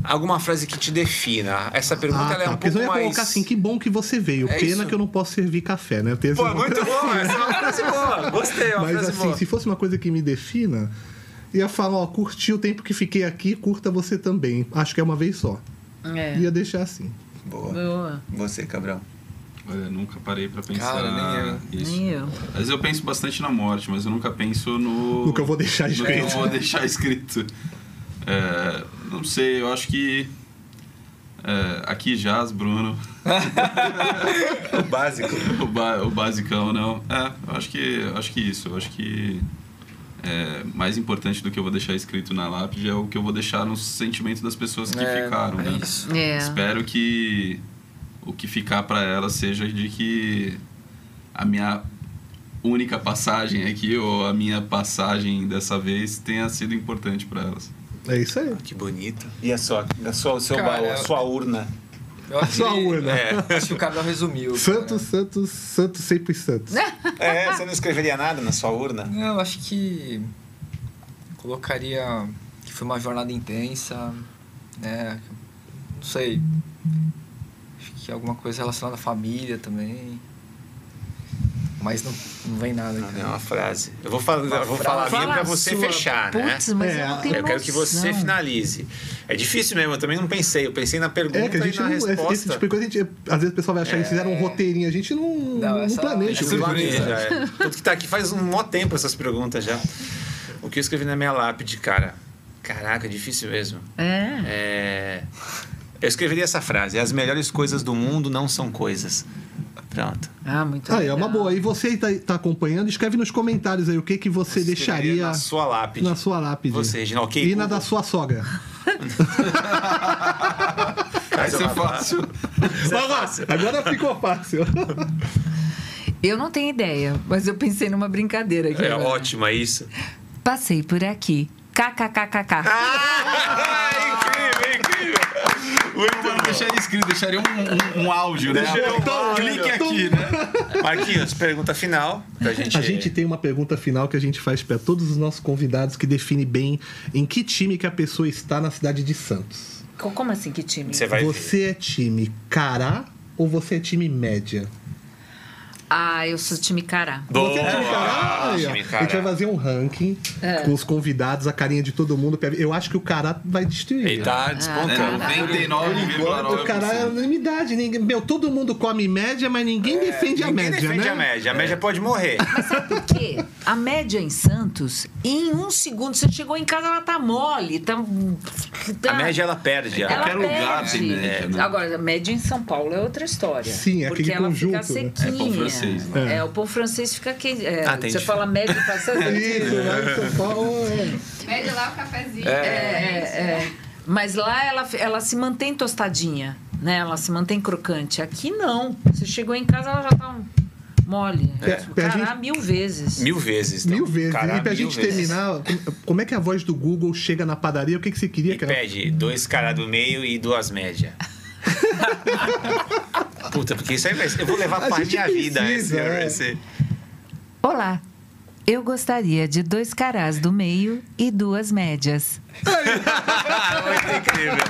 A: Alguma frase que te defina. Essa pergunta
C: Ah,
A: ela é
C: tá.
A: um
C: Porque
A: pouco
C: senão eu ia
A: mais.
C: colocar assim, que bom que você veio.
A: É
C: Pena
A: isso.
C: que eu não posso servir café, né? Eu tenho
A: Pô,
C: essa-
A: muito boa, essa é uma frase boa. Gostei, é uma
C: [LAUGHS] Mas
A: frase
C: assim,
A: boa.
C: se fosse uma coisa que me defina, ia falar, ó, curti o tempo que fiquei aqui, curta você também. Acho que é uma vez só.
B: É.
C: Ia deixar assim.
A: Boa.
B: Boa.
A: Você, Cabrão.
F: Olha, nunca parei pra pensar
D: Cara, nem
F: isso.
B: Nem eu.
F: Às vezes eu penso bastante na morte, mas eu nunca penso no.
C: No que eu vou deixar
F: no que eu
C: escrito.
F: vou deixar escrito. É, não sei, eu acho que. é, aqui jaz, Bruno.
A: O básico.
F: [LAUGHS] o, ba- o basicão, não. É, eu acho que, eu acho que isso. Eu acho que. é, mais importante do que eu vou deixar escrito na lápide é o que eu vou deixar no sentimento das pessoas que
D: É,
F: ficaram,
D: é
F: né?
D: isso.
B: É.
F: Espero que o que ficar pra ela seja de que a minha única passagem aqui ou a minha passagem dessa vez tenha sido importante pra elas.
C: É isso aí.
A: Que bonito. E a sua, a sua, o seu
D: Cara,
A: baú, a
D: eu-
A: sua urna.
D: Eu acho
C: [LAUGHS] Só
D: que ele-
C: urna.
D: Acho que o Carlos resumiu. cara.
C: Santos, Santos, Santos, sempre Santos.
A: [LAUGHS] É, você não escreveria nada na sua urna?
D: Não, eu acho que colocaria que foi uma jornada intensa, né? Não sei. Acho que alguma coisa relacionada à família também. Mas não, não vem nada,
A: Não,
D: cara.
A: é uma frase. Eu vou, fal eu vou
D: frase.
A: falar a minha
B: Fala
A: pra
B: a
A: você
B: sua.
A: fechar, né?
B: Putz, mas
C: É,
B: eu não
C: eu
B: tenho
A: Eu quero que você
B: noção.
A: finalize. É difícil mesmo, eu também não pensei. Eu pensei na pergunta
C: É, que a
A: e
C: gente
A: na
C: não. esse-
A: resposta. É.
C: Esse tipo de coisa, a gente, às vezes o pessoal vai achar que eles fizeram um roteirinho. A gente não, não,
D: essa-
C: planeja.
D: essa
C: o que a gente
A: planeja,
C: faz.
A: é. Tanto que tá aqui faz um mó tempo essas perguntas já. O que eu escrevi na minha lápide, cara? Caraca, é difícil mesmo.
B: É.
A: É, Eu escreveria essa frase: As melhores coisas do mundo não são coisas. Pronto.
B: Ah, muito
C: Aí, é
B: legal.
C: uma boa. E você aí tá, tá acompanhando, escreve nos comentários aí o que, que você
A: Escreveria
C: deixaria
A: Na sua lápide.
C: na sua lápide.
A: Você, Reginaldo, ok,
C: E na
A: Google.
C: da
A: [LAUGHS]
C: sua sogra.
F: Vai ser fácil.
C: é
A: é
C: Agora ficou fácil.
B: Eu não tenho ideia, mas eu pensei numa brincadeira aqui.
A: É
B: agora.
A: ótima
C: [LAUGHS]
A: isso.
B: Passei por aqui. KKKKK.
A: Ah!
C: Ah,
A: incrível, incrível.
F: Eu não deixaria escrito, deixaria um, um- um áudio, né?
D: um
C: Então,
F: Clique
C: então.
F: aqui, né?
A: Marquinhos, pergunta final pra gente.
C: A gente tem uma pergunta final que a gente faz para todos os nossos convidados que define bem em que time que a pessoa está na cidade de Santos.
B: Co- Como assim, que time?
A: Você vai ver.
C: você é time cará ou você é time média?
B: Ah, eu sou time cará.
C: Você é time cará?
A: time
C: Aí, ó. A gente vai
A: cará.
C: fazer um ranking
B: É.
C: com os convidados, a carinha de todo mundo. pra ver. Eu acho que o cará vai destruir.
A: Ele tá despontando.
B: Ah,
F: É,
C: Enquanto o cara é
F: 99,9%.
C: unanimidade. Ninguém, meu, todo mundo come média, mas ninguém defende a
A: É, Ninguém
C: média,
A: defende
C: né?
A: a média. A média pode morrer.
B: Porque a média em Santos, em um segundo, você chegou em casa, ela tá mole. Tá, tá-
A: A média ela perde. É,
B: ela
F: qualquer lugar
B: perde.
F: tem média, né?
B: Agora, a média em São Paulo é outra história.
C: Sim, é
B: Porque
C: aquele
B: ela
C: conjunto, né?
B: fica sequinha.
F: É pão francês,
B: É. o pão francês fica quente. É,
A: Ah, tem
B: você
A: dif-
B: fala média pra
C: [LAUGHS]
B: Santos.
C: É Isso,
A: [LAUGHS]
C: lá em São Paulo é.
G: Pede lá o
B: É,
G: cafezinho.
B: é. Mas lá ela, ela se mantém tostadinha, né? Ela se mantém crocante. Aqui não. Você chegou em casa, ela já tá um- mole.
C: É,
B: Tipo,
C: a gente-
B: Cará, mil vezes.
A: Mil vezes. então.
C: mil vezes.
A: Cará,
C: e pra
A: mil
C: gente
A: vezes.
C: terminar, como- como é que a voz do Google chega na padaria? O que, que você queria
A: E
C: que ela
A: pede dois caras do meio e duas médias. [LAUGHS] Puta, porque isso aí vai ser- Eu vou levar
C: A
A: pra
C: gente
A: minha vida esse,
C: precisa, é.
A: esse-
B: Olá. Eu gostaria de dois carás do meio e duas médias.
A: Ah,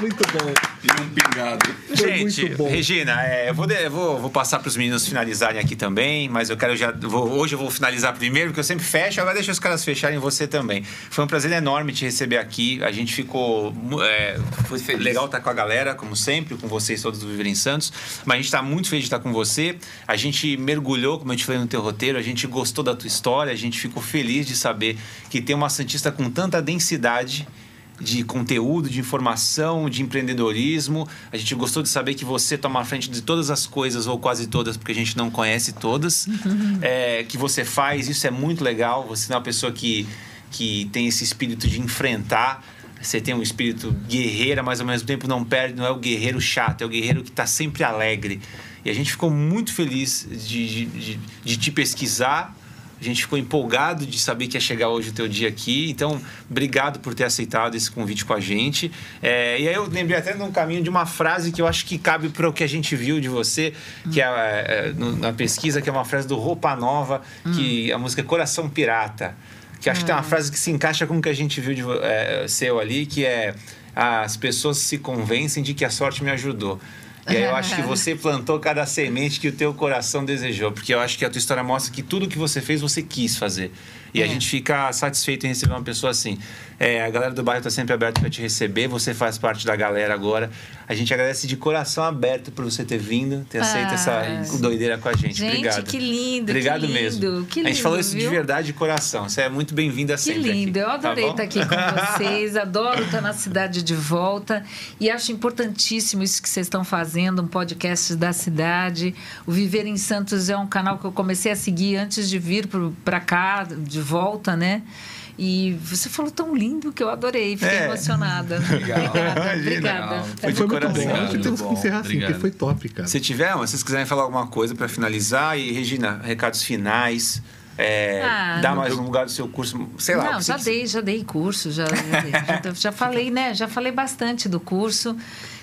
C: Muito bom.
F: E um pingado.
C: Foi
A: Gente,
C: muito bom.
A: Regina, é, eu vou, de- eu vou, vou passar pros meninos finalizarem aqui também, mas eu quero já. vou- hoje eu vou finalizar primeiro, porque eu sempre fecho, agora deixa os caras fecharem você também. Foi um prazer enorme te receber aqui. A gente ficou. mu- é, foi
D: Feliz.
A: legal estar com a galera, como sempre, com vocês todos do Viver em Santos. Mas a gente está muito feliz de estar com você. A gente mergulhou, como eu te falei no teu roteiro, a gente gostou da tua história, a gente ficou feliz de saber que tem uma Santista com tanta densidade de conteúdo, de informação, de empreendedorismo. A gente gostou de saber que você toma a frente de todas as coisas, ou quase todas, porque a gente não conhece todas, é, que você faz. Isso é muito legal. Você é uma pessoa que, que tem esse espírito de enfrentar. Você tem um espírito guerreira, mas ao mesmo tempo não perde, não é o guerreiro chato, é o guerreiro que está sempre alegre. E a gente ficou muito feliz de, de, de- de te pesquisar. A gente ficou empolgado de saber que ia chegar hoje o teu dia aqui. Então, obrigado por ter aceitado esse convite com a gente. É, e aí eu lembrei até no caminho de uma frase que eu acho que cabe para o que a gente viu de você, que é, é, no- na pesquisa, que é uma frase do Roupa Nova, que a música é Coração Pirata. Que acho que tem
B: Ah.
A: uma frase que se encaixa com o que a gente viu de vo- é, seu ali, que é as pessoas se convencem de que a sorte me ajudou. E aí eu
B: [LAUGHS]
A: acho que você plantou cada semente que o teu coração desejou, porque eu acho que a tua história mostra que tudo que você fez, você quis fazer. E
B: É.
A: a gente fica satisfeito em receber uma pessoa assim. É, a galera do bairro está sempre aberta para te receber, você faz parte da galera agora. A gente agradece de coração aberto por você ter vindo, ter aceito
B: Ah,
A: essa doideira com a gente.
B: Gente,
A: Obrigado.
B: que lindo, que
A: Obrigado
B: lindo,
A: mesmo.
B: que
A: a gente
B: lindo,
A: falou isso de
B: viu?
A: verdade de coração. Você é muito bem-vinda
B: Que
A: sempre.
B: lindo,
A: aqui,
B: eu
A: tá
B: adorei
A: bom?
B: estar aqui com vocês, adoro estar na cidade de volta e acho importantíssimo isso que vocês estão fazendo, um podcast da cidade. O Viver em Santos é um canal que eu comecei a seguir antes de vir para cá, de volta, né? E você falou tão lindo que eu adorei, fiquei
A: É. [LAUGHS]
B: emocionada.
D: Legal.
B: Obrigada,
A: Imagina.
B: obrigada.
D: Legal.
C: Foi,
A: coração.
C: muito bom. Acho que
F: Obrigado,
C: temos que
D: bom.
C: encerrar assim, porque
F: Obrigado.
C: foi top, cara.
A: Se tiver, se vocês quiserem falar alguma coisa para finalizar, e Regina, recados finais, é,
B: Ah,
A: dá
B: não-
A: mais um lugar do seu curso, sei lá. o
B: Não,
A: que
B: já
A: você
B: dei, já dei curso, já, já, dei,
A: [LAUGHS]
B: já- já falei, né? Já falei bastante do curso.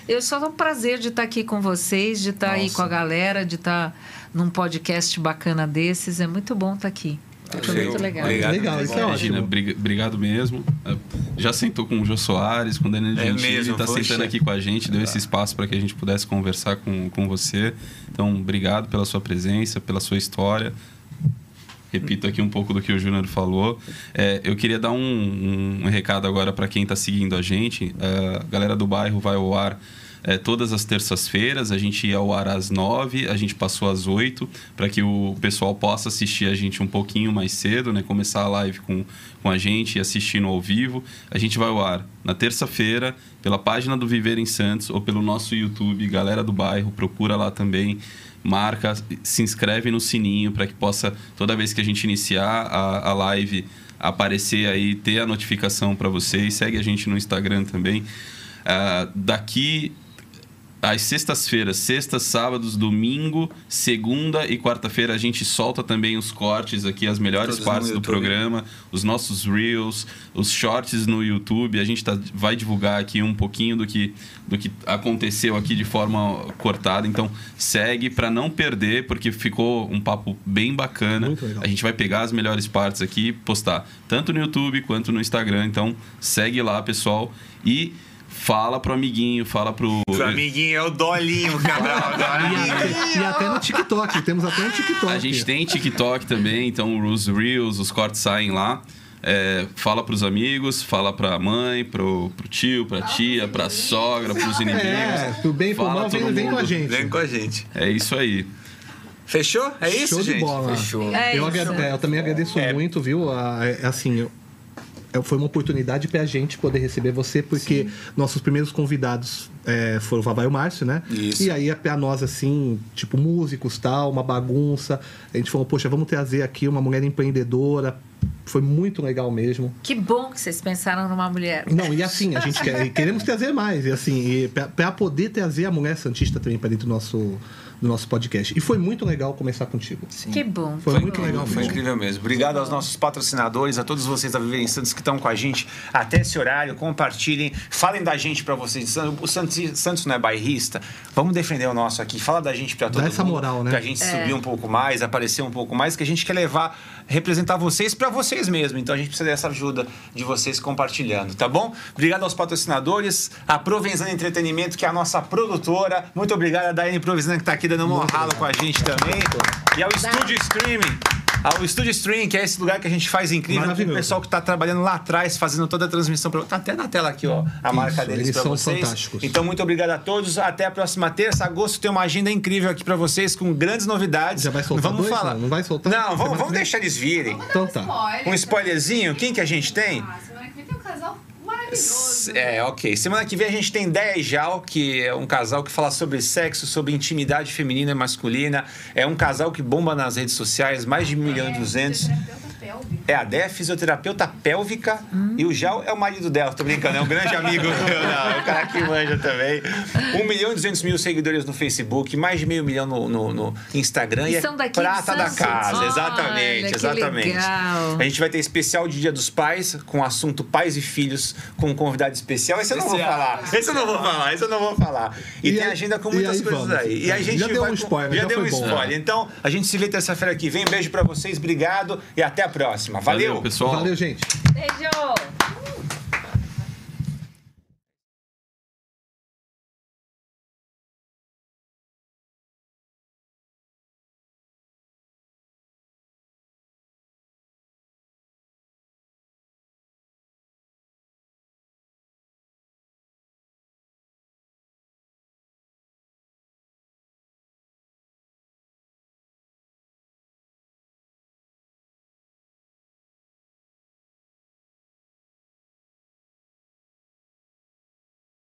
B: Eu só dou prazer de estar aqui com vocês, de estar aí
D: Nossa.
B: com a galera, de estar num podcast bacana desses. É muito bom estar aqui. Foi
A: Perfeito.
B: muito legal.
A: Obrigado.
C: Legal, isso é
F: Regina,
C: ótimo.
F: briga- obrigado mesmo. É, Já sentou com o Jô Soares, com o Daniel
A: É
F: Gentili,
A: mesmo,
F: tá
A: poxa.
F: sentando aqui com a gente, deu esse espaço para que a gente pudesse conversar com, com você. Então, obrigado pela sua presença, pela sua história. Repito aqui um pouco do que o Júnior falou. É, eu queria dar um, um recado agora para quem está seguindo a gente. É, a galera do bairro vai ao ar é, todas as terças-feiras. A gente ia ao ar às nove, a gente passou às oito, para que o pessoal possa assistir a gente um pouquinho mais cedo, né? começar a live com, com a gente e assistindo ao vivo. A gente vai ao ar na terça-feira, pela página do Viver em Santos ou pelo nosso YouTube, Galera do Bairro. Procura lá também marca, se inscreve no sininho para que possa, toda vez que a gente iniciar a, a live, aparecer aí, ter a notificação para vocês. Segue a gente no Instagram também. Ah, daqui às sextas-feiras, sextas, sábados, domingo, segunda e quarta-feira a gente solta também os cortes aqui, as melhores
A: Todos no
F: partes do
A: YouTube.
F: programa, os nossos reels, os shorts no YouTube. A gente tá- vai divulgar aqui um pouquinho do que, do que aconteceu aqui de forma cortada. Então segue para não perder, porque ficou um papo bem bacana.
C: Muito legal.
F: A gente vai pegar as melhores partes aqui e postar tanto no YouTube quanto no Instagram. Então segue lá, pessoal. E fala pro amiguinho, fala pro.
A: Seu amiguinho é o Dolinho, Cabral.
C: [LAUGHS]
A: Agora.
C: Ah, E até no TikTok, temos até no TikTok.
F: A gente tem TikTok também, então os Reels, os cortes saem lá. É, fala pros amigos, fala pra mãe, pro, pro tio, pra tia, pra sogra, pros
C: É,
F: inimigos.
C: pro bem e pro
F: Fala
C: mal, vem,
F: todo
C: vem com a
F: mundo.
C: gente.
A: Vem com a gente.
F: É isso aí.
A: Fechou? É isso,
C: Show
A: gente?
C: de bola.
D: Fechou.
B: É
C: eu,
B: isso.
C: agrade- é, eu também agradeço muito, viu? a- é, assim, eu- é, foi uma oportunidade pra gente poder receber você, porque nossos primeiros convidados é, foram o Vavá e o Márcio, né?
A: Isso.
C: E aí, pra nós, assim, tipo, músicos, tal, uma bagunça. A gente falou, poxa, vamos trazer aqui uma mulher empreendedora. Foi muito legal mesmo.
B: Que bom que vocês pensaram numa mulher.
C: Não, e assim, a gente quer- queremos trazer mais. E assim, para poder trazer a mulher Santista também para dentro do nosso, do nosso podcast. E foi muito legal começar contigo.
B: Que bom.
C: Foi, muito
B: bom.
C: legal
A: Foi
C: mesmo.
A: incrível mesmo. Obrigado aos nossos patrocinadores, a todos vocês da Viver em Santos que estão com a gente até esse horário. Compartilhem, falem da gente pra vocês. San- O Santos, Santos não é bairrista. Vamos defender o nosso aqui. Fala da gente pra todo
C: Dá essa
A: mundo,
C: moral, né?
A: Pra gente subir um pouco mais, aparecer um pouco mais, que a gente quer levar, representar vocês pra vocês mesmo. Então a gente precisa dessa ajuda de vocês compartilhando, tá bom? Obrigado aos patrocinadores, a Provenzano Entretenimento, que é a nossa produtora. Muito obrigado a Daiane Provenzano que tá aqui dando uma rala com a gente também. E ao Estúdio Streaming. Ao Estúdio Streaming, que é esse lugar que a gente faz incrível, com o
C: Maravilhoso.
A: pessoal que tá trabalhando lá atrás, fazendo toda a transmissão. Pra... Tá até na tela aqui, ó, a marca deles
C: eles
A: pra
C: são
A: vocês.
C: fantásticos.
A: Então, muito obrigado a todos. Até a próxima terça. Agosto tem uma agenda incrível aqui pra vocês, com grandes novidades.
C: Já vai soltar
A: vamos
C: dois,
A: falar.
C: não? Não vai soltar?
A: Não,
C: Semana
A: vamos,
C: que
A: vamos
C: vem?
A: deixar eles virem.
G: Vou dar
C: Então tá.
G: spoiler. né?
A: Um spoilerzinho, quem que a gente tem?
G: Ah, semana que vem tem um casal maravilhoso.
A: É, ok. Semana que vem a gente tem 10 Jal, que é um casal que fala sobre sexo, sobre intimidade feminina e masculina. É um casal que bomba nas redes sociais, mais de 1 milhão e
G: né?
A: 200.
G: fisioterapeuta pélvico.
A: É, a Dé é fisioterapeuta pélvica
B: Hum.
A: e o Jal é o marido dela. Tô brincando, é um grande amigo [LAUGHS] meu, não, é o cara que manja também. 1 milhão e 200 mil seguidores no Facebook, mais de meio milhão no, no- no Instagram.
B: E
A: é
B: são daqui de
A: prata da
B: Santos?
A: casa,
B: Olha,
A: exatamente,
B: que
A: exatamente.
B: legal.
A: A gente vai ter especial de Dia dos Pais, com o assunto pais e filhos, com um convidado especial. Esse eu não vou
D: Especial.
A: falar, esse eu não vou falar, esse eu não vou falar. E,
C: é E
A: tem
C: aí-
A: agenda com
C: e
A: muitas
C: aí
A: coisas
C: vamos.
A: aí. E a
C: Já
A: gente
C: deu
A: vai
C: um
A: com-
C: spoiler,
A: já,
C: já
A: deu um
C: foi bom.
A: spoiler. Então, a gente se vê terça-feira que vem. Beijo pra vocês, obrigado e até a próxima. Valeu.
F: pessoal.
C: Valeu, gente.
B: Beijo!